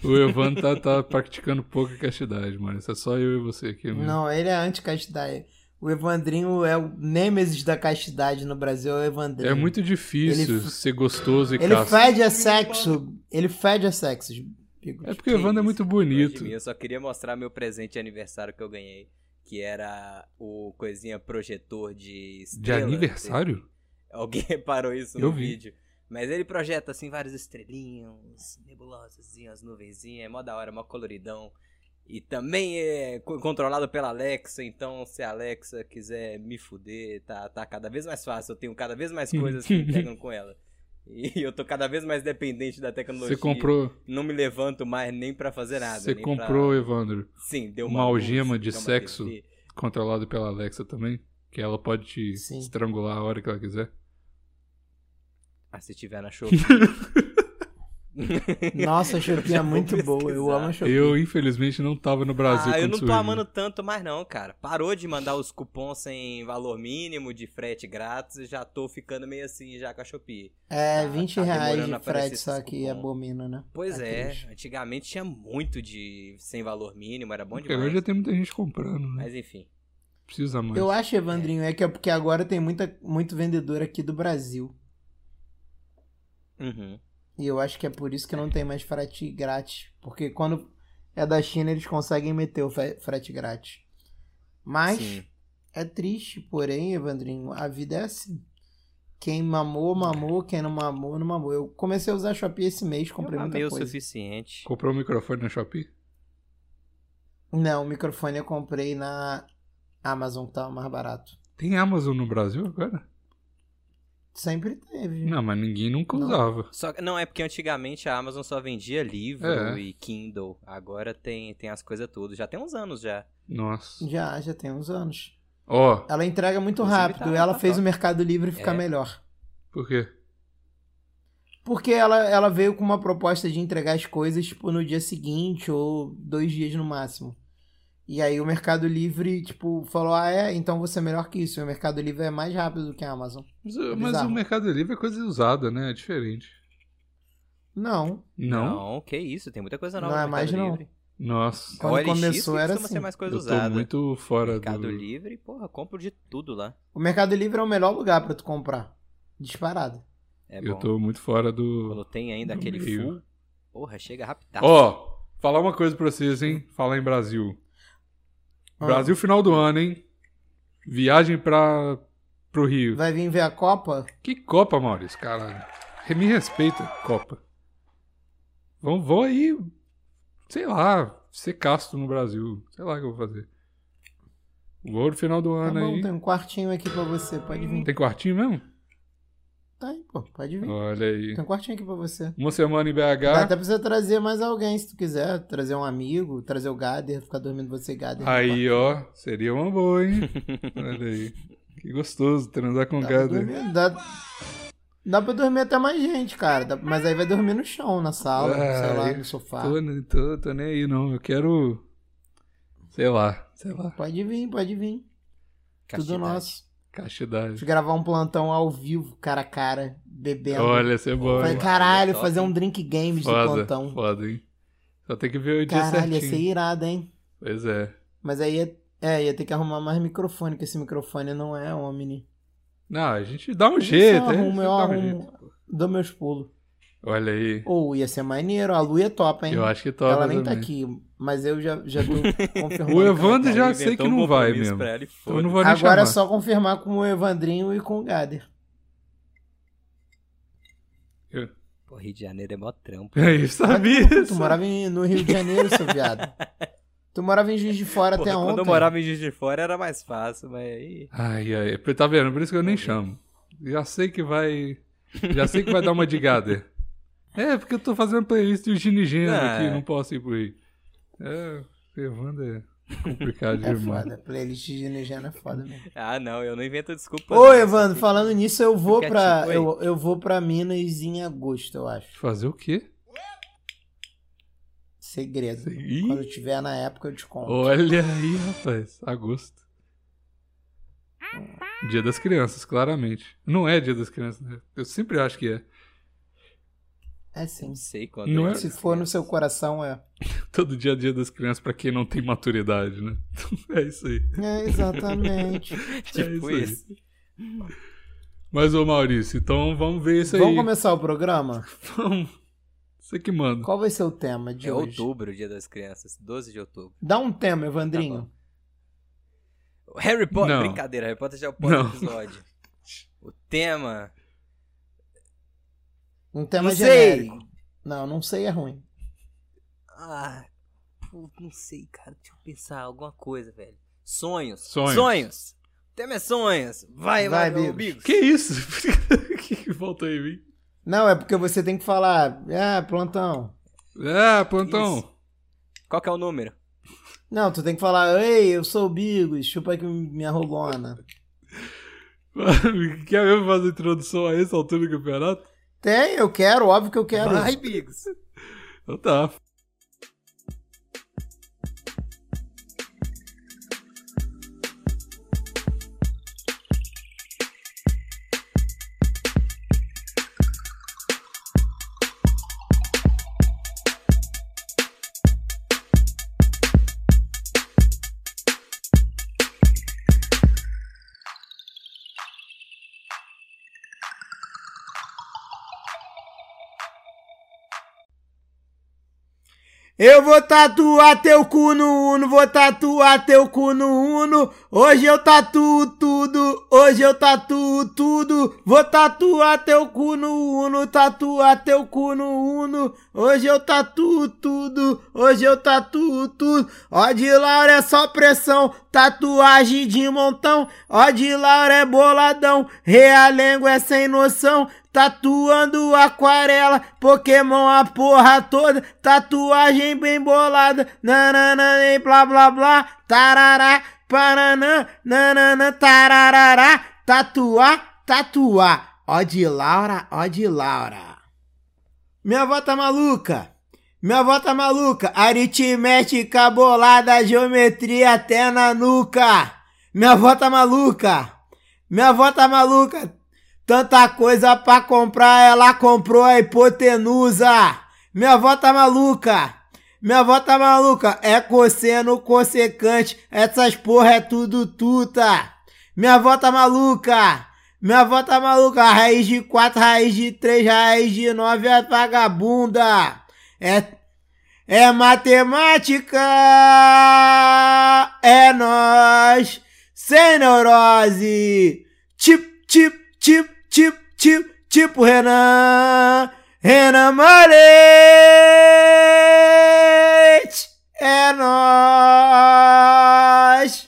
Speaker 1: O Evandro tá, tá praticando pouca castidade, mano. Isso é só eu e você aqui mesmo.
Speaker 3: Não, ele é anti-castidade. O Evandrinho é o nêmesis da castidade no Brasil, é o Evandrinho.
Speaker 1: É muito difícil
Speaker 3: Ele-
Speaker 1: ser gostoso e
Speaker 3: Ele
Speaker 1: casto.
Speaker 3: fede a sexo. Ele fede a sexo.
Speaker 2: [laughs]
Speaker 3: Bigo.
Speaker 1: É porque o Evandro é muito bonito.
Speaker 2: Eu só queria mostrar meu presente de aniversário que eu ganhei. Que era o coisinha projetor de
Speaker 1: De
Speaker 2: estrela.
Speaker 1: aniversário?
Speaker 2: [laughs] Alguém reparou isso no
Speaker 1: Eu vi.
Speaker 2: vídeo. Mas ele projeta, assim, várias estrelinhas, nebulosas, umas nuvenzinhas. É mó da hora, mó coloridão. E também é co- controlado pela Alexa. Então, se a Alexa quiser me fuder, tá, tá cada vez mais fácil. Eu tenho cada vez mais coisas que
Speaker 1: [laughs]
Speaker 2: me pegam com ela. E eu tô cada vez mais dependente da tecnologia.
Speaker 1: Você comprou,
Speaker 2: Não me levanto mais nem pra fazer nada.
Speaker 1: você
Speaker 2: nem
Speaker 1: comprou
Speaker 2: pra-
Speaker 1: Evandro,
Speaker 2: Sim, deu
Speaker 1: uma algema de
Speaker 2: deu uma
Speaker 1: sexo?
Speaker 2: TV.
Speaker 1: controlado pela Alexa também, que ela pode te
Speaker 3: Sim.
Speaker 1: estrangular a hora que ela quiser.
Speaker 2: Ah,
Speaker 1: [laughs]
Speaker 2: se tiver na show.
Speaker 3: Nossa, a Shopee é muito
Speaker 2: Vou
Speaker 3: boa. Eu
Speaker 2: pesquisar.
Speaker 3: amo a Shopee.
Speaker 1: Eu, infelizmente, não tava no Brasil né?
Speaker 2: ah, eu
Speaker 1: quando
Speaker 2: não tô
Speaker 1: surgiu.
Speaker 2: amando tanto mais não, cara. Parou de mandar os cupons sem valor mínimo de frete grátis e já tô ficando meio assim já com a Shopee.
Speaker 3: É,
Speaker 2: Ah,
Speaker 3: 20
Speaker 2: tá
Speaker 3: reais
Speaker 2: demorando a
Speaker 3: de
Speaker 2: aparecer
Speaker 3: frete
Speaker 2: esses
Speaker 3: só que
Speaker 2: cupom.
Speaker 3: abomina, né?
Speaker 2: Pois
Speaker 1: Ah,
Speaker 3: Tá
Speaker 2: é,
Speaker 3: triste.
Speaker 2: antigamente tinha muito de sem valor mínimo, era bom
Speaker 1: Porque agora
Speaker 2: demais.
Speaker 1: já tem muita gente comprando, né?
Speaker 2: Mas enfim.
Speaker 1: Precisa mais.
Speaker 3: Eu acho, Evandrinho, é que é porque agora tem muita, muito vendedor aqui do Brasil.
Speaker 2: Uhum.
Speaker 3: E eu acho que é por isso que não tem mais frete grátis. Porque quando é da China, eles conseguem meter o fe- frete grátis. Mas
Speaker 2: Sim.
Speaker 3: é triste, porém, Evandrinho, a vida é assim. Quem mamou, mamou. Quem não mamou, não mamou. Eu comecei a usar Shopee esse mês, comprei
Speaker 2: Eu
Speaker 3: muita
Speaker 2: amei o
Speaker 3: coisa.
Speaker 2: suficiente.
Speaker 1: Comprou um microfone na Shopee?
Speaker 3: Não, o microfone eu comprei na Amazon, que tava mais barato.
Speaker 1: Tem Amazon no Brasil agora?
Speaker 3: Sempre teve.
Speaker 1: Não, mas ninguém nunca
Speaker 3: Não.
Speaker 1: usava.
Speaker 2: Só, não, é porque antigamente a Amazon só vendia livro
Speaker 1: É.
Speaker 2: e Kindle. Agora tem, tem as coisas tudo. Já tem uns anos já.
Speaker 1: Nossa.
Speaker 3: Já, já tem uns anos.
Speaker 1: Ó,
Speaker 3: Ela entrega muito
Speaker 2: Inclusive,
Speaker 3: rápido.
Speaker 2: tá-
Speaker 3: ela
Speaker 2: tá
Speaker 3: fez
Speaker 2: top.
Speaker 3: o Mercado Livre ficar
Speaker 2: É.
Speaker 3: melhor.
Speaker 1: por quê?
Speaker 3: Porque ela, ela veio com uma proposta de entregar as coisas tipo, no dia seguinte ou dois dias no máximo. E aí o Mercado Livre, tipo, falou: Ah, é, então você é melhor que isso. E o Mercado Livre é mais rápido do que a Amazon.
Speaker 1: Mas, mas
Speaker 3: Bizarro.
Speaker 1: o Mercado Livre é coisa usada, né? É diferente.
Speaker 3: Não.
Speaker 1: Não?
Speaker 2: que isso. Tem muita coisa
Speaker 3: Não
Speaker 2: nova
Speaker 3: é
Speaker 2: no
Speaker 3: mais,
Speaker 2: Mercado
Speaker 3: não.
Speaker 2: Livre.
Speaker 1: Nossa.
Speaker 3: Quando
Speaker 2: A OLX
Speaker 3: começou
Speaker 2: que
Speaker 3: era
Speaker 2: costuma ser
Speaker 3: assim.
Speaker 2: mais coisa
Speaker 1: Eu tô
Speaker 2: É usada.
Speaker 1: muito fora
Speaker 2: Mercado
Speaker 1: do...
Speaker 2: Livre, porra, compro de tudo lá.
Speaker 3: O Mercado Livre é o melhor lugar pra tu comprar. Disparado.
Speaker 2: É
Speaker 1: Eu
Speaker 2: bom.
Speaker 1: tô muito fora do...
Speaker 2: Quando tem ainda
Speaker 1: do
Speaker 2: aquele
Speaker 1: meio.
Speaker 2: full, tá? porra, chega rapidão.
Speaker 1: Ó, falar uma coisa pra vocês, hein? Falar em Brasil.
Speaker 3: Ah.
Speaker 1: Brasil final do ano, hein? Viagem pra... pro Rio.
Speaker 3: Vai vir ver a Copa?
Speaker 1: Que Copa, Maurício, caralho. Me respeita, Copa. Vão, vão aí, sei lá, ser casto no Brasil. Sei lá o que eu vou fazer. Vou no final do
Speaker 3: Tá
Speaker 1: ano
Speaker 3: bom,
Speaker 1: aí.
Speaker 3: tem um quartinho aqui pra você. Pode vir.
Speaker 1: Tem quartinho mesmo?
Speaker 3: Tá aí, pô. Pode vir.
Speaker 1: Olha aí.
Speaker 3: Tem um quartinho aqui pra você.
Speaker 1: Uma semana em
Speaker 3: Dá
Speaker 1: BH.
Speaker 3: até pra você trazer mais alguém, se tu quiser. Trazer um amigo, trazer o Gader, ficar dormindo você e Gader.
Speaker 1: Aí, ó. Seria uma boa, hein? Olha aí. Que gostoso transar com
Speaker 3: dá pra,
Speaker 1: gado.
Speaker 3: dormir, dá, dá pra dormir até mais gente, cara. Dá- mas aí vai dormir no chão, na sala,
Speaker 1: Ah,
Speaker 3: sei lá,
Speaker 1: eu
Speaker 3: no sofá.
Speaker 1: Tô, nem- tô, tô nem aí, não. Eu quero. Sei lá, sei lá.
Speaker 3: Pode vir, pode vir.
Speaker 2: Castidade.
Speaker 3: Tudo nosso.
Speaker 1: Castidade.
Speaker 3: Gravar um plantão ao vivo, cara a cara, bebendo.
Speaker 1: Olha, essa é boa.
Speaker 3: Falei,
Speaker 1: hein?
Speaker 3: caralho,
Speaker 2: Top,
Speaker 3: fazer
Speaker 2: hein?
Speaker 3: um drink games do
Speaker 1: Foda,
Speaker 3: plantão.
Speaker 1: foda, hein? Só tem que ver o dia
Speaker 3: Caralho, ia
Speaker 1: certinho.
Speaker 3: ser irado, hein?
Speaker 1: Pois é.
Speaker 3: Mas aí ia, é, ia ter que arrumar mais microfone, que esse microfone não é Omni.
Speaker 1: Não, a gente dá um
Speaker 3: Eu
Speaker 1: jeito, né?
Speaker 3: arrumo,
Speaker 1: Você
Speaker 3: eu
Speaker 1: dá um
Speaker 3: arrumo.
Speaker 1: jeito.
Speaker 3: Dou meus pulos.
Speaker 1: Olha aí.
Speaker 3: Ou ia ser maneiro, a Lu é top, hein?
Speaker 1: Eu acho que toca
Speaker 3: Ela
Speaker 1: também.
Speaker 3: nem tá aqui, mas eu já, já tô
Speaker 1: [laughs]
Speaker 3: confirmando.
Speaker 1: O Evandro
Speaker 2: Ela
Speaker 1: já
Speaker 2: inventou
Speaker 1: sei que
Speaker 2: um
Speaker 1: não vai
Speaker 2: compromisso
Speaker 1: mesmo.
Speaker 2: pra ela e
Speaker 1: Então eu
Speaker 2: foda-se.
Speaker 1: não vou nem
Speaker 3: tá
Speaker 1: chamar.
Speaker 3: Agora é só confirmar com o Evandrinho e com o Gader.
Speaker 2: Pô, Rio de Janeiro é mó trampo.
Speaker 1: [laughs] Eu sabia
Speaker 3: Tu
Speaker 1: isso.
Speaker 3: morava em- no Rio de Janeiro, seu viado. Tu morava em Juiz de Fora
Speaker 2: Porra,
Speaker 3: até
Speaker 2: quando
Speaker 3: ontem.
Speaker 2: eu morava em Juiz de Fora era mais fácil, mas aí...
Speaker 1: Ai, ai. Tá vendo? Por isso que eu nem chamo. Já sei que vai. Já sei que vai dar uma de Gader. É, porque eu tô fazendo playlist do Gini Gênero
Speaker 2: Ah,
Speaker 1: aqui,
Speaker 2: é.
Speaker 1: não posso ir por aí. É, Evandro é complicado
Speaker 3: [laughs] É
Speaker 1: demais.
Speaker 3: foda, playlist de Nigéria é foda mesmo.
Speaker 2: Ah, não, eu não invento desculpa.
Speaker 3: Ô,
Speaker 2: não.
Speaker 3: Evandro, falando nisso, eu vou
Speaker 2: Fica
Speaker 3: pra.
Speaker 2: tipo aí.
Speaker 3: Eu, eu vou pra Minas em agosto, eu acho.
Speaker 1: Fazer o quê?
Speaker 3: Segredo.
Speaker 1: Ih.
Speaker 3: Quando tiver na época, eu te conto.
Speaker 1: é Olha aí, rapaz. Agosto. Dia das Crianças, claramente. Não é Dia das Crianças, né? Eu sempre acho que é.
Speaker 3: É
Speaker 2: Eu
Speaker 3: sim.
Speaker 2: não sei quando.
Speaker 1: Não
Speaker 2: eu
Speaker 1: é?
Speaker 2: era
Speaker 3: Se for no seu coração, é.
Speaker 1: Todo dia a dia das crianças pra quem não tem maturidade, né? [laughs] é isso aí.
Speaker 3: É, exatamente.
Speaker 1: É
Speaker 2: [laughs] Tipo
Speaker 1: isso aí.
Speaker 2: isso.
Speaker 1: Mas, ô Maurício, então vamos ver [laughs] isso
Speaker 3: Vamos
Speaker 1: aí.
Speaker 3: começar o programa?
Speaker 1: Vamos. Você que manda.
Speaker 3: Qual vai ser o tema de
Speaker 2: É
Speaker 3: hoje?
Speaker 2: outubro, o dia das crianças. 12 de outubro.
Speaker 3: Dá um tema,
Speaker 2: Tá
Speaker 3: Evandrinho.
Speaker 2: Harry Potter.
Speaker 1: Não.
Speaker 2: Brincadeira, Harry Potter já é o
Speaker 1: Não.
Speaker 2: pós-episódio. O tema.
Speaker 3: um tema
Speaker 2: não
Speaker 3: genérico.
Speaker 2: sei.
Speaker 3: Não, não sei é ruim.
Speaker 2: Ah, pô, não sei, cara. Deixa eu pensar alguma coisa, velho. Sonhos.
Speaker 1: Sonhos.
Speaker 2: Sonhos. O tema é sonhos. Vai,
Speaker 3: Vai,
Speaker 2: vai, meu
Speaker 3: Bigos.
Speaker 2: Bigos.
Speaker 1: Que isso? [laughs] que voltou em mim?
Speaker 3: Não, é porque você tem que falar. Ah, plantão.
Speaker 1: É, plantão.
Speaker 2: Isso. Qual que é o número?
Speaker 3: Não, tu tem que falar, ei, eu sou o Bigos, chupa aqui minha rolona.
Speaker 1: [laughs] Quer mesmo fazer introdução a essa altura do campeonato?
Speaker 3: Tem, eu quero, óbvio que eu quero.
Speaker 2: Vai, Bigos.
Speaker 1: Então tá.
Speaker 3: Eu vou tatuar teu cu no Uno, vou tatuar teu cu no Uno. Hoje eu tatuo tudo, hoje eu tatuo tudo. Vou tatuar teu cu no Uno, tatuar teu cu no Uno. Hoje eu tatuo tudo, hoje eu tatuo tudo. Ó de Laura é só pressão, tatuagem de montão. Ó de Laura é boladão, realengo é sem noção. Tatuando aquarela, Pokémon a porra toda, tatuagem bem bolada, nanana e blá blá blá, tarará, paranã, nanana, tararará, tatuar, tatuar, ó de Laura, ó de Laura. Minha avó tá maluca, minha avó tá maluca, aritmética bolada, geometria até na nuca, minha avó tá maluca, minha avó tá maluca, Tanta coisa pra comprar, ela comprou a hipotenusa. Minha avó tá maluca. Minha avó tá maluca. É cosseno, consecante. Essas porra é tudo tuta. Minha avó tá maluca. Minha avó tá maluca. Raiz de 4, raiz de 3, raiz de 9 é vagabunda. É, é matemática. É nós. Sem neurose. Tip, tip, tip, tip, tip, tipo Renan. Renan Marete. É nós.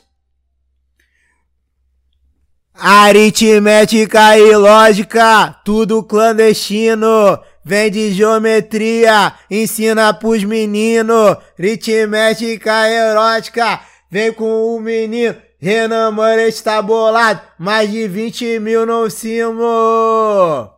Speaker 3: Aritmética e lógica, tudo clandestino. Vem de geometria, ensina pros menino. Aritmética erótica, vem com o menino. Renan Moura está bolado, mais de 20 mil no cimo.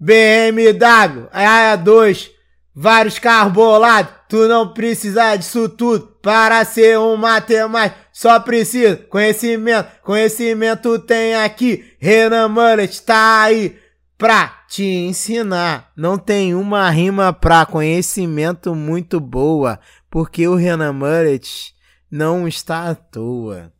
Speaker 3: BMW, AA2, vários carros bolados. Tu não precisa disso tudo para ser um matemático. Só precisa conhecimento. Conhecimento tem aqui. Renan Mullet está aí pra te ensinar. Não tem uma rima pra conhecimento muito boa, porque o Renan Mullet não está à toa.